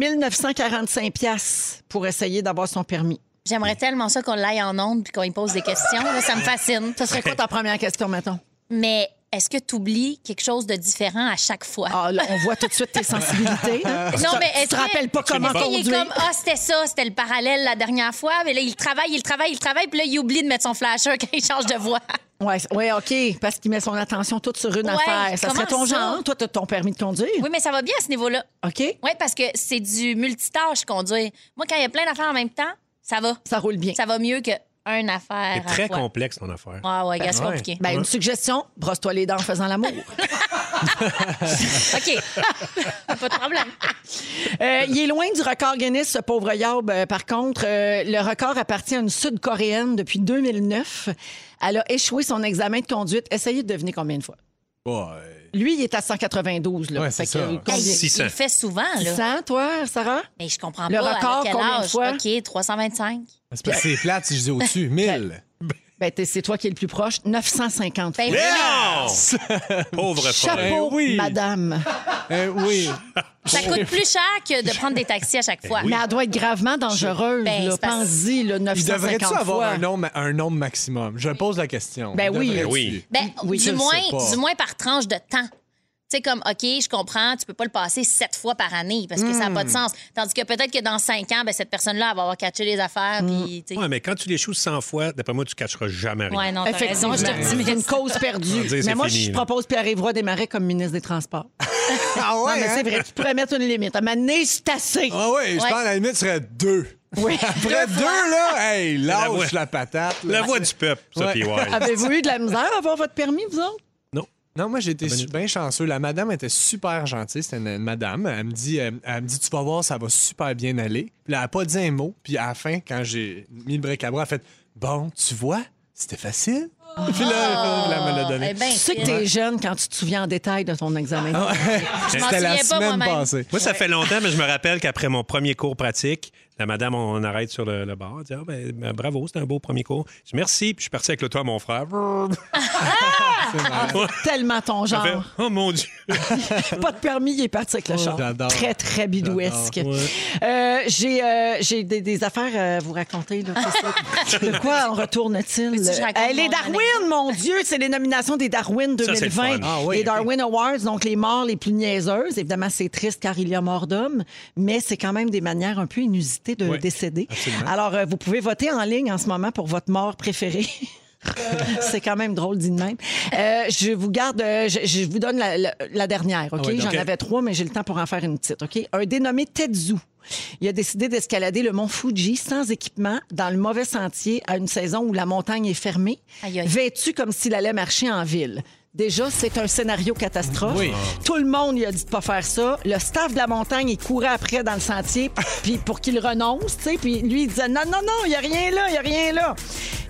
Speaker 2: 1945 pièces pour essayer d'avoir son permis.
Speaker 4: J'aimerais tellement ça qu'on l'aille en onde puis qu'on y pose des questions. là, ça me fascine.
Speaker 2: Ce serait quoi ta première question, mettons?
Speaker 4: Mais est-ce que tu oublies quelque chose de différent à chaque fois?
Speaker 2: Ah, là, on voit tout de suite tes sensibilités. hein. Tu
Speaker 4: Non,
Speaker 2: te-
Speaker 4: mais
Speaker 2: tu
Speaker 4: est-ce
Speaker 2: te
Speaker 4: que-
Speaker 2: rappelles pas
Speaker 4: est-ce
Speaker 2: comment
Speaker 4: qu'il est
Speaker 2: conduire.
Speaker 4: comme, ah, c'était ça, c'était le parallèle la dernière fois, mais là, il travaille, il travaille, il travaille, puis là, il oublie de mettre son flasher quand il change de voix.
Speaker 2: Oui, ouais, OK, parce qu'il met son attention toute sur une
Speaker 4: Ouais,
Speaker 2: affaire. Ça serait
Speaker 4: comment
Speaker 2: ton
Speaker 4: ça?
Speaker 2: genre. Toi, tu ton permis de conduire.
Speaker 4: Oui, mais ça va bien à ce niveau-là.
Speaker 2: OK?
Speaker 4: Oui, parce que c'est du multitâche conduire. Moi, quand il y a plein d'affaires en même temps, ça va.
Speaker 2: Ça roule bien.
Speaker 4: Ça va mieux qu'une affaire.
Speaker 3: (laughs) C'est
Speaker 4: à
Speaker 3: très
Speaker 4: fois.
Speaker 3: complexe, ton affaire.
Speaker 4: Ah, ouais, gars, c'est
Speaker 1: Ouais.
Speaker 4: compliqué.
Speaker 2: Ben, une suggestion, brosse-toi les dents en faisant l'amour.
Speaker 4: OK. (laughs) pas de
Speaker 2: (laughs)
Speaker 4: problème.
Speaker 2: Euh, il est loin du record Guinness, ce pauvre Yob. Euh, par contre, euh, le record appartient à une Sud-Coréenne depuis 2009. Elle a échoué son examen de conduite. Essayez de deviner combien de fois.
Speaker 1: Ouais.
Speaker 2: Lui, il est à 192. Là.
Speaker 1: Ouais, c'est
Speaker 2: Fait que,
Speaker 1: ça.
Speaker 2: euh,
Speaker 4: Hey,
Speaker 2: combien?
Speaker 4: il-
Speaker 3: 600.
Speaker 4: Il le fait souvent, là.
Speaker 2: 100, toi, Sarah?
Speaker 4: Mais je comprends
Speaker 2: Le
Speaker 4: pas.
Speaker 2: record,
Speaker 4: à quel
Speaker 2: combien de
Speaker 4: âge?
Speaker 2: fois?
Speaker 4: OK, 325.
Speaker 1: C'est (laughs) parce que c'est plate si je dis au-dessus. 1000.
Speaker 2: Ben, t'es- c'est toi qui es le plus proche. 950
Speaker 4: Ben,
Speaker 3: Mais
Speaker 2: fois.
Speaker 4: vraiment,
Speaker 3: non! Pauvre folle.
Speaker 2: Chapeau,
Speaker 1: Ben oui.
Speaker 2: madame.
Speaker 1: Eh oui.
Speaker 4: ça coûte plus cher que de prendre des taxis à chaque fois.
Speaker 2: Mais elle doit être gravement dangereuse.
Speaker 4: Ben,
Speaker 2: là.
Speaker 4: c'est parce-
Speaker 2: Pense-y, là,
Speaker 1: Il
Speaker 2: 950
Speaker 1: devrait-tu
Speaker 2: fois.
Speaker 1: avoir un nombre, un nombre maximum? Je pose la question.
Speaker 2: Ben
Speaker 1: Il
Speaker 2: oui.
Speaker 1: devrait-tu?
Speaker 3: Oui.
Speaker 4: Ben,
Speaker 2: Oui, je
Speaker 4: du,
Speaker 2: le
Speaker 1: sais
Speaker 4: moins,
Speaker 1: pas.
Speaker 4: du moins par tranche de temps. Tu sais, comme, OK, je comprends, tu peux pas le passer sept fois par année parce que ça n'a pas de sens. Tandis que peut-être que dans cinq ans, ben, cette personne-là elle va avoir catché les affaires. Puis, tu sais.
Speaker 3: Ouais, mais quand tu l'échoues 100 fois, d'après moi, tu cacheras jamais rien.
Speaker 4: Ouais, non, t'as
Speaker 2: Effectivement,
Speaker 4: raison, je te
Speaker 2: c'est
Speaker 4: optimiste.
Speaker 2: une cause
Speaker 3: On va
Speaker 2: perdue.
Speaker 3: dire, c'est
Speaker 2: Mais moi,
Speaker 3: fini,
Speaker 2: je
Speaker 3: là.
Speaker 2: propose Pierre-Évroy Desmarais comme ministre
Speaker 3: (laughs)
Speaker 2: des Transports.
Speaker 1: Ah ouais?
Speaker 2: non, mais
Speaker 1: hein?
Speaker 2: c'est vrai, tu pourrais mettre une limite. À un moment donné, c'est assez.
Speaker 1: Ah ouais, je pense à la limite, ce serait deux.
Speaker 2: Oui.
Speaker 1: Après deux, là, hey,
Speaker 3: la voix.
Speaker 1: lâche la, patate. là.
Speaker 3: La voix du peuple, ça,
Speaker 1: Ouais.
Speaker 3: puis ouais.
Speaker 2: (laughs) Avez-vous eu de la misère à avoir votre permis, vous autres?
Speaker 1: Non, moi, j'étais bien chanceux. La madame était super gentille. C'était une, une madame. Elle me, dit, euh, elle me dit Tu vas voir, ça va super bien aller. Puis là, elle n'a pas dit un mot. Puis à la fin, quand j'ai mis le bric à bras, elle a fait Bon, tu vois, c'était facile. Puis là, elle me l'a
Speaker 4: Oh. Eh
Speaker 1: donné.
Speaker 4: ben,
Speaker 2: Tu sais que t'es jeune quand tu te souviens en détail de ton examen.
Speaker 3: Ah.
Speaker 4: m'en
Speaker 1: (laughs) C'était
Speaker 4: souviens
Speaker 1: la
Speaker 4: pas
Speaker 1: semaine
Speaker 4: moi-même.
Speaker 1: passée.
Speaker 3: Moi, ça fait longtemps, mais je me rappelle qu'après mon premier cours pratique, la madame, on, on arrête sur le, le bar. Elle dit Ah, ben, ben, bravo, c'était un beau premier cours. Je dis merci, puis je suis parti avec le toit à mon frère. (laughs)
Speaker 2: Tellement ton
Speaker 3: Ça fait,
Speaker 1: Ah.
Speaker 2: genre.
Speaker 3: oh mon Dieu.
Speaker 2: (laughs) Pas de permis, il est parti avec le char.
Speaker 1: j'adore.
Speaker 2: Très, très bidouesque. Euh, j'ai euh, j'ai des, des affaires à vous raconter. Là, c'est ça. De quoi on retourne-t-il?
Speaker 4: Veux-tu que je raconte
Speaker 2: Eh, les
Speaker 4: mon
Speaker 2: Darwin, mon Dieu! C'est les nominations des Darwin
Speaker 3: Ça, c'est le
Speaker 2: 2020.
Speaker 3: fun.
Speaker 1: Ah oui,
Speaker 2: les
Speaker 1: ok.
Speaker 2: Darwin Awards, donc les morts les plus niaiseuses. Évidemment, c'est triste car il y a mort d'homme, mais c'est quand même des manières un peu inusitées de décéder. Alors, euh, vous pouvez voter en ligne en ce moment pour votre mort préférée. (laughs) C'est quand même drôle dit de même. Euh, je vous garde, euh, je, je vous donne la, la- la dernière, OK?
Speaker 1: Ah ouais, donc,
Speaker 2: J'en
Speaker 1: OK.
Speaker 2: avais trois, mais j'ai le temps pour en faire une petite, OK? Un dénommé Tetsu. Il a décidé d'escalader le mont Fuji sans équipement dans le mauvais sentier à une saison où la montagne est fermée,
Speaker 4: Aïe, aïe.
Speaker 2: vêtu comme s'il allait marcher en ville. Déjà, c'est un scénario catastrophe.
Speaker 1: Oui.
Speaker 2: Tout le monde lui a dit de pas faire ça. Le staff de la montagne, il courait après dans le
Speaker 1: (laughs)
Speaker 2: sentier puis pour qu'il renonce, tu sais. Puis lui, il disait non, non, non, il y a rien là, il y a rien là.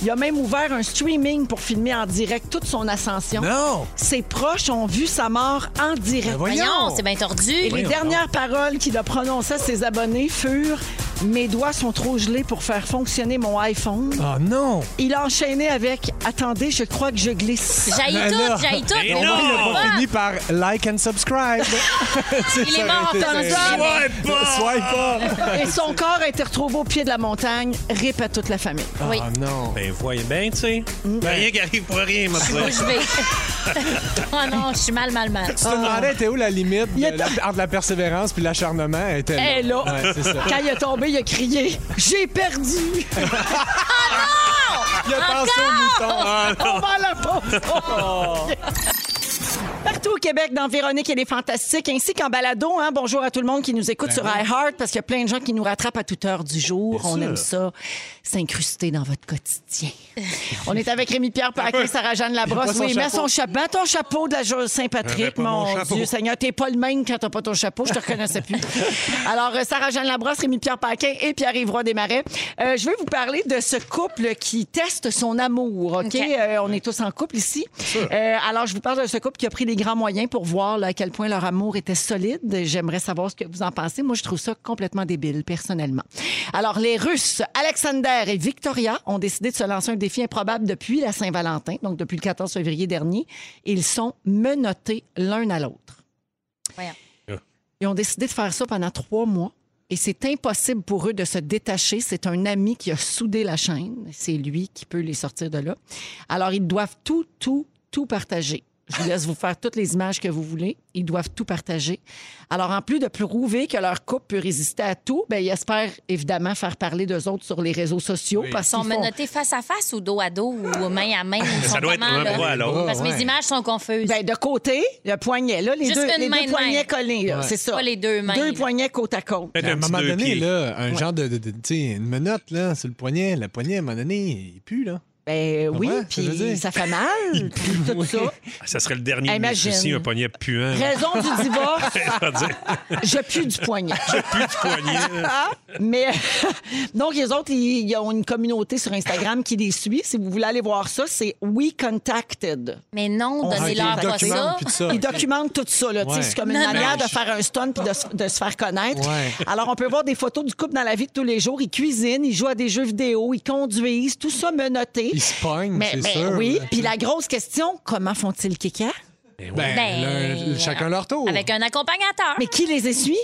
Speaker 2: Il a même ouvert un streaming pour filmer en direct toute son ascension.
Speaker 1: Non!
Speaker 2: Ses proches ont vu sa mort en direct.
Speaker 1: Ben
Speaker 4: Voyons,
Speaker 1: voyons!
Speaker 4: c'est bien tordu.
Speaker 2: Et les dernières paroles qu'il a prononcées à ses abonnés furent Mes doigts sont trop gelés pour faire fonctionner mon iPhone.
Speaker 1: Ah non!
Speaker 2: Il a enchaîné avec Attendez, je crois que je glisse.
Speaker 4: J'haïs
Speaker 1: Mais là-
Speaker 4: tout, j'haïs tout.
Speaker 3: Mais
Speaker 4: on
Speaker 3: non!
Speaker 1: Il a
Speaker 4: va
Speaker 1: pas
Speaker 4: pas.
Speaker 1: fini par like and subscribe.
Speaker 4: Ah. Il est mort en faisant
Speaker 3: Ah,
Speaker 4: ça.
Speaker 3: Swipe pas!
Speaker 1: Swipe pas!
Speaker 2: Et son corps a été retrouvé au pied de la montagne, rip à toute la famille.
Speaker 4: Oui.
Speaker 1: Ah non!
Speaker 3: Ben, voyez bien, tu sais.
Speaker 1: Mm.
Speaker 3: Ben, rien qui arrive pour rien, moi,
Speaker 1: Ah,
Speaker 3: tu
Speaker 4: Je vais. (laughs) oh non, je suis mal, mal, mal.
Speaker 1: Tu te demandais, t'es où la limite de
Speaker 2: Il est-
Speaker 1: la- entre la persévérance puis l'acharnement? Elle était
Speaker 2: Elle est là.
Speaker 1: Ouais,
Speaker 4: (laughs)
Speaker 1: c'est ça.
Speaker 2: Quand il est tombé, il a crié J'ai perdu
Speaker 1: Il a pensé au mouton. Ah,
Speaker 2: On va à la pause.
Speaker 1: (laughs)
Speaker 2: Partout au Québec, dans Véronique et les Fantastiques, ainsi qu'en balado. hein. Bonjour à tout le monde qui nous écoute
Speaker 1: Ben
Speaker 2: sur iHeart, parce qu'il y a plein de gens qui nous rattrapent à toute heure du jour. On aime ça, s'incruster dans votre
Speaker 1: (laughs)
Speaker 2: quotidien. On est avec Rémi-Pierre Paquet, Sarah-Jeanne Labrosse.
Speaker 1: Il a pas son
Speaker 2: Oui, mets,
Speaker 1: chapeau.
Speaker 2: son chapeau. mets ton chapeau de la journée Saint-Patrick,
Speaker 3: pas mon
Speaker 2: mon,
Speaker 3: chapeau.
Speaker 2: Dieu Seigneur. T'es pas le même quand t'as pas ton chapeau, je te reconnaissais
Speaker 1: (laughs)
Speaker 2: plus. Alors, euh, Sarah-Jeanne Labrosse, Rémi-Pierre Paquin et Pierre-Yves Roy Desmarais. Euh, je veux vous parler de ce couple qui teste son amour, OK?
Speaker 4: OK.
Speaker 2: Euh, on est tous en couple ici. Euh, alors, je vous parle de ce couple qui a pris les grands moyens pour voir là, à quel point leur amour était solide. J'aimerais savoir ce que vous en pensez. Moi, je trouve ça complètement débile, personnellement. Alors, les Russes, Alexander et Victoria, ont décidé de se lancer un défi improbable depuis la Saint-Valentin, donc depuis le 14 février dernier. Ils sont menottés l'un à l'autre. Ils ont décidé de faire ça pendant trois mois. Et c'est impossible pour eux de se détacher. C'est un ami qui a soudé la chaîne. C'est lui qui peut les sortir de là. Alors, ils doivent tout, tout, tout partager. Je vous laisse vous faire toutes les images que vous voulez. Ils doivent tout partager. Alors, en plus de prouver que leur couple peut résister à tout, ben, ils espèrent évidemment faire parler d'eux autres sur les réseaux sociaux.
Speaker 1: Oui.
Speaker 2: Parce
Speaker 4: Ils sont
Speaker 2: qu'ils font-
Speaker 4: menottés face à face ou dos à dos ou main à main. Ils
Speaker 3: Ça
Speaker 4: sont
Speaker 3: doit être
Speaker 4: comment,
Speaker 3: un
Speaker 4: là?
Speaker 3: bras à l'autre.
Speaker 4: Parce que
Speaker 1: Ouais.
Speaker 4: mes images sont confuses.
Speaker 2: Ben, de côté, le poignet, là, les
Speaker 4: Juste
Speaker 2: deux,
Speaker 4: une
Speaker 2: les
Speaker 4: main
Speaker 2: deux
Speaker 4: de
Speaker 2: poignets
Speaker 4: même.
Speaker 2: collés, là, c'est ça.
Speaker 4: Pas les deux mains,
Speaker 2: Deux
Speaker 4: là.
Speaker 2: poignets côte à côte.
Speaker 3: Peut-être
Speaker 1: À un
Speaker 3: un petit
Speaker 1: moment
Speaker 3: deux
Speaker 1: donné,
Speaker 3: pieds.
Speaker 1: là, un genre de, de- de- tu sais, une menotte là, sur le poignet, la poignée, à un moment donné, il pue, là.
Speaker 2: Ben oui,
Speaker 1: Ouais, ça veut
Speaker 2: puis
Speaker 1: dire.
Speaker 2: ça fait
Speaker 1: (laughs)
Speaker 2: mal, puis tout ça.
Speaker 3: Ah, Ça serait le dernier de mes
Speaker 2: Imagine.
Speaker 3: soucis, un poignet puant.
Speaker 2: Raison du
Speaker 1: (laughs)
Speaker 2: divorce, je pue du poignet.
Speaker 3: Plus de poignet. Ben
Speaker 2: Mais (laughs) donc, les autres, ils, ils ont une communauté sur Instagram qui les suit. Si vous voulez aller voir ça, c'est We Contacted.
Speaker 4: Mais non,
Speaker 2: On
Speaker 1: Ah,
Speaker 2: sait
Speaker 1: il
Speaker 4: donnez-leur
Speaker 2: les
Speaker 4: pas
Speaker 1: documente,
Speaker 4: ça.
Speaker 1: puis tout ça.
Speaker 2: Ils documentent tout ça. là. Tu sais,
Speaker 1: Ah, Ouais.
Speaker 2: C'est comme une
Speaker 4: Non,
Speaker 2: manière
Speaker 1: mais-
Speaker 2: de faire un stunt puis de, se- de se faire connaître.
Speaker 1: Ouais.
Speaker 2: Alors, on peut voir des photos du couple dans la vie de tous les jours. Ils cuisinent, ils jouent à des jeux vidéo, ils conduisent, tout ça menotté.
Speaker 1: Ils se pognent,
Speaker 2: Mais,
Speaker 1: c'est
Speaker 2: mais
Speaker 1: sûr.
Speaker 2: oui. Puis la grosse question, comment font-ils caca?
Speaker 1: Ben, l'un- chacun leur tour.
Speaker 4: euh, Avec un accompagnateur.
Speaker 2: Mais qui les essuie?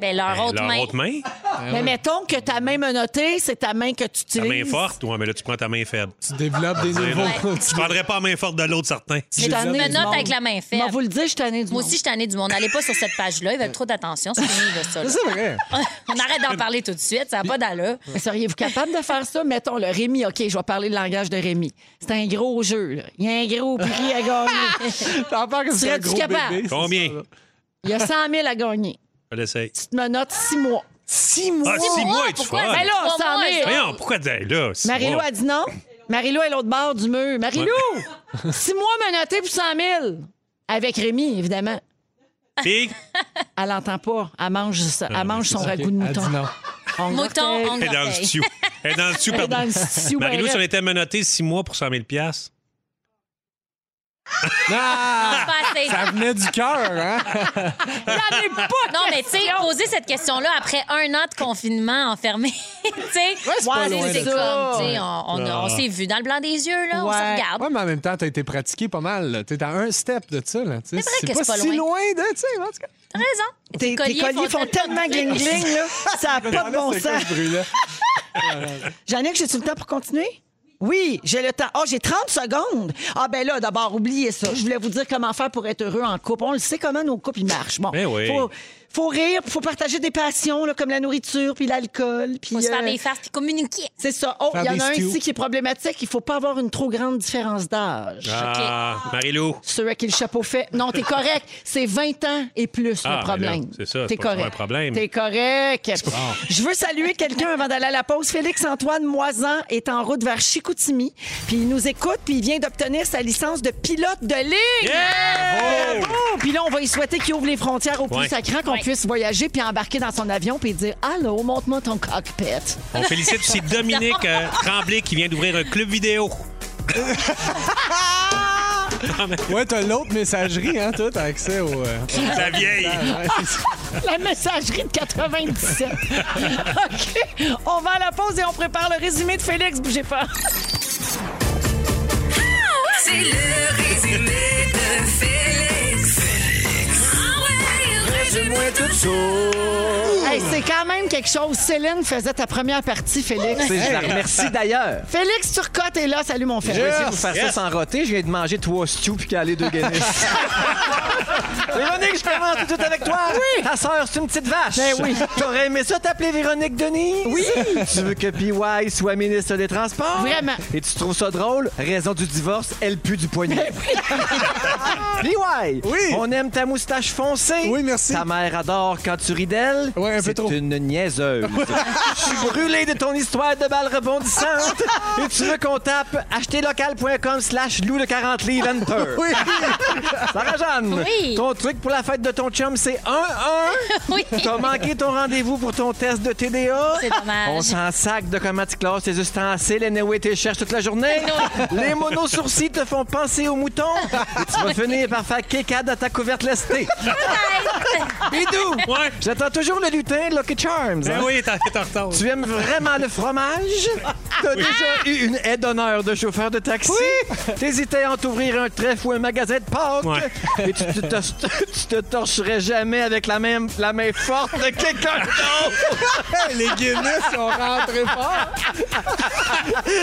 Speaker 4: Ben, leur autre
Speaker 3: Leur
Speaker 4: main.
Speaker 3: autre main?
Speaker 2: Mais mettons que ta main menottée, c'est ta main que tu utilises.
Speaker 3: Ta main forte? Ouais, mais là, tu prends ta main faible.
Speaker 1: Tu développes
Speaker 3: Ah,
Speaker 1: des (laughs) nouveaux.
Speaker 3: Tu prendrais pas la main forte de l'autre, certain.
Speaker 2: Je
Speaker 4: Mais
Speaker 2: suis
Speaker 4: tu
Speaker 2: tannée
Speaker 4: me
Speaker 2: du
Speaker 4: notes
Speaker 2: monde.
Speaker 4: avec la main
Speaker 2: Je vais
Speaker 4: faible.
Speaker 2: vous le dire, je suis tannée du
Speaker 4: Moi
Speaker 2: monde.
Speaker 4: aussi, je suis tannée du monde. N'allez pas sur cette page-là. Ils veulent trop d'attention. C'est fini, là,
Speaker 2: (laughs)
Speaker 5: Ah,
Speaker 4: ça. là.
Speaker 1: C'est vrai.
Speaker 4: On arrête d'en parler tout de suite. Ça n'a pas d'allure.
Speaker 2: Mais seriez-vous capable de faire ça? Mettons, le Rémi, OK, je vais parler le langage de Rémi. C'est un gros jeu, là. Il y a un gros prix à gagner.
Speaker 5: (laughs)
Speaker 1: T'en parles comme si c'était un
Speaker 2: Serais-tu
Speaker 1: gros
Speaker 2: capable?
Speaker 1: bébé. c'est
Speaker 3: Combien?
Speaker 1: ça, là.
Speaker 2: Il y a 100 000 à gagner.
Speaker 3: Je l'essaye.
Speaker 2: Tu te menottes six mois.
Speaker 1: Six mois!
Speaker 3: Ah, six mois, tu
Speaker 4: pourquoi?
Speaker 3: fais.
Speaker 2: Ben là,
Speaker 4: Trois
Speaker 2: ça en
Speaker 4: mois,
Speaker 2: est.
Speaker 4: ça.
Speaker 3: Voyons, pourquoi t'es là? six
Speaker 2: Marilou
Speaker 3: mois?
Speaker 2: a dit non. Marilou est l'autre bord du mur. Marilou, six mois menotté pour 100 000. Avec Rémi, évidemment.
Speaker 3: Puis,
Speaker 2: Elle n'entend pas. Elle mange, ça- elle mange son ragoût de
Speaker 1: Elle dit
Speaker 2: mouton.
Speaker 1: non.
Speaker 2: On
Speaker 4: Mouton,
Speaker 2: goûtait.
Speaker 4: on
Speaker 3: elle est dans le stew. Elle est dans le stew,
Speaker 2: Ah, Elle est dans
Speaker 3: pardon.
Speaker 2: le stew,
Speaker 3: Marilou,
Speaker 2: ouais.
Speaker 3: si on était menotté six mois pour 100 000 piastres.
Speaker 1: Ah! Ça venait du cœur, hein?
Speaker 4: Non, mais tu sais, poser cette question-là après un an de confinement enfermé, (laughs) tu sais,
Speaker 1: pas loin
Speaker 4: c'est
Speaker 1: de
Speaker 4: comme,
Speaker 2: ça.
Speaker 4: tu sais, on, on, on s'est vu dans le blanc des yeux, là, on se
Speaker 2: Ouais.
Speaker 4: regarde.
Speaker 1: Ouais, mais en même temps, t'as été pratiqué pas mal. là. T'es à un step de ça, là. C'est
Speaker 4: que
Speaker 1: pas,
Speaker 4: c'est pas
Speaker 1: si
Speaker 4: loin.
Speaker 1: loin de, tu sais, en tout cas.
Speaker 4: T'as raison.
Speaker 2: Tes, tes colliers font (laughs) tellement gling-gling, là. Ça n'a pas de bon
Speaker 1: C'est quoi
Speaker 2: sens.
Speaker 1: ce bruit-là?
Speaker 2: Jannick, j'ai-tu le temps pour continuer? Oui, j'ai le temps. Oh, j'ai 30 secondes. Ah ben là, d'abord, oubliez ça. Je voulais vous dire comment faire pour être heureux en couple. On le sait comment nos couples ils marchent. Bon,
Speaker 3: Ben oui.
Speaker 2: faut, faut rire, puis faut partager des passions, là, comme la nourriture, puis l'alcool. puis
Speaker 13: Faut se faire
Speaker 2: euh,
Speaker 13: des farces puis communiquer.
Speaker 2: C'est ça. Oh,
Speaker 1: Faire
Speaker 2: il y en
Speaker 1: des
Speaker 2: a un
Speaker 1: stews.
Speaker 2: ici qui est problématique. Il faut pas avoir une trop grande différence d'âge.
Speaker 3: Ah, Marie-Lou.
Speaker 2: Ceux à qui le chapeau fait. Non, t'es correct. C'est 20 ans et plus
Speaker 3: Ah,
Speaker 2: le
Speaker 3: mais
Speaker 2: problème.
Speaker 3: là, c'est ça, c'est pas- c'est
Speaker 2: T'es
Speaker 3: pas
Speaker 2: correct.
Speaker 3: un problème.
Speaker 2: T'es correct. Je veux saluer quelqu'un avant d'aller à la pause. Félix-Antoine Moisan est en route vers Chicoutimi. Puis il nous écoute, puis il vient d'obtenir sa licence de pilote de ligne. Bravo! Puis là, on va lui souhaiter qu'il ouvre les frontières au plus
Speaker 3: Ouais.
Speaker 2: sacrant, qu'on
Speaker 13: Ouais.
Speaker 2: puisse voyager, puis embarquer dans son avion, puis dire Allô, monte-moi ton cockpit.
Speaker 3: On félicite aussi Dominique euh, Tremblay qui vient d'ouvrir un club vidéo.
Speaker 1: Ouais, t'as l'autre messagerie, hein, toi, t'as accès au. euh,
Speaker 3: La vieille.
Speaker 2: La messagerie de 97. (laughs) OK. On va à la pause et on prépare le résumé de Félix. Bougez pas.
Speaker 4: C'est le résumé de Félix. Félix. Ah ouais, résume-moi tout ça.
Speaker 2: Hey, c'est quand même quelque chose. Céline faisait ta première partie, Félix.
Speaker 5: Je la remercie d'ailleurs.
Speaker 2: Félix Turcotte est là. Salut, mon
Speaker 5: Je vais
Speaker 2: frère.
Speaker 5: essayer de vous faire ça sans roter. Je viens de manger trois stews puis caler deux Guinness. (laughs) Véronique, je commence tout de suite avec toi. Oui. Ta sœur, c'est une petite vache.
Speaker 2: Ben oui.
Speaker 5: T'aurais aimé ça t'appeler Véronique Denis? Oui. Tu veux que PY soit ministre des Transports?
Speaker 2: Vraiment.
Speaker 5: Et tu trouves ça drôle? Raison du divorce, elle pue du poignet. (laughs) PY.
Speaker 1: Oui.
Speaker 5: On aime ta moustache foncée.
Speaker 1: Oui, merci.
Speaker 5: Ta mère adore quand tu ris d'elle.
Speaker 1: Ouais, un peu
Speaker 5: C'est
Speaker 1: trop. (laughs)
Speaker 5: une niaiseuse. Je suis brûlé de ton histoire de balle rebondissante. Et tu veux qu'on tape acheterlocal.com slash loup de 40 livres and peur.
Speaker 1: Oui.
Speaker 5: Sarah-Jeanne,
Speaker 13: Oui.
Speaker 5: ton truc pour la fête de ton chum, c'est
Speaker 13: (laughs)
Speaker 5: 1-1.
Speaker 13: Oui.
Speaker 5: T'as manqué ton rendez-vous pour ton test de TDA.
Speaker 13: C'est dommage.
Speaker 5: On s'en sac de comment tu classes tes ustensiles. Anyway, tu les cherches toute la journée. (laughs) Les monosourcils te font penser aux moutons. Et tu vas finir par faire kékade à ta couverte lestée. Bidou!
Speaker 3: Ouais.
Speaker 5: J'attends toujours le lutin de Lucky Charms. hein?
Speaker 3: Ben oui, t'as fait en retard.
Speaker 5: Tu aimes vraiment le fromage? T'as déjà eu une aide d'honneur de chauffeur de taxi? T'hésitais à t'ouvrir un trèfle ou un magasin de Pâques?
Speaker 3: Ouais.
Speaker 5: Et tu te, tor- tu te torcherais jamais avec la, même, la main forte de quelqu'un d'autre!
Speaker 1: (laughs) les Guinness sont rentrés fort.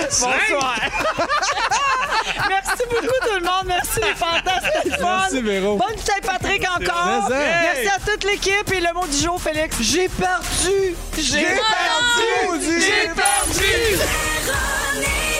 Speaker 5: Bonsoir!
Speaker 2: (laughs) Merci beaucoup, tout le monde. Merci, les fantasmes. C'était le fun.
Speaker 1: Merci, Véro.
Speaker 2: Bonne Saint-Patrick encore.
Speaker 1: Mais, hey.
Speaker 2: Merci à toute l'équipe. Et le mot du jour, Félix.
Speaker 5: J'ai perdu! J'ai
Speaker 2: perdu!
Speaker 1: Maudit.
Speaker 4: Véronique.